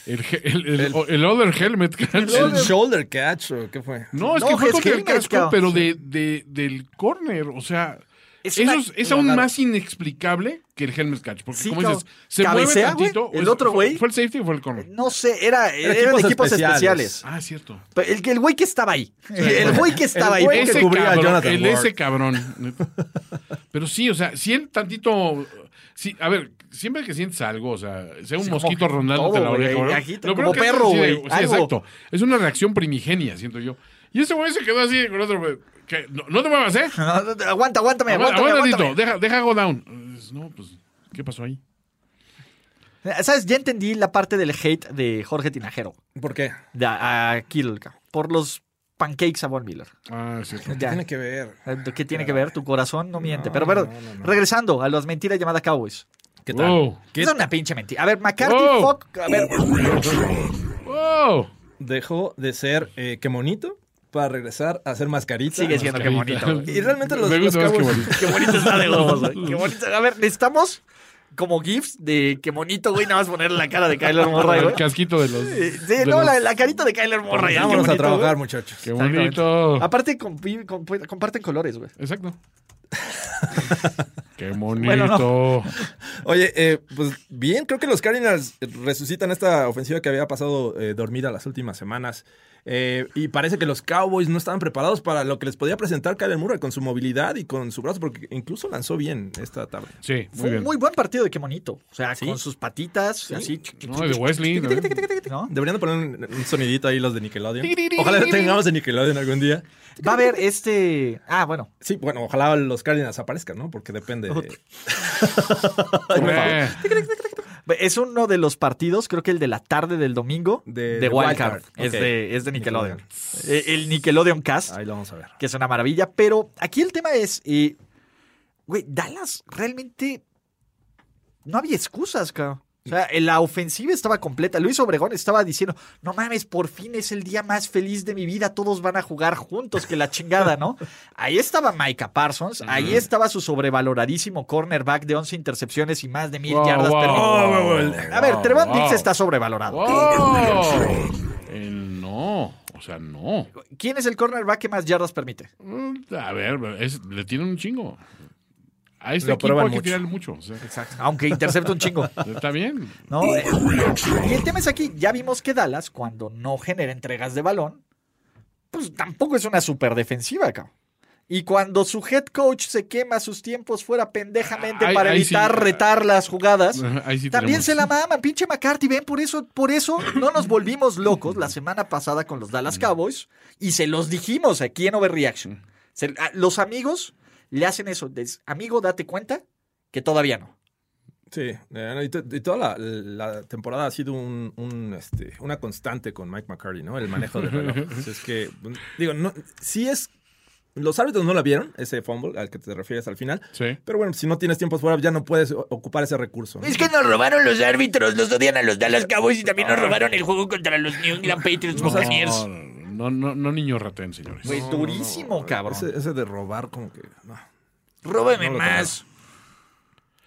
Speaker 6: El, ge- el, el- el other helmet. catch.
Speaker 3: El shoulder catch, ¿o qué fue?
Speaker 6: No, es
Speaker 2: No,
Speaker 6: que fue
Speaker 2: es
Speaker 6: contra el
Speaker 2: helmet,
Speaker 6: casco,
Speaker 2: cabrón.
Speaker 6: pero de, de- del corner. O sea,
Speaker 2: Es
Speaker 6: es,
Speaker 2: una-
Speaker 6: eso es, es
Speaker 2: una
Speaker 6: aún
Speaker 2: garra.
Speaker 6: más inexplicable que el helmet catch. Porque
Speaker 2: Sí,
Speaker 6: como
Speaker 2: cabrón.
Speaker 6: dices, se mueve
Speaker 2: Cabecea, güey.
Speaker 6: tantito.
Speaker 2: El
Speaker 6: o es-
Speaker 2: otro
Speaker 6: fue-
Speaker 2: güey. Eh,
Speaker 6: ¿Fue el safety o fue el corner?
Speaker 2: No sé, era,
Speaker 3: Eran
Speaker 2: eran
Speaker 3: equipos
Speaker 2: equipos
Speaker 3: especiales.
Speaker 2: especiales.
Speaker 6: Ah, cierto.
Speaker 2: Pero El, el güey que estaba ahí. El güey que estaba ahí.
Speaker 3: güey
Speaker 2: porque
Speaker 3: que
Speaker 6: ese
Speaker 3: cubría a
Speaker 6: cabrón,
Speaker 3: Jonathan
Speaker 6: el
Speaker 3: Ward.
Speaker 6: ese cabrón. Pero sí, o sea, si él tantito. sí, a ver, siempre que sientes algo, o sea, sea un
Speaker 2: Sí, como
Speaker 6: mosquito
Speaker 2: que
Speaker 6: rondándote
Speaker 2: todo,
Speaker 6: la
Speaker 2: güey,
Speaker 6: oreja, ¿no?
Speaker 2: agita,
Speaker 6: Lo
Speaker 2: como
Speaker 6: peor que es
Speaker 2: perro,
Speaker 6: así de-
Speaker 2: güey,
Speaker 6: Sí,
Speaker 2: algo.
Speaker 6: exacto. Es una reacción primigenia, siento yo. Y ese güey se quedó así con otro. güey, que, no, no te muevas, ¿eh?
Speaker 2: No, no, no, aguanta, aguántame,
Speaker 6: Aguanta,
Speaker 2: aguántame,
Speaker 6: aguanta
Speaker 2: aguántame.
Speaker 6: tantito, deja, deja go down. Eh, No, pues, ¿qué pasó ahí?
Speaker 2: ¿Sabes? Ya entendí la parte del hate de Jorge Tinajero.
Speaker 3: ¿Por qué?
Speaker 2: De a, a Kittle, cabrón, por los pancakes a Von Miller.
Speaker 6: Ah, es cierto.
Speaker 2: Ya. Eh,
Speaker 3: Tiene que ver.
Speaker 2: ¿Qué tiene que ver? Tu corazón no miente. pero, pero regresando a las mentiras llamadas Cowboys.
Speaker 3: ¿Qué tal?
Speaker 6: Wow.
Speaker 2: Es una pinche mentira. A ver, McCarthy,
Speaker 6: Oh.
Speaker 2: fuck. A ver,
Speaker 6: Wow.
Speaker 3: Dejó de ser eh, qué bonito para regresar a ser mascarita.
Speaker 2: sigue siendo que bonito. güey.
Speaker 3: Y realmente los,
Speaker 6: Me
Speaker 3: los
Speaker 6: gusta más que
Speaker 3: Cowboys-
Speaker 6: bonito.
Speaker 2: Qué bonito está de huevos, güey. Qué bonito. A ver, necesitamos como GIFs de que bonito, güey, nada más ponerle la cara de Kyler Murray,
Speaker 6: El
Speaker 2: güey.
Speaker 6: casquito de los.
Speaker 2: Sí,
Speaker 6: de
Speaker 2: no,
Speaker 6: los-
Speaker 2: la, la carita de Kyler Murray. ahí, qué
Speaker 3: Vámonos a
Speaker 2: bonito,
Speaker 3: trabajar,
Speaker 2: güey.
Speaker 3: muchachos.
Speaker 6: Qué bonito.
Speaker 2: Aparte, compi- comp- comparten colores, güey.
Speaker 6: Exacto. Qué
Speaker 2: Bueno,
Speaker 6: bonito.
Speaker 3: Oye, eh, pues bien, creo que los Cardinals resucitan esta ofensiva que había pasado eh, dormida las últimas semanas. Eh, y parece que los Cowboys no estaban preparados para lo que les podía presentar Kyler Murray con su movilidad y con su brazo, porque incluso lanzó bien esta tarde.
Speaker 6: Sí, muy
Speaker 2: Fue
Speaker 6: bien.
Speaker 2: un muy buen partido de qué bonito. O sea, con sus patitas, así. ch- ch-
Speaker 6: No, de Wesley. ¿no?
Speaker 2: ¿no?
Speaker 3: Deberían de poner un, un sonidito ahí los de Nickelodeon. Ojalá tengamos de Nickelodeon algún día.
Speaker 2: Va a haber este. Ah, bueno.
Speaker 3: Sí, bueno, ojalá los Cardinals aparezcan, ¿no? Porque depende. de-
Speaker 6: Eh,
Speaker 2: Es uno de los partidos, creo que el de la tarde del domingo,
Speaker 3: De-
Speaker 2: de,
Speaker 3: de Wild
Speaker 2: Wild Card.
Speaker 3: Card.
Speaker 2: Es,
Speaker 3: Ok.
Speaker 2: de, es de Nickelodeon. Eh, El Nickelodeon Cast,
Speaker 3: Ahí lo vamos a ver.
Speaker 2: que es una maravilla. Pero aquí el tema es, eh, güey, Dallas realmente no había excusas, cabrón. O sea, eh, la ofensiva estaba completa. Luis Obregón estaba diciendo, no mames, por fin es el día más feliz de mi vida. Todos van a jugar juntos, que la chingada, ¿no? Ahí estaba Micah Parsons, ahí estaba su sobrevaloradísimo cornerback de 11 intercepciones y más de mil
Speaker 6: Wow,
Speaker 2: yardas.
Speaker 6: wow.
Speaker 2: permitidas. A ver, Trevon Diggs
Speaker 6: wow.
Speaker 2: está sobrevalorado.
Speaker 6: ¡Oh! Eh, no, o sea, no.
Speaker 2: ¿Quién es el cornerback que más yardas permite?
Speaker 6: Mm, A ver, es- le tienen un chingo. A este
Speaker 3: Lo
Speaker 6: equipo
Speaker 3: prueban
Speaker 6: hay que
Speaker 3: mucho.
Speaker 6: tirarle mucho. o sea,
Speaker 2: Exacto. Aunque intercepta un chingo.
Speaker 6: está bien.
Speaker 2: ¿no? Eh, Y el tema es aquí, ya vimos que Dallas, cuando no genera entregas de balón, pues tampoco es una super defensiva, cabrón. Y cuando su head coach se quema sus tiempos fuera pendejamente
Speaker 6: Ahí-
Speaker 2: para
Speaker 6: ahí
Speaker 2: evitar
Speaker 6: sí.
Speaker 2: retar las jugadas,
Speaker 6: Ahí sí
Speaker 2: también
Speaker 6: tenemos.
Speaker 2: se la maman, pinche McCarthy, ven, por eso, por eso no nos volvimos locos la semana pasada con los Dallas Cowboys y se los dijimos aquí en Overreaction. Se- a- los amigos le hacen eso, des- amigo, date cuenta que todavía no.
Speaker 3: Sí, eh, y, to- y toda la, la temporada ha sido un, un, este, una constante con Mike McCarthy, ¿no? El manejo del reloj. Así es que, mm, digo, no, sí es... Los árbitros no la vieron, ese fumble al que te refieres al final.
Speaker 6: Sí.
Speaker 3: Pero bueno, si no tienes tiempos fuera, ya no puedes o- ocupar ese recurso. ¿no?
Speaker 11: Es que nos robaron los árbitros, los odian a los Dallas Cowboys y también
Speaker 3: Ah.
Speaker 11: nos robaron el juego contra los New England Patriots Buccaneers.
Speaker 6: No, no, no, no niño ratén, señores.
Speaker 2: Güey, durísimo, cabrón.
Speaker 3: Ese, ese de robar como que... No,
Speaker 11: Róbeme
Speaker 3: No lo
Speaker 11: más.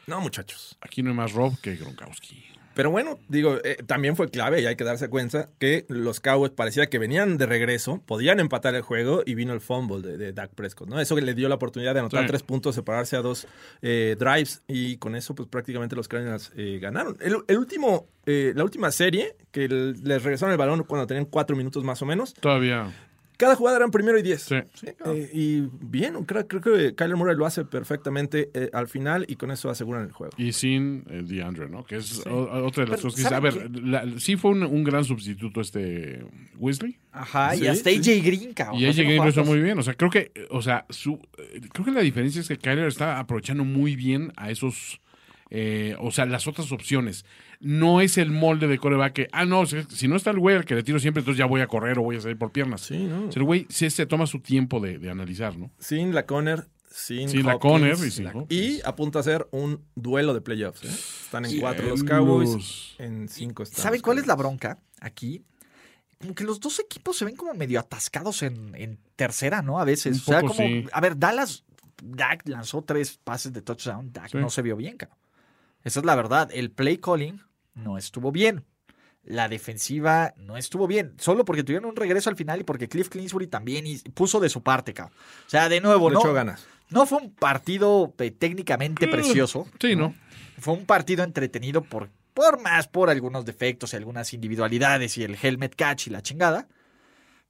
Speaker 3: no muchachos.
Speaker 6: Aquí no hay más Rob que Gronkowski.
Speaker 3: Pero bueno, digo, eh, también fue clave y hay que darse cuenta que los Cowboys parecía que venían de regreso, podían empatar el juego y vino el fumble de, de Dak Prescott, ¿no? Eso que le dio la oportunidad de anotar
Speaker 6: Sí.
Speaker 3: tres puntos, separarse a dos eh, drives y con eso pues prácticamente los Cardinals eh, ganaron. El, el último, eh, la última serie que el- les regresaron el balón cuando tenían cuatro minutos más o menos,
Speaker 6: Todavía.
Speaker 3: cada jugada eran primero y diez.
Speaker 6: Sí.
Speaker 3: Eh, y bien, creo, creo que Kyler Murray lo hace perfectamente eh, al final y con eso aseguran el juego.
Speaker 6: Y sin eh, DeAndre, ¿no? Que es o- otra de las
Speaker 2: Pero,
Speaker 6: cosas que dice, A
Speaker 2: ¿saben
Speaker 6: ver, la- sí fue un, un gran sustituto este Wesley.
Speaker 2: Ajá,
Speaker 3: Sí,
Speaker 2: y hasta
Speaker 3: sí.
Speaker 2: AJ Green, cabrón.
Speaker 6: Y
Speaker 2: no
Speaker 6: ahí
Speaker 2: sé
Speaker 6: llegué y
Speaker 2: cómo
Speaker 6: lo hizo
Speaker 2: jugadas.
Speaker 6: muy bien. O sea, creo que, eh, o sea, su, eh, creo que la diferencia es que Kyler está aprovechando muy bien a esos, eh, o sea, las otras opciones. No es el molde de coreback que, ah, no, si, si no está el güey al que le tiro siempre, entonces ya voy a correr o voy a salir por piernas.
Speaker 3: Sí, ¿no?
Speaker 6: O sea, el güey sí se toma su tiempo de, de analizar, ¿no?
Speaker 3: sin la Conner, sin,
Speaker 6: Sin la
Speaker 3: Hopkins,
Speaker 6: Conner y sin Hopkins.
Speaker 3: y apunta a ser un duelo de playoffs. ¿eh? Están en cuatro los
Speaker 6: Diablos.
Speaker 3: Cowboys, en cinco están.
Speaker 2: ¿Saben
Speaker 3: los
Speaker 2: cuál es la
Speaker 3: Cardinals.
Speaker 2: bronca aquí? Como que los dos equipos se ven como medio atascados en, en tercera, ¿no? A veces.
Speaker 6: Un
Speaker 2: o sea,
Speaker 6: poco,
Speaker 2: como.
Speaker 6: sí.
Speaker 2: A ver, Dallas. Dak lanzó tres pases de touchdown. Dak
Speaker 6: Sí.
Speaker 2: no se vio bien, cabrón. Esa es la verdad. El play calling no estuvo bien. La defensiva no estuvo bien. Solo porque tuvieron un regreso al final y porque Cliff Clinsbury también hiz- puso de su parte, cabrón. O sea, de nuevo,
Speaker 3: Le
Speaker 2: ¿no?
Speaker 3: echó ganas.
Speaker 2: No fue un partido eh, técnicamente precioso.
Speaker 6: Sí, ¿no?
Speaker 2: Fue un partido entretenido por, por más por algunos defectos y algunas individualidades y el helmet catch y la chingada.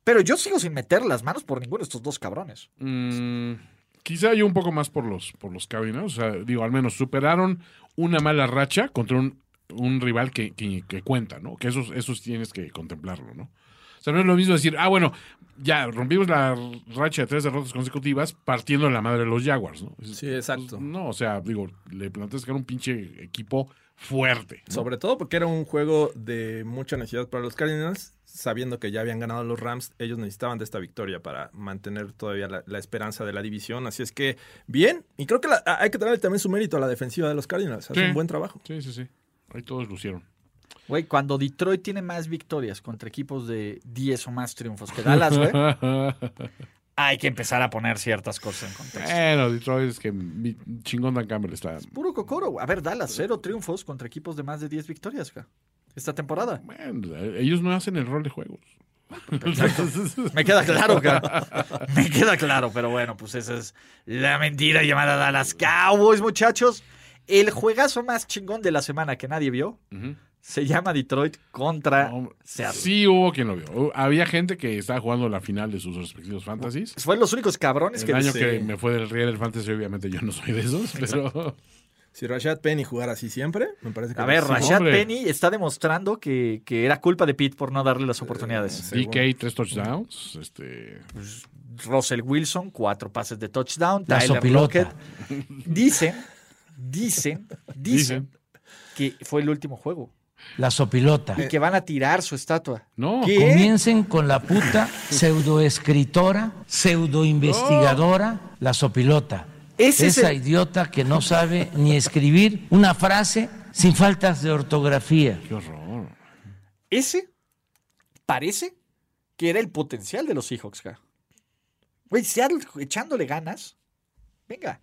Speaker 2: Pero yo sigo sin meter las manos por ninguno de estos dos cabrones.
Speaker 6: Mm, quizá yo un poco más por los, por los Cardinals. O sea, digo, al menos superaron una mala racha contra un, un rival que, que- que cuenta, ¿no? Que esos, esos tienes que contemplarlo, ¿no? O sea, no es lo mismo decir, ah, bueno, ya rompimos la racha de tres derrotas consecutivas partiendo la madre de los Jaguars, ¿no? pues,
Speaker 3: Sí, exacto.
Speaker 2: Mm.
Speaker 6: No, o sea, digo, le planteas que era un pinche equipo fuerte. ¿no?
Speaker 3: Sobre todo porque era un juego de mucha necesidad para los Cardinals, sabiendo que ya habían ganado los Rams, ellos necesitaban de esta victoria para mantener todavía la, la esperanza de la división. Así es que, bien, y creo que la- a- hay que darle también su mérito a la defensiva de los Cardinals. Hace
Speaker 6: Sí.
Speaker 3: un buen trabajo.
Speaker 6: Sí, sí, sí. Ahí todos lucieron.
Speaker 2: Güey, cuando Detroit tiene más victorias contra equipos de 10 o más triunfos que Dallas, güey, hay que empezar a poner ciertas cosas en contexto.
Speaker 6: Bueno, Detroit es que mi chingón Dan Campbell está.
Speaker 2: Puro cocoro. güey. A ver, Dallas, cero triunfos contra equipos de más de 10 victorias güey, esta temporada.
Speaker 6: Bueno, ellos no hacen el rol de juegos.
Speaker 2: Ah, pues, Me queda claro, cara. Me queda claro, pero bueno, pues esa es la mentira llamada Dallas Cowboys, muchachos. El juegazo más chingón de la semana que nadie vio
Speaker 6: Ujú.
Speaker 2: se llama Detroit contra
Speaker 6: Hombre,
Speaker 2: Seattle.
Speaker 6: Sí hubo quien lo vio. Hubo- Había gente que estaba jugando la final de sus respectivos fantasies.
Speaker 2: Fueron los únicos cabrones
Speaker 6: El
Speaker 2: que
Speaker 6: año
Speaker 2: sí.
Speaker 6: que me fue del Real del Fantasy, obviamente yo no soy de esos, pero
Speaker 3: Si Rashad Penny jugara así siempre, me parece que.
Speaker 2: A ver,
Speaker 3: sí.
Speaker 2: Rashad
Speaker 6: hombre.
Speaker 2: Penny está demostrando que, que era culpa de Pitt por no darle
Speaker 6: Eh,
Speaker 2: las oportunidades.
Speaker 6: DK, tres touchdowns. Este,
Speaker 2: Russell Wilson, cuatro pases de touchdown.
Speaker 11: La
Speaker 2: Tyler
Speaker 11: sopilota.
Speaker 2: Lockett. Dicen, dicen, dicen que fue el último juego
Speaker 11: La sopilota.
Speaker 6: Eh.
Speaker 2: y que van a tirar su estatua.
Speaker 6: No.
Speaker 2: ¿Qué?
Speaker 11: Comiencen con la puta pseudoescritora, pseudoinvestigadora, la sopilota.
Speaker 2: Ese es
Speaker 11: Esa
Speaker 2: el-
Speaker 11: idiota que no sabe ni escribir una frase sin faltas de ortografía.
Speaker 6: qué horror.
Speaker 2: Ese parece que era el potencial de los Seahawks, ja. Güey, Seattle echándole ganas. Venga.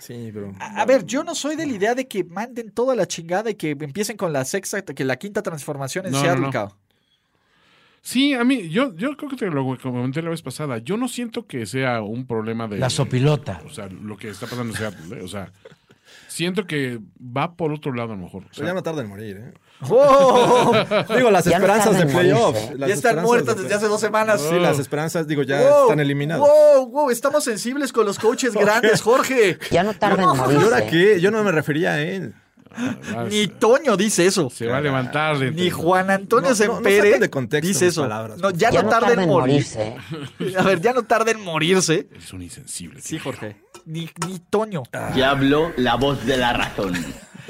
Speaker 3: Sí, pero.
Speaker 2: A, a ver, yo no soy de la idea de que manden toda la chingada y que empiecen con la sexta, que la quinta transformación en
Speaker 6: No, no,
Speaker 2: Seattle,
Speaker 6: no.
Speaker 2: cao.
Speaker 6: Sí, a mí, yo, yo creo que te lo comenté la vez pasada. Yo no siento que sea un problema de.
Speaker 11: La sopilota.
Speaker 6: O sea, lo que está pasando en Seattle. ¿eh? O sea, siento que va por otro lado a lo mejor. O
Speaker 3: Pero
Speaker 6: sea,
Speaker 3: ya no tarda en morir, ¿eh?
Speaker 2: ¡Oh!
Speaker 3: Digo, las
Speaker 10: Ya no
Speaker 3: esperanzas
Speaker 10: tarda
Speaker 3: de
Speaker 10: en morirse.
Speaker 3: playoffs.
Speaker 2: ya están muertas desde hace dos semanas.
Speaker 3: Sí, las esperanzas, digo, ya
Speaker 2: Wow,
Speaker 3: están eliminadas.
Speaker 2: Wow, wow, estamos sensibles con los coaches grandes, Jorge.
Speaker 10: Ya no tarda en
Speaker 3: ¿Y ahora
Speaker 10: morirse.
Speaker 3: qué? Yo no me refería eh, a él.
Speaker 6: va-
Speaker 2: Ni Toño dice eso.
Speaker 6: se va a levantar. de-
Speaker 2: Ni Juan Antonio
Speaker 3: No, no, no
Speaker 2: Sempere
Speaker 3: saquen de contexto
Speaker 2: dice
Speaker 3: mis
Speaker 2: eso.
Speaker 3: palabras,
Speaker 2: no,
Speaker 3: por
Speaker 2: ya,
Speaker 10: Ya
Speaker 2: no tarda en morir.
Speaker 10: morirse.
Speaker 2: A ver, ya no tarda en morirse.
Speaker 6: Es un insensible.
Speaker 2: Sí, Jorge. Ah. Ni, ni Toño.
Speaker 12: Diablo, la voz de la razón.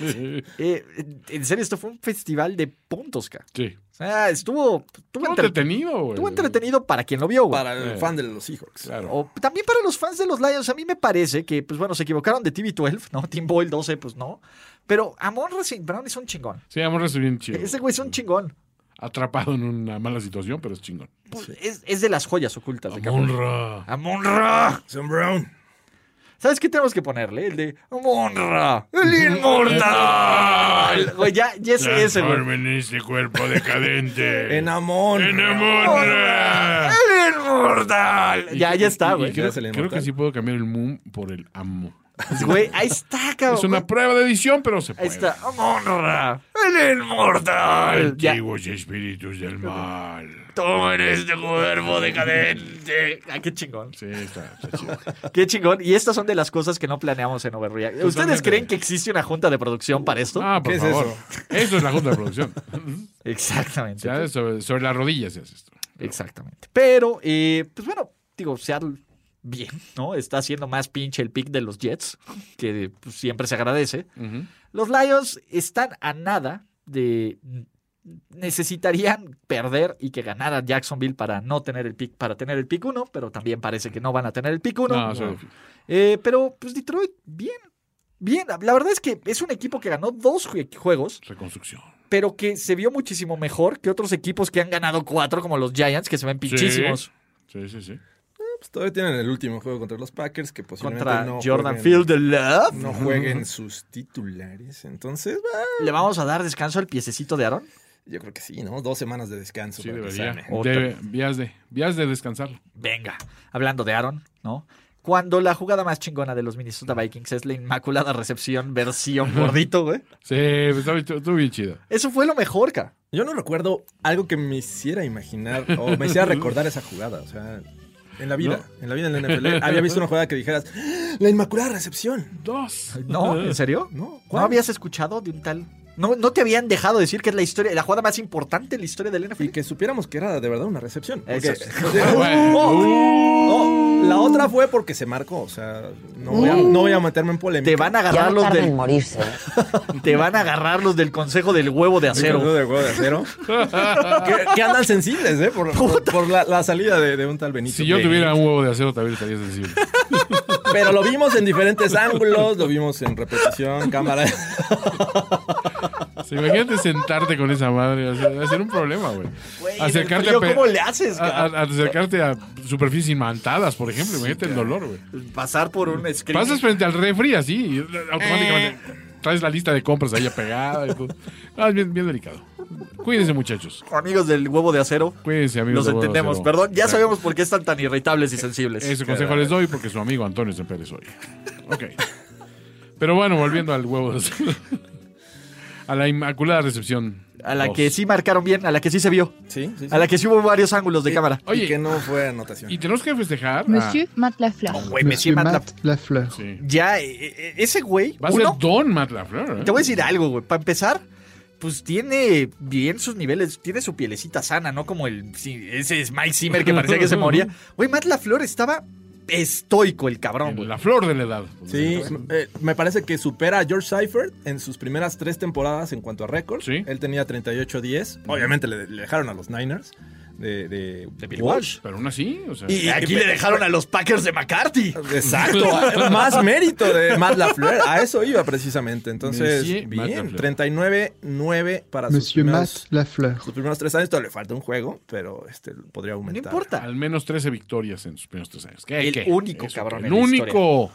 Speaker 2: Eh, en- en serio, esto fue un festival de puntos, ca.
Speaker 6: Sí.
Speaker 2: O sea, estuvo, estuvo,
Speaker 6: Estuvo
Speaker 2: entre-
Speaker 6: entretenido, güey.
Speaker 2: estuvo Oh. entretenido para quien lo vio, güey.
Speaker 3: Para el
Speaker 6: Eh.
Speaker 3: fan de los Seahawks.
Speaker 6: Claro.
Speaker 2: O también para los fans de los Lions, a mí me parece que, pues bueno, se equivocaron de TV12, ¿no? Team Boyle 12, pues no. Pero Amon Racing Brown es un chingón.
Speaker 6: Sí, vamos a recibir un chido.
Speaker 2: Ese güey es un chingón.
Speaker 6: Atrapado en una mala situación, pero es chingón.
Speaker 2: Pues, es, es de las joyas ocultas de Cowboys.
Speaker 6: Monra.
Speaker 2: ¡Amonra!
Speaker 3: Son Brown.
Speaker 2: ¿Sabes qué tenemos que ponerle? El de ¡Amonra! ¡El inmortal! Güey, ya, ya es ese, güey.
Speaker 6: Transformen este cuerpo decadente.
Speaker 3: En Amon.
Speaker 6: ¡En Amonra.
Speaker 2: ¡El inmortal! Ya, ya está,
Speaker 6: Y- y
Speaker 2: güey.
Speaker 6: Creo,
Speaker 3: Ya se le
Speaker 6: creo que
Speaker 3: nota.
Speaker 6: sí puedo cambiar el moon por el amo.
Speaker 2: Pues, Güey, ahí está, cabrón.
Speaker 6: Es una prueba de edición, pero se
Speaker 2: Ahí
Speaker 6: puede.
Speaker 2: está. ¡Amonra! ¡El inmortal! Ya.
Speaker 6: Antiguos espíritus del mal.
Speaker 11: Tomen este cuerpo decadente.
Speaker 2: Ah, qué chingón.
Speaker 6: Sí, está, está chido.
Speaker 2: Qué chingón. Y estas son de las cosas que no planeamos en Overreact. ¿Ustedes
Speaker 6: Totalmente.
Speaker 2: creen que existe una junta de producción para esto?
Speaker 6: Ah, por
Speaker 3: ¿Qué es
Speaker 6: favor.
Speaker 3: eso?
Speaker 6: Eso es la junta de producción.
Speaker 2: Exactamente.
Speaker 6: Ya es sobre, sobre las rodillas se hace esto.
Speaker 2: Exactamente. Pero, eh, pues bueno, digo, Seattle bien, ¿no? Está haciendo más pinche el pick de los Jets, que pues, siempre se agradece.
Speaker 6: Ujú.
Speaker 2: Los Lions están a nada de... Necesitarían perder y que ganara Jacksonville para no tener el pick, para tener el pick 1, pero también parece que no van a tener el pick 1.
Speaker 6: No, eso es difícil.
Speaker 2: Eh, pero, pues Detroit, bien. Bien, la verdad es que es un equipo que ganó dos jue- juegos,
Speaker 6: reconstrucción.
Speaker 2: pero que se vio muchísimo mejor que otros equipos que han ganado cuatro, como los Giants, que se ven pinchísimos
Speaker 6: Sí, sí, sí.
Speaker 3: Pues todavía tienen el último juego contra los Packers que posiblemente
Speaker 2: contra
Speaker 3: no
Speaker 2: Jordan
Speaker 3: jueguen-
Speaker 2: Field de Love.
Speaker 3: No jueguen sus titulares. Entonces, bah,
Speaker 2: ¿Le vamos a dar descanso al piececito de Aaron?
Speaker 3: yo creo que sí, ¿no? Dos semanas de descanso.
Speaker 6: Sí,
Speaker 3: para que
Speaker 6: debería.
Speaker 3: sane.
Speaker 2: Otra.
Speaker 6: Debe, vías, de, vías de descansar.
Speaker 2: Venga, hablando de Aaron, ¿no? Cuando la jugada más chingona de los Minnesota Vikings es la inmaculada recepción versión gordito, güey.
Speaker 6: Sí, pues, estaba- estuvo estuvo bien chido.
Speaker 2: Eso fue lo mejor, cara.
Speaker 3: Yo no recuerdo algo que me hiciera imaginar o me hiciera recordar esa jugada. O sea, en la vida, en la vida en la NFL, había visto una jugada que dijeras, ¡Ah! la inmaculada recepción.
Speaker 6: Dos.
Speaker 2: ¿No? ¿En serio?
Speaker 3: Eh, No,
Speaker 2: ¿No habías escuchado de un tal? No, no te habían dejado decir que es la historia, la jugada más importante en la historia del NFL.
Speaker 3: Y que supiéramos que era de verdad una recepción.
Speaker 2: Eso
Speaker 3: Porque-
Speaker 2: es.
Speaker 6: Ah,
Speaker 3: de- Oh,
Speaker 6: Uh.
Speaker 3: la otra fue porque se marcó. O sea, no voy a, no voy a meterme en polémica.
Speaker 2: Te van a
Speaker 10: Ya
Speaker 2: agarrar
Speaker 10: no
Speaker 2: los
Speaker 10: tarda en
Speaker 2: del,
Speaker 10: morirse.
Speaker 2: te van a agarrar los del consejo del huevo de acero.
Speaker 3: De huevo de acero. que, que andan sensibles, ¿eh? Por, por- por la, la salida de, de un tal Benito.
Speaker 6: Si yo tuviera un huevo de acero, también estaría sensible.
Speaker 3: Pero lo vimos en diferentes ángulos, lo vimos en repetición, cámara.
Speaker 6: Sí, imagínate sentarte con esa madre. o sea, va a ser un problema, güey.
Speaker 2: Güey, en el frío,
Speaker 6: pe-
Speaker 2: ¿cómo le haces,
Speaker 6: a- a-
Speaker 2: cabrón?
Speaker 6: acercarte a superficies imantadas, por ejemplo. Imagínate el dolor, güey.
Speaker 2: Pasar por un screen.
Speaker 6: Pasas frente al refri así y automáticamente traes la lista de compras ahí apegada. Y todo. Ah, es bien, bien delicado. Cuídense, muchachos.
Speaker 2: Amigos del huevo de acero.
Speaker 6: Cuídense,
Speaker 2: Los
Speaker 6: amigos. de Eh, Bodo
Speaker 2: entendemos,
Speaker 6: Cero.
Speaker 2: perdón. Ya sabemos por qué están tan irritables y sensibles.
Speaker 6: Ese consejo les doy porque su amigo Antonio se Pérez hoy. Ok. Pero bueno, volviendo al huevo. de acero. A la inmaculada recepción.
Speaker 2: A la que sí marcaron bien, a la que sí se vio.
Speaker 3: Sí, sí, sí.
Speaker 2: A la que sí Eh, hubo varios ángulos de cámara.
Speaker 3: Y que no fue anotación.
Speaker 6: Y tenemos que festejar. a-
Speaker 13: Monsieur Matt Lafleur.
Speaker 2: Güey, Monsieur Matt Laf-
Speaker 14: Lafleur.
Speaker 2: Ya, eh, eh, ese güey.
Speaker 6: Va a ser
Speaker 2: uno,
Speaker 6: Don Matt Lafleur. ¿eh?
Speaker 2: Te voy a decir algo, güey. Para empezar, pues tiene bien sus niveles, tiene su pielecita sana, ¿no? Como el sí, ese es Mike Zimmer que parecía que se moría. Güey, Matt LaFleur estaba estoico el cabrón, güey.
Speaker 6: La flor de la edad.
Speaker 3: Sí, eh, me parece que supera a George Seifert en sus primeras tres temporadas en cuanto a récords. Él tenía 38-10. Obviamente le, le dejaron a los Niners de, de,
Speaker 2: Bill Walsh.
Speaker 6: Pero aún así, o sea.
Speaker 2: Y aquí le dejaron a los Packers de McCarthy.
Speaker 3: Exacto, más mérito de Matt LaFleur. A eso iba precisamente. Entonces,
Speaker 14: Monsieur Matt
Speaker 3: bien,
Speaker 14: Lafleur.
Speaker 3: 39-9 para sus
Speaker 14: Monsieur
Speaker 3: primeros,
Speaker 14: Matt Lafleur.
Speaker 3: sus primeros tres años. Todavía le falta un juego, pero este podría aumentar.
Speaker 6: Al menos 13 victorias en sus primeros tres años. ¿Qué,
Speaker 2: El
Speaker 6: qué?
Speaker 2: único,
Speaker 6: Eso,
Speaker 2: cabrón,
Speaker 6: El
Speaker 2: en la
Speaker 6: único.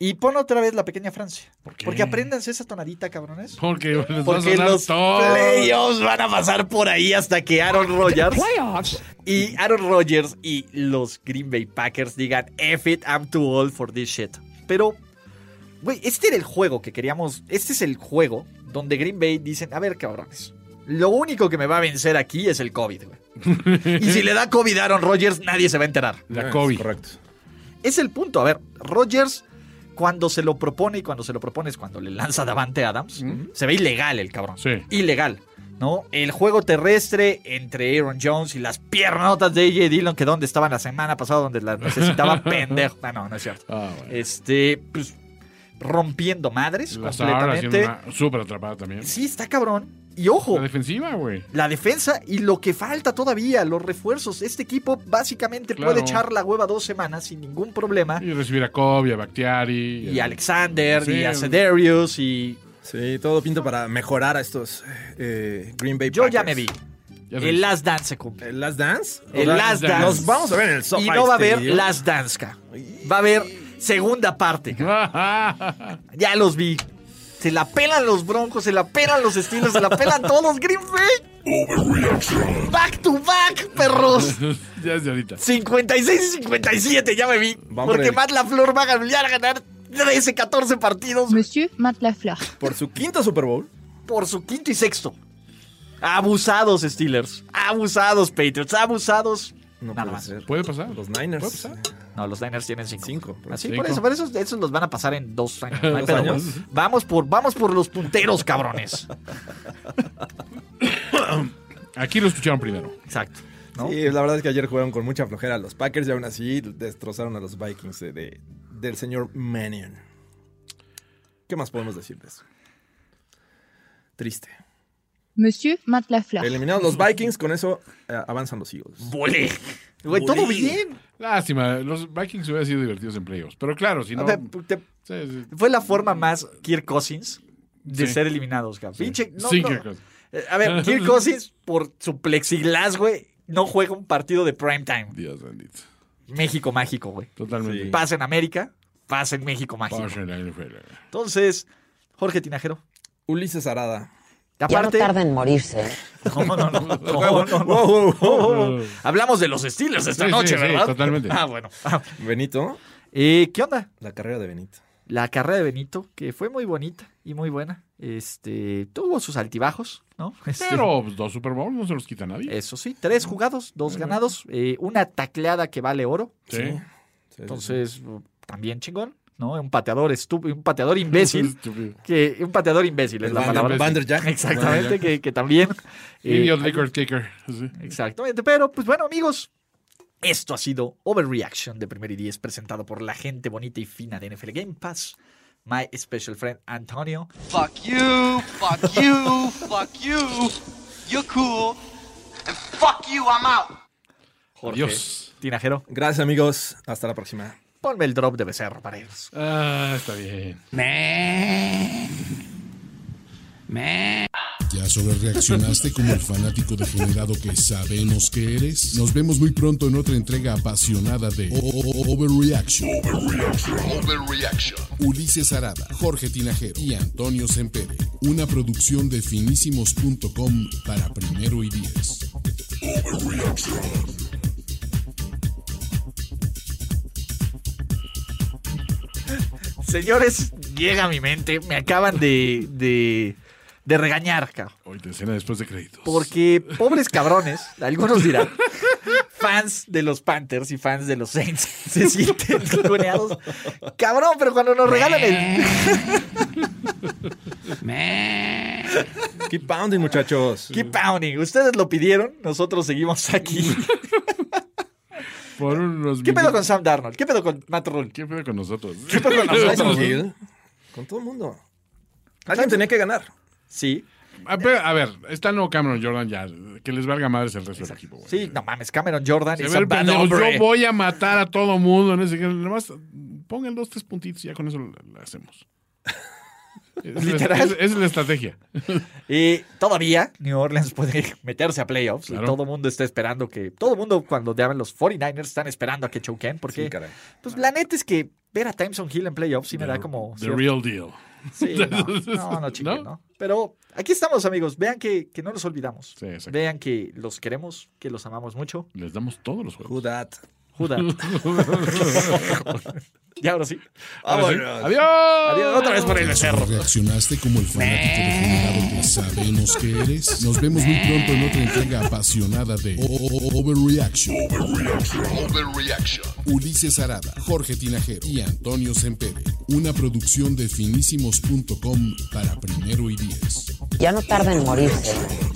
Speaker 2: Y pon otra vez la pequeña Francia.
Speaker 6: qué?
Speaker 2: Porque apréndanse esa tonadita, cabrones.
Speaker 6: Porque les va a
Speaker 2: Porque
Speaker 6: sonar
Speaker 2: los
Speaker 6: todo.
Speaker 2: playoffs van a pasar por ahí hasta que Aaron Rodgers y Aaron Rodgers y los Green Bay Packers digan F it, I'm too old for this shit. Pero, güey, este era el juego que queríamos. Este es el juego donde Green Bay dicen, a ver, cabrones, lo único que me va a vencer aquí es el COVID, güey. Y si le da COVID a Aaron Rodgers, nadie se va a enterar.
Speaker 6: La COVID.
Speaker 3: Eh, Correcto.
Speaker 2: Es el punto. A ver, Rodgers, cuando se lo propone y cuando se lo propone es cuando le lanza Davante Adams, se ve ilegal el cabrón.
Speaker 6: Sí.
Speaker 2: Ilegal. ¿No? El juego terrestre entre Aaron Jones y las piernotas de AJ Dillon, que donde estaban la semana pasada, donde las necesitaba pendejo. Ah, no, no es cierto. Este, pues, rompiendo madres
Speaker 6: La Sahara haciendo
Speaker 2: completamente.
Speaker 6: una súper atrapada también.
Speaker 2: Sí, está cabrón. Y ojo.
Speaker 6: La defensiva, güey.
Speaker 2: La defensa y lo que falta todavía, los refuerzos. Este equipo básicamente
Speaker 6: Claro.
Speaker 2: puede echar la hueva dos semanas sin ningún problema.
Speaker 6: Y recibir a Cobb y a Bactiari.
Speaker 2: Y Alexander, y a
Speaker 3: Cedarius
Speaker 2: y.
Speaker 3: Sí, todo pinta para mejorar a estos eh, Green Bay
Speaker 2: Yo ya
Speaker 3: Packers.
Speaker 2: me vi. El Last Dance se cumple.
Speaker 3: ¿El Last Dance?
Speaker 2: El Last Dance.
Speaker 3: Nos vamos a ver en el este SoFi
Speaker 2: Y no va a haber
Speaker 3: Stadium.
Speaker 2: Last Dance, ca. Va a haber segunda parte, ca. Ya los vi. Se la pelan los broncos, se la pelan los estilos, se la pelan todos. Green Bay. Back to back, perros.
Speaker 6: ya es de ahorita.
Speaker 2: 56 y 57, ya me vi.
Speaker 3: Vamos por
Speaker 2: porque
Speaker 3: el-
Speaker 2: Matt LaFleur va a ganar, ganar 13, 14 partidos.
Speaker 13: Monsieur Matt Lafleur.
Speaker 3: Por su quinto Super Bowl.
Speaker 2: Por su quinto y sexto. Abusados, Steelers. Abusados, Patriots. Abusados.
Speaker 3: No
Speaker 2: Nada
Speaker 3: puede
Speaker 2: más.
Speaker 3: ser.
Speaker 6: Puede pasar.
Speaker 3: Los Niners.
Speaker 6: Puede pasar.
Speaker 2: No, los Niners tienen cinco. Así
Speaker 6: Cinco.
Speaker 2: por eso, por eso esos los van a pasar en dos años. No hay
Speaker 3: Dos
Speaker 2: pedo,
Speaker 3: años.
Speaker 2: güey. Vamos por, vamos por los punteros, cabrones.
Speaker 6: Aquí lo escucharon primero.
Speaker 2: Exacto.
Speaker 3: Sí, la verdad es que ayer jugaron con mucha flojera los Packers y aún así destrozaron a los Vikings de, de- del señor Mannion. ¿Qué más podemos decir de eso? Triste.
Speaker 13: Monsieur Matt Lafleur.
Speaker 3: Eliminados los Vikings, con eso eh, avanzan los Eagles.
Speaker 2: ¡Volé! Güey, todo bien.
Speaker 6: Lástima, los Vikings hubieran sido divertidos en playoffs. Pero claro, si no.
Speaker 2: O sea, te- Fue la forma más Kirk Cousins de
Speaker 6: Sí.
Speaker 2: ser eliminados, cabrón.
Speaker 6: Sí.
Speaker 2: Pinche- no,
Speaker 6: Sí,
Speaker 2: no.
Speaker 6: Kirk Cousins.
Speaker 2: Eh, A ver, Kirk Cousins, por su plexiglas, güey, no juega un partido de prime time.
Speaker 6: Dios bendito.
Speaker 2: México mágico, güey.
Speaker 6: Totalmente.
Speaker 2: Pasa en América, pasa en México mágico.
Speaker 6: Pasa en la NFL.
Speaker 2: Entonces, Jorge Tinajero.
Speaker 3: Ulises Arada.
Speaker 10: Ya no tarda en morirse. ¿eh?
Speaker 2: No, no, no. no, no,
Speaker 3: Wow,
Speaker 2: no.
Speaker 3: wow, wow.
Speaker 2: Hablamos de los Steelers esta
Speaker 3: Sí,
Speaker 2: noche,
Speaker 3: sí, sí,
Speaker 2: ¿verdad?
Speaker 3: totalmente.
Speaker 2: Ah, bueno.
Speaker 3: Benito.
Speaker 2: Eh, ¿Qué onda?
Speaker 3: La carrera de Benito.
Speaker 2: La carrera de Benito, que fue muy bonita y muy buena. Este, tuvo sus altibajos, ¿no? Este,
Speaker 6: Pero pues, dos Super Bowls no se los quita nadie.
Speaker 2: Eso sí, tres jugados, dos
Speaker 6: Muy
Speaker 2: ganados, eh, una tacleada que vale oro.
Speaker 6: Sí. Sí.
Speaker 2: Entonces, también chingón, ¿no? Un pateador estúpido, un pateador imbécil.
Speaker 6: Estúpido.
Speaker 2: que, un pateador imbécil es
Speaker 3: El
Speaker 2: la
Speaker 3: Vander-
Speaker 2: palabra.
Speaker 3: Vanderjack.
Speaker 2: Exactamente,
Speaker 3: Vanderjack.
Speaker 2: que, que también. eh,
Speaker 6: Idiot Liquor Kicker. Sí.
Speaker 2: Exactamente. Pero, pues bueno, amigos, esto ha sido Overreaction de Primer y Diez, presentado por la gente bonita y fina de NFL Game Pass. My special friend Antonio.
Speaker 7: Fuck you, fuck you, fuck you. You're cool. And fuck you, I'm out.
Speaker 2: Jorge Tinajero.
Speaker 3: Gracias, amigos. Hasta la próxima.
Speaker 2: Ponme el drop de Ah, becerro para ellos.
Speaker 6: Ah, está bien.
Speaker 1: ¿Ya sobre reaccionaste como el fanático degenerado que sabemos que eres? Nos vemos muy pronto en otra entrega apasionada de O- O- O- Overreaction.
Speaker 5: Overreaction.
Speaker 1: Ulises Arada, Jorge Tinajero y Antonio Sempere. Una producción de finísimos.com para primero y diez.
Speaker 2: Señores, llega a mi mente. Me acaban de, de, de regañar, cabrón.
Speaker 6: Hoy te escena después de créditos.
Speaker 2: Porque pobres cabrones, algunos dirán, fans de los Panthers y fans de los Saints se sienten ninguneados. Cabrón, pero cuando nos regalan el...
Speaker 3: Keep pounding, muchachos.
Speaker 2: Keep pounding. Ustedes lo pidieron, nosotros seguimos aquí.
Speaker 6: Por unos
Speaker 2: ¿Qué pedo
Speaker 6: minutos-
Speaker 2: con Sam Darnold? ¿Qué pedo con Matt Rule?
Speaker 6: ¿Qué pedo con nosotros?
Speaker 2: ¿Qué pedo con
Speaker 3: Tyson
Speaker 2: nosotros?
Speaker 3: Hill. Con todo el mundo. Alguien tenía que ganar.
Speaker 2: Sí,
Speaker 6: A ver, a ver, está el nuevo Cameron Jordan ya. Que les valga madres el resto del equipo, güey.
Speaker 2: sí, no mames, Cameron Jordan
Speaker 6: Se
Speaker 2: es
Speaker 6: ve el
Speaker 2: un bad
Speaker 6: pendejo,
Speaker 2: hombre.
Speaker 6: Yo voy a matar a todo mundo. No sé qué. Nomás pongan dos, tres puntitos y ya con eso lo, lo hacemos. Es,
Speaker 2: Literal.
Speaker 6: la- es- es la estrategia.
Speaker 2: Y todavía New Orleans puede meterse a playoffs. Y
Speaker 6: Claro.
Speaker 2: todo el mundo está esperando que. Todo el mundo, cuando te hablan los 49ers, están esperando a que choquen. Porque,
Speaker 3: Sí, caray.
Speaker 2: pues la neta es que ver a Timeson Hill en playoffs sí me da como.
Speaker 6: The
Speaker 2: cierto-
Speaker 6: real deal.
Speaker 2: Sí, no, no, no, chiquen,
Speaker 6: ¿No?
Speaker 2: ¿no? Pero aquí estamos, amigos. Vean que, que no los olvidamos.
Speaker 6: Sí, exacto.
Speaker 2: Vean que los queremos, que los amamos mucho.
Speaker 6: Les damos todos los juegos.
Speaker 3: Who that?
Speaker 2: Juda. y ahora sí.
Speaker 3: Vámonos.
Speaker 6: Adiós.
Speaker 2: Adiós, otra vez por el becerro.
Speaker 1: ¿Reaccionaste como el fanático degenerado que sabemos que eres? Nos vemos muy pronto en otra entrega apasionada de O- O- O- Overreaction.
Speaker 5: Overreaction.
Speaker 1: Ulises Arada, Jorge Tinajero y Antonio Sempere. Una producción de finísimos.com para primero y diez.
Speaker 10: Ya no tarda en morirse.